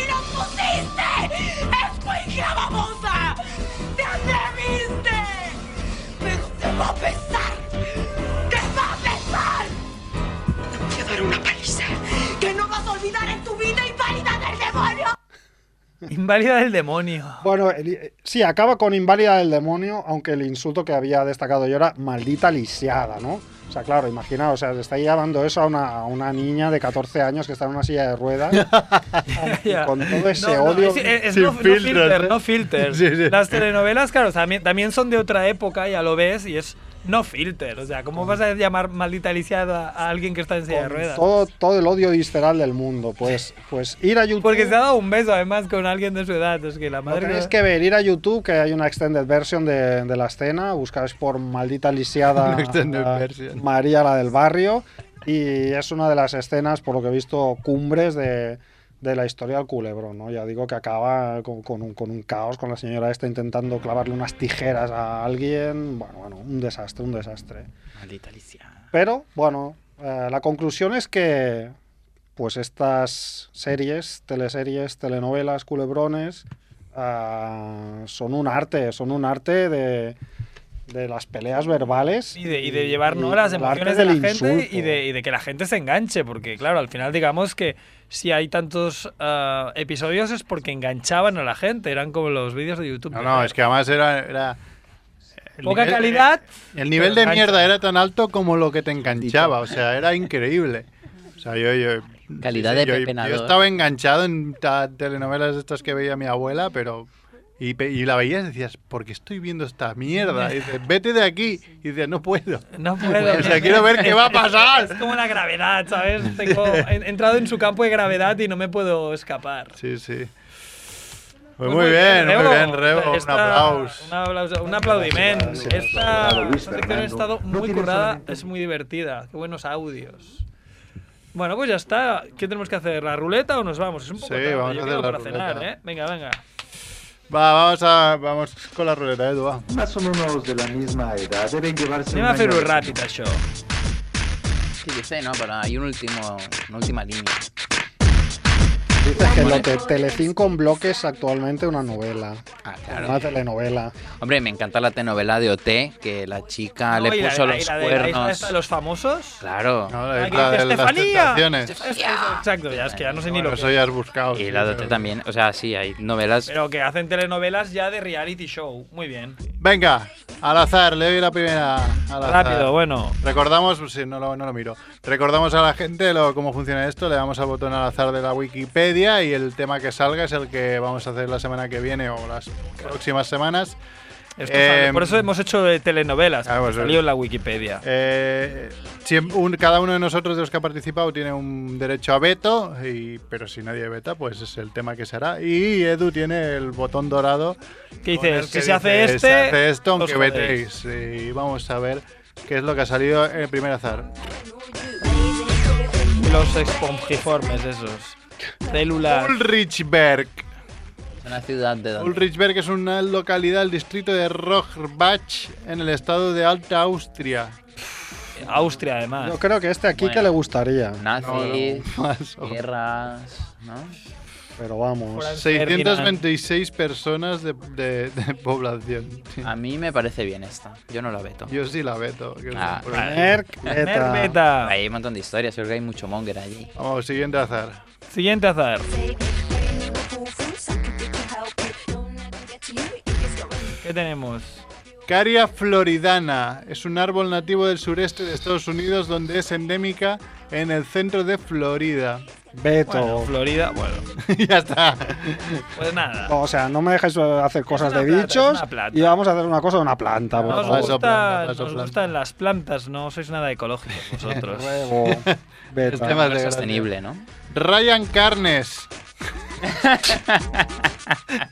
Speaker 3: Inválida del demonio.
Speaker 4: Bueno, el- eh, sí, acaba con inválida del demonio, aunque el insulto que había destacado yo era maldita lisiada, ¿no? O sea, claro, imaginaos, o sea, le está llevando eso a una, a una niña de 14 años que está en una silla de ruedas. y ah, con todo ese
Speaker 3: No, no,
Speaker 4: odio. ¿eh?
Speaker 3: es, es- es no, no filter, no filter. Las telenovelas, claro, también, también son de otra época, ya lo ves, y es no filter. O sea, ¿cómo vas a llamar maldita lisiada a alguien que está en silla de ruedas?
Speaker 4: Todo, todo el odio visceral del mundo. Pues, pues ir a YouTube.
Speaker 3: Porque se ha dado un beso, además, con alguien de su edad. Es que la
Speaker 4: Lo
Speaker 3: madre...
Speaker 4: tenéis que ver, ir a YouTube, que hay una extended version de, de la escena, buscáis por maldita lisiada
Speaker 2: Una extended
Speaker 4: a
Speaker 2: version.
Speaker 4: María la del barrio, y es una de las escenas, por lo que he visto, cumbres de, de la historia del culebro, ¿no? Ya digo que acaba con, con un, con un caos, con la señora esta intentando clavarle unas tijeras a alguien, bueno, bueno, un desastre, un desastre.
Speaker 5: Maldita Alicia.
Speaker 4: Pero bueno, eh, la conclusión es que pues estas series, teleseries, telenovelas, culebrones, ah, son un arte, son un arte de, de las peleas verbales.
Speaker 3: Y de, y de llevar ¿no?
Speaker 4: y
Speaker 3: las
Speaker 4: el arte
Speaker 3: emociones de la
Speaker 4: del
Speaker 3: gente
Speaker 4: insulto.
Speaker 3: y de, y de que la gente se enganche, porque claro, al final digamos que si hay tantos ah, episodios es porque enganchaban a la gente, eran como los vídeos de YouTube.
Speaker 2: No, no, es que además era. era el
Speaker 3: Poca
Speaker 2: nivel-
Speaker 3: calidad.
Speaker 2: El nivel de
Speaker 3: pero engancha.
Speaker 2: mierda era tan alto como lo que te enganchaba, o sea, era increíble. O sea, yo. yo
Speaker 5: Calidad
Speaker 2: sí,
Speaker 5: de
Speaker 2: yo-
Speaker 5: Pepe
Speaker 2: Yo
Speaker 5: Nador.
Speaker 2: estaba enganchado en ta- telenovelas de estas que veía mi abuela, pero. Y, pe- y la veías y decías, ¿por qué estoy viendo esta mierda? Y dices, vete de aquí. Y dices, no puedo.
Speaker 3: No puedo.
Speaker 2: O sea, quiero ver qué va a pasar.
Speaker 3: Es como la gravedad, ¿sabes? Tengo, he entrado en su campo de gravedad y no me puedo escapar.
Speaker 2: Sí, sí. Pues muy bien, muy bien, Rebo. Un
Speaker 3: Esta-
Speaker 2: aplauso.
Speaker 3: Un, aplauso, un aplaudiment.
Speaker 2: Gracias.
Speaker 3: Esta,
Speaker 2: Bravo, Luis
Speaker 3: esta sección ha
Speaker 2: Fernando.
Speaker 3: estado
Speaker 2: No
Speaker 3: muy
Speaker 2: tiene
Speaker 3: currada,
Speaker 2: solamente-
Speaker 3: es muy divertida. Qué buenos audios. Bueno, pues ya está. ¿Qué tenemos que hacer? ¿La ruleta o nos vamos? Es un poco
Speaker 2: Sí,
Speaker 3: tarde,
Speaker 2: vamos
Speaker 3: yo
Speaker 2: a hacer
Speaker 3: creo,
Speaker 2: la
Speaker 3: para cenar,
Speaker 2: ruleta.
Speaker 3: ¿eh? Venga, venga.
Speaker 2: Va, vamos, a, vamos con la ruleta, Edu, va.
Speaker 16: Más o menos de la misma edad, deben llevarse
Speaker 3: Anem a fer-ho ràpid, això.
Speaker 5: Sí, yo sé, no, pero hay un último, una última línea.
Speaker 4: Dices que lo de Telecinco en bloque es actualmente una novela,
Speaker 5: Ah, claro.
Speaker 4: una telenovela.
Speaker 5: Hombre, me encanta la telenovela de OT, que la chica
Speaker 3: No,
Speaker 5: le
Speaker 3: y la-
Speaker 5: puso
Speaker 3: la- y
Speaker 5: los
Speaker 3: la de- la isla
Speaker 5: cuernos.
Speaker 3: esta de los famosos?
Speaker 5: Claro.
Speaker 3: Aquí dice, ¡Estefanía! Estefanía. Exacto, ya es que ya no sé ni lo que...
Speaker 2: ya has buscado.
Speaker 5: Y la de OT también. O sea, sí, hay novelas.
Speaker 3: Pero que hacen telenovelas ya de reality show. Muy bien.
Speaker 2: Venga, al azar, le doy la primera. al azar.
Speaker 3: Rápido, bueno.
Speaker 2: Recordamos, pues sí, no lo, no lo miro. Recordamos a la gente lo, cómo funciona esto. Le damos al botón al azar de la Wikipedia y el tema que salga es el que vamos a hacer la semana que viene o las próximas semanas.
Speaker 3: Esto sale- por eso hemos hecho de telenovelas.
Speaker 2: ah,
Speaker 3: porque
Speaker 2: Eh, pues,
Speaker 3: salió en la Wikipedia.
Speaker 2: Eh, siem- un- cada uno de nosotros de los que ha participado tiene un derecho a veto, y, pero si nadie veta, pues es el tema que será. Y Edu tiene el botón dorado.
Speaker 3: ¿Qué
Speaker 2: con
Speaker 3: dices?
Speaker 2: el
Speaker 3: Si
Speaker 2: que
Speaker 3: se hace
Speaker 2: dice,
Speaker 3: este,
Speaker 2: "Se hace esto,
Speaker 3: os
Speaker 2: aunque
Speaker 3: jodéis".
Speaker 2: vetéis. Y vamos a ver qué es lo que ha salido en el primer azar.
Speaker 3: Los esponjiformes esos. Células.
Speaker 2: Ulrichberg.
Speaker 5: Una ciudad de donde.
Speaker 2: Ulrichberg es una localidad del distrito de Rohrbach en el estado de Alta Austria.
Speaker 3: Austria, además.
Speaker 4: Yo creo que este aquí que le gustaría.
Speaker 5: Nazis,
Speaker 2: No, no, más o-
Speaker 5: guerras, ¿no?
Speaker 4: Pero vamos.
Speaker 2: 626 personas de, de- de población.
Speaker 5: A mí me parece bien esta. Yo no la veto.
Speaker 2: Yo sí la veto. que es
Speaker 5: Ah,
Speaker 2: un problema.
Speaker 5: Hay un montón de historias. Creo que hay mucho monger allí.
Speaker 2: Vamos, siguiente azar.
Speaker 3: Siguiente azar. ¿Qué tenemos?
Speaker 2: Caria floridana es un árbol nativo del sureste de Estados Unidos donde es endémica en el centro de Florida.
Speaker 4: Beto.
Speaker 3: Bueno, Florida, bueno.
Speaker 2: ya está.
Speaker 3: Pues nada.
Speaker 4: No, o sea, no me dejáis eh, hacer cosas de
Speaker 3: plata,
Speaker 4: bichos
Speaker 3: es una plata.
Speaker 4: y vamos a hacer una cosa de una planta, por
Speaker 3: Nos,
Speaker 4: favor.
Speaker 3: gusta- nos gustan las plantas, no sois nada ecológicos vosotros.
Speaker 4: Huevo, beta.
Speaker 2: Es Este tema de
Speaker 5: Sostenible, ¿no?
Speaker 2: Ryan Carnes.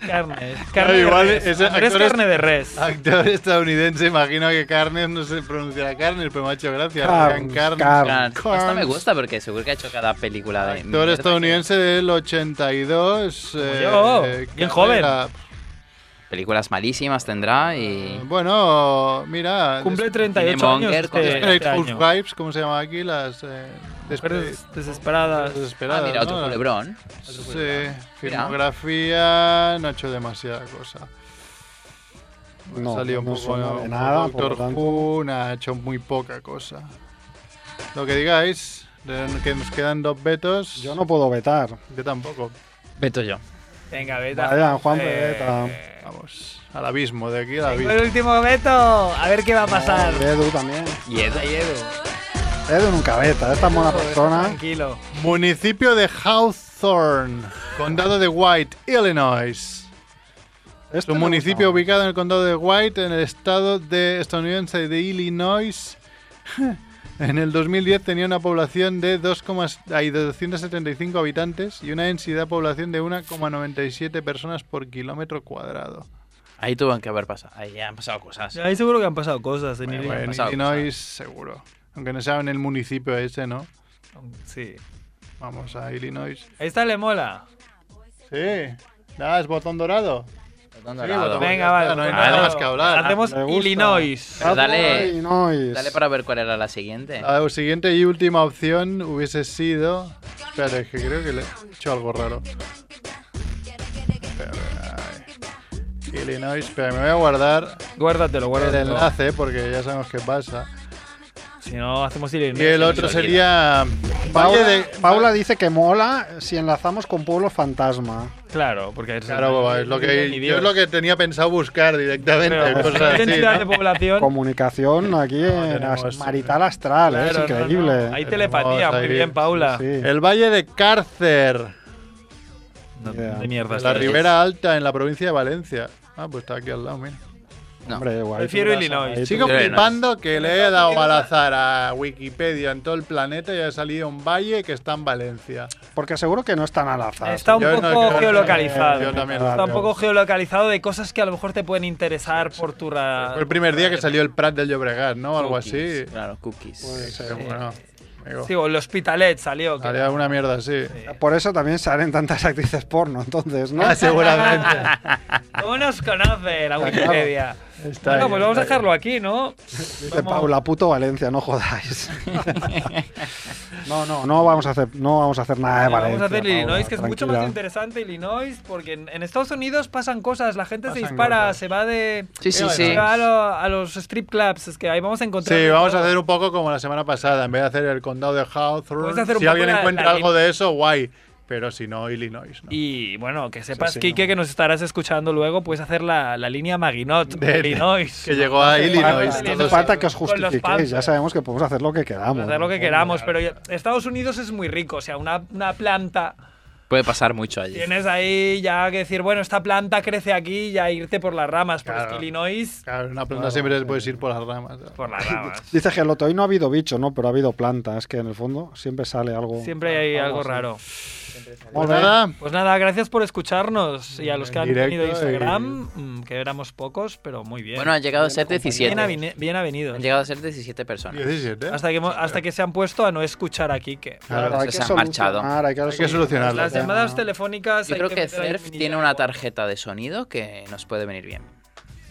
Speaker 3: Carne, carne
Speaker 2: No, igual
Speaker 3: de res.
Speaker 2: es
Speaker 3: Andrés
Speaker 2: actor-
Speaker 3: carne de res.
Speaker 2: Actor estadounidense, imagino que Carnes no se pronunciará Carnes, pero me ha hecho gracia. Ryan Carnes.
Speaker 5: Esta me gusta porque seguro que ha hecho cada película de.
Speaker 2: Actor
Speaker 5: mierda.
Speaker 2: estadounidense del 82. eh,
Speaker 5: yo,
Speaker 2: eh,
Speaker 5: bien
Speaker 2: carrera-
Speaker 5: Películas malísimas tendrá y.
Speaker 2: Eh, Bueno, mira.
Speaker 5: Cumple
Speaker 2: des-
Speaker 5: 38 años Monger con este-
Speaker 2: Desperate
Speaker 5: este año.
Speaker 2: Housewives, ¿cómo se llama aquí? Las eh, despe-
Speaker 3: desesperadas.
Speaker 2: desesperadas,
Speaker 5: Ah, mira, otro
Speaker 2: ¿no?
Speaker 5: culebrón. Otro
Speaker 2: Sí,
Speaker 5: culebrón. Mira.
Speaker 2: filmografía, no ha hecho demasiada cosa.
Speaker 4: No,
Speaker 2: Salió un
Speaker 4: no
Speaker 2: poco,
Speaker 4: suena de
Speaker 2: un
Speaker 4: nada,
Speaker 2: poco
Speaker 4: por lo
Speaker 2: Doctor
Speaker 4: tanto.
Speaker 2: Who, nah, ha hecho muy poca cosa. Lo que digáis, de- que nos quedan dos vetos. Yo
Speaker 4: no puedo vetar.
Speaker 2: Yo tampoco.
Speaker 5: Veto yo.
Speaker 3: Venga, Beta.
Speaker 2: Vaya, Juan
Speaker 3: Eh,
Speaker 2: Beta. Vamos, al abismo, de aquí al
Speaker 3: con
Speaker 2: abismo.
Speaker 3: El último Beto. A ver qué va a pasar.
Speaker 2: Edu también.
Speaker 5: Y Edu.
Speaker 2: Edu nunca beta, esta buena persona.
Speaker 3: Tranquilo.
Speaker 2: Municipio de Hawthorne, condado de White, Illinois. Es un
Speaker 3: me
Speaker 2: municipio ubicado en el condado de White, en el estado de estadounidense de Illinois. En el 2010 tenía una población de 2,s- ay, de 275 habitantes y una densidad de población de 1,97 personas por kilómetro cuadrado.
Speaker 5: Ahí tuvo que haber pasado. Ahí han pasado cosas.
Speaker 3: Ahí seguro que han pasado cosas en
Speaker 2: Bueno,
Speaker 3: Illinois.
Speaker 2: en
Speaker 5: pasado
Speaker 2: Illinois seguro. Aunque no sea en el municipio ese, ¿no?
Speaker 3: Sí.
Speaker 2: Vamos a Illinois.
Speaker 3: Esta le mola.
Speaker 2: Sí. Da, Ah, es botón dorado.
Speaker 5: Botón
Speaker 2: dorado.
Speaker 3: Venga, vale.
Speaker 2: No hay
Speaker 3: botón
Speaker 2: nada más
Speaker 3: dorado.
Speaker 2: que hablar.
Speaker 3: Hacemos
Speaker 2: Ah, Me gusta.
Speaker 3: Illinois.
Speaker 5: Pero dale,
Speaker 2: Illinois.
Speaker 5: dale para ver cuál era la siguiente.
Speaker 2: La siguiente y última opción hubiese sido. Espérate, es que creo que le he hecho algo raro. Espera, ay. Illinois, espera, me voy a guardar
Speaker 3: Guárdatelo,
Speaker 2: el
Speaker 3: guárdatelo.
Speaker 2: enlace porque ya sabemos qué pasa.
Speaker 3: Si no, hacemos Illinois.
Speaker 2: Y el otro sería. eh, Valle
Speaker 4: Paula,
Speaker 2: de.
Speaker 4: Paula dice que mola si enlazamos con Pueblo Fantasma.
Speaker 3: Claro, porque es
Speaker 2: Claro, es lo que, yo es lo que tenía pensado buscar directamente.
Speaker 3: Pero, pues,
Speaker 2: cosas
Speaker 3: ¿qué
Speaker 2: así,
Speaker 3: densidad
Speaker 2: ¿no?
Speaker 3: de población?
Speaker 4: Comunicación aquí en as- Marital Astral, ¿eh?
Speaker 3: Claro,
Speaker 4: es
Speaker 3: no, no.
Speaker 4: increíble.
Speaker 3: Hay telepatía,
Speaker 2: Vamos
Speaker 3: muy
Speaker 2: ahí.
Speaker 3: bien, Paula.
Speaker 2: El Valle de Cárcer.
Speaker 3: De mierda.
Speaker 2: La
Speaker 3: sí.
Speaker 2: Ribera Alta, en la provincia de Valencia. Ah, pues está aquí al lado, mira.
Speaker 4: Hombre, guay,
Speaker 3: Prefiero
Speaker 4: tú
Speaker 3: Illinois.
Speaker 4: ahí
Speaker 2: Sigo
Speaker 4: tú-
Speaker 2: flipando que le he dado al azar a Wikipedia en todo el planeta y ha salido un valle que está en Valencia.
Speaker 4: Porque seguro que no están al azar.
Speaker 3: Está un
Speaker 2: Yo no
Speaker 3: poco
Speaker 2: creo-
Speaker 3: geolocalizado.
Speaker 2: yo también lo
Speaker 3: Está un
Speaker 2: creo.
Speaker 3: poco geolocalizado de cosas que a lo mejor te pueden interesar por tu ra...
Speaker 2: Fue el primer día que salió el Prat del Llobregat, ¿no? Algo así.
Speaker 5: Claro, cookies.
Speaker 2: Puede ser, bueno, amigo.
Speaker 3: Sí, o el Hospitalet salió. que-
Speaker 2: Salió alguna mierda así.
Speaker 4: Por eso también salen tantas actrices porno, entonces, ¿no?
Speaker 2: Ah, seguramente.
Speaker 3: ¿Cómo nos conoce la Wikipedia?
Speaker 2: Está
Speaker 3: bueno,
Speaker 2: ahí,
Speaker 3: pues vamos a
Speaker 2: está ahí.
Speaker 3: dejarlo aquí, ¿no?
Speaker 4: Dice Paula, puto Valencia, no jodáis. no, no, no vamos a hacer, no vamos a hacer nada de Valencia.
Speaker 3: Vamos a hacer Illinois,
Speaker 4: Paula,
Speaker 3: que es mucho más
Speaker 4: tranquila.
Speaker 3: interesante Illinois, porque en, en Estados Unidos pasan cosas, la gente se
Speaker 2: Pasan
Speaker 3: dispara, se va de...
Speaker 5: Sí, sí,
Speaker 3: se
Speaker 5: sí.
Speaker 3: va a, lo- a los strip clubs, es que ahí vamos a encontrar...
Speaker 2: Sí, vamos a hacer un poco como la semana pasada. En vez de hacer el condado de Hawthorne,
Speaker 3: Puedes hacer un
Speaker 2: si
Speaker 3: poco
Speaker 2: alguien
Speaker 3: la-
Speaker 2: encuentra
Speaker 3: la
Speaker 2: algo
Speaker 3: lim-
Speaker 2: de eso, guay. Pero si no, Illinois. ¿no?
Speaker 3: Y bueno, que sepas,
Speaker 2: sí,
Speaker 3: Kike, que nos estarás escuchando luego, puedes hacer la, la línea Maginot
Speaker 2: De- de-
Speaker 3: de Illinois.
Speaker 2: que llegó a
Speaker 3: Hace
Speaker 2: Illinois,
Speaker 3: falta-
Speaker 4: No hace falta que os
Speaker 3: con los
Speaker 4: justifiquéis, ya
Speaker 3: Panthers.
Speaker 4: sabemos que podemos hacer lo que queramos.
Speaker 3: Hacer lo que queramos, pero ya- Estados Unidos es muy rico, o sea, una, una planta,
Speaker 5: Puede pasar mucho allí.
Speaker 3: tienes ahí ya que decir, bueno, esta planta crece aquí y ya irte por las ramas, pero es
Speaker 2: Claro.
Speaker 3: que Illinois
Speaker 2: Claro, una planta Pues siempre te puedes ir por las ramas. ¿no?
Speaker 3: por las ramas.
Speaker 4: Dice Geloto, hoy no ha habido bicho, ¿no? Pero ha habido plantas, que en el fondo siempre sale algo.
Speaker 3: Siempre hay algo
Speaker 4: así.
Speaker 3: raro.
Speaker 2: Pues
Speaker 4: Molt bé.
Speaker 2: nada,
Speaker 3: Pues nada, gracias por escucharnos y a los que han
Speaker 2: Directo
Speaker 3: venido de
Speaker 2: y-
Speaker 3: Instagram, mm, que éramos pocos, pero muy bien.
Speaker 5: Bueno, han llegado a ser 17.
Speaker 3: bien, aveni- bien avenidos.
Speaker 5: Han llegado a ser 17 personas.
Speaker 2: 17.
Speaker 3: Hasta que, hemo- hasta que se han puesto a no escuchar a Quique.
Speaker 2: Claro,
Speaker 4: Pero hay
Speaker 5: se
Speaker 4: que
Speaker 5: han marchado.
Speaker 4: solucionar, hay que,
Speaker 2: hay que solucionarlo.
Speaker 3: Las llamadas telefónicas.
Speaker 5: Yo
Speaker 3: hay
Speaker 5: creo que
Speaker 3: meter ahí
Speaker 5: CERF
Speaker 3: un mini
Speaker 5: tiene
Speaker 3: diálogo.
Speaker 5: una tarjeta de sonido que nos puede venir bien.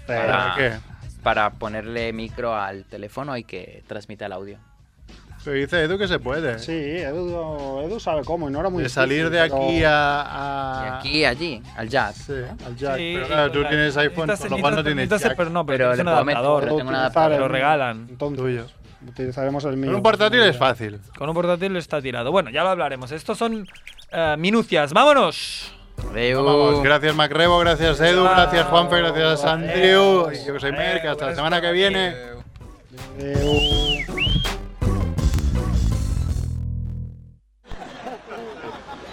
Speaker 2: ¿Para Eh, qué?
Speaker 5: Para ponerle micro al teléfono y que transmita el audio.
Speaker 2: Pero dice Edu que se puede. ¿eh?
Speaker 4: Sí, Edu, Edu sabe cómo y no era muy
Speaker 2: De salir de
Speaker 4: difícil,
Speaker 2: aquí
Speaker 4: pero-
Speaker 5: Y
Speaker 2: a. a-
Speaker 5: aquí, allí, al jazz.
Speaker 2: Sí, al jack.
Speaker 3: Sí,
Speaker 2: pero claro, tú
Speaker 3: total.
Speaker 2: tienes iPhone,
Speaker 3: Necesitas-
Speaker 2: por lo cual no tienes
Speaker 3: necesitas-
Speaker 2: jack.
Speaker 3: Pero no, pero,
Speaker 5: Pero
Speaker 3: tienes
Speaker 5: le
Speaker 3: un
Speaker 5: puedo meter-
Speaker 3: adaptador.
Speaker 5: pero tengo un
Speaker 4: utilizar
Speaker 5: adaptador.
Speaker 3: Lo
Speaker 4: el-
Speaker 3: regalan.
Speaker 4: Entonces,
Speaker 2: Tuyo.
Speaker 4: utilizaremos el mío.
Speaker 2: Con un portátil es fácil.
Speaker 3: Con un portátil está tirado. Bueno, ya lo hablaremos. Estos son eh, minucias. ¡Vámonos!
Speaker 5: Adeu.
Speaker 2: Vamos, gracias Macrebo, gracias Edu, gracias Juanfe, gracias Andrew. Y yo que soy Merck, hasta la semana que viene.
Speaker 4: Adeu.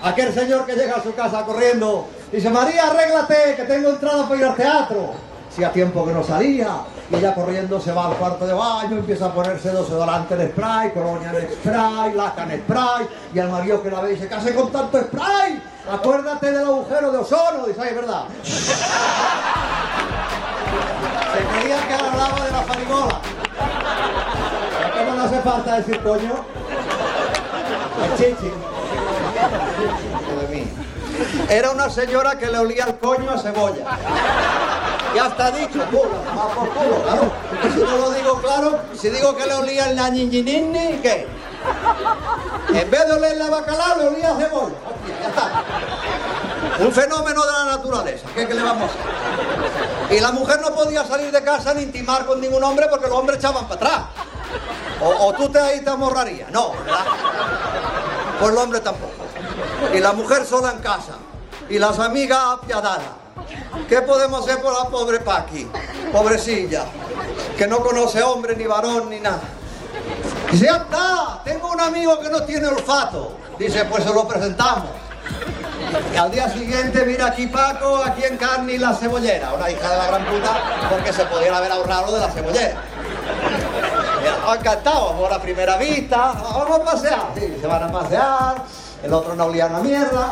Speaker 17: Aquel señor que llega a su casa corriendo dice, María, arréglate, que tengo entrada para ir al teatro. Si a tiempo que no salía, y ella corriendo se va al cuarto de baño, empieza a ponerse desodorante en spray, colonia en spray, laca en spray, y al marido que la ve dice, ¿qué hace con tanto spray? Acuérdate del agujero de ozono, dice, ay, es verdad. Se creía que la hablaba de la farigola. ¿A qué no hace falta decir coño? El chichi. Era una señora que le olía el coño a cebolla. Ya está dicho, culo, va por culo, claro. Porque si no lo digo claro, si digo que le olía el nañiñinini, ¿qué? En vez de olerle a bacalao, le olía a cebolla. Hostia, ya está. Un fenómeno de la naturaleza, ¿qué, qué le vamos a hacer? Y la mujer no podía salir de casa ni intimar con ningún hombre porque los hombres echaban para atrás. O, o tú te ahí te amorrarías. No, ¿verdad? Pues el hombre tampoco. Y la mujer sola en casa. y las amigas apiadadas. ¿Qué podemos hacer por la pobre Paqui? Pobrecilla, que no conoce hombre, ni varón, ni nada. Dice, ya está, tengo un amigo que no tiene olfato. Dice, pues se lo presentamos. Y al día siguiente, mira aquí Paco, aquí en carne y la cebollera. Una hija de la gran puta, porque se pudiera haber ahorrado de la cebollera. Ha encantado, amor a primera vista, vamos a pasear. Sí, se van a pasear, el otro no olía una mierda.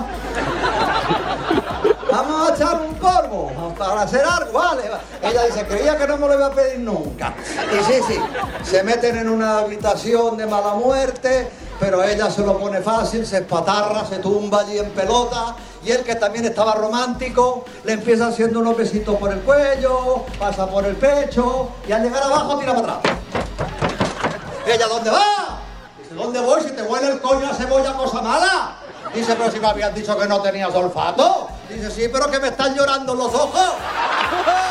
Speaker 17: Vamos a echar un polvo, para hacer algo, vale. Ella dice, creía que no me lo iba a pedir nunca. Y sí, sí, se meten en una habitación de mala muerte, pero ella se lo pone fácil, se espatarra, se tumba allí en pelota. Y él, que también estaba romántico, le empieza haciendo unos besitos por el cuello, pasa por el pecho, y al llegar abajo tira para atrás. Ella, ¿dónde va? Dice, ¿dónde voy si te huele el coño a cebolla cosa mala? Dice, pero si me habían dicho que no tenías olfato. Dice, sí, pero que me están llorando los ojos.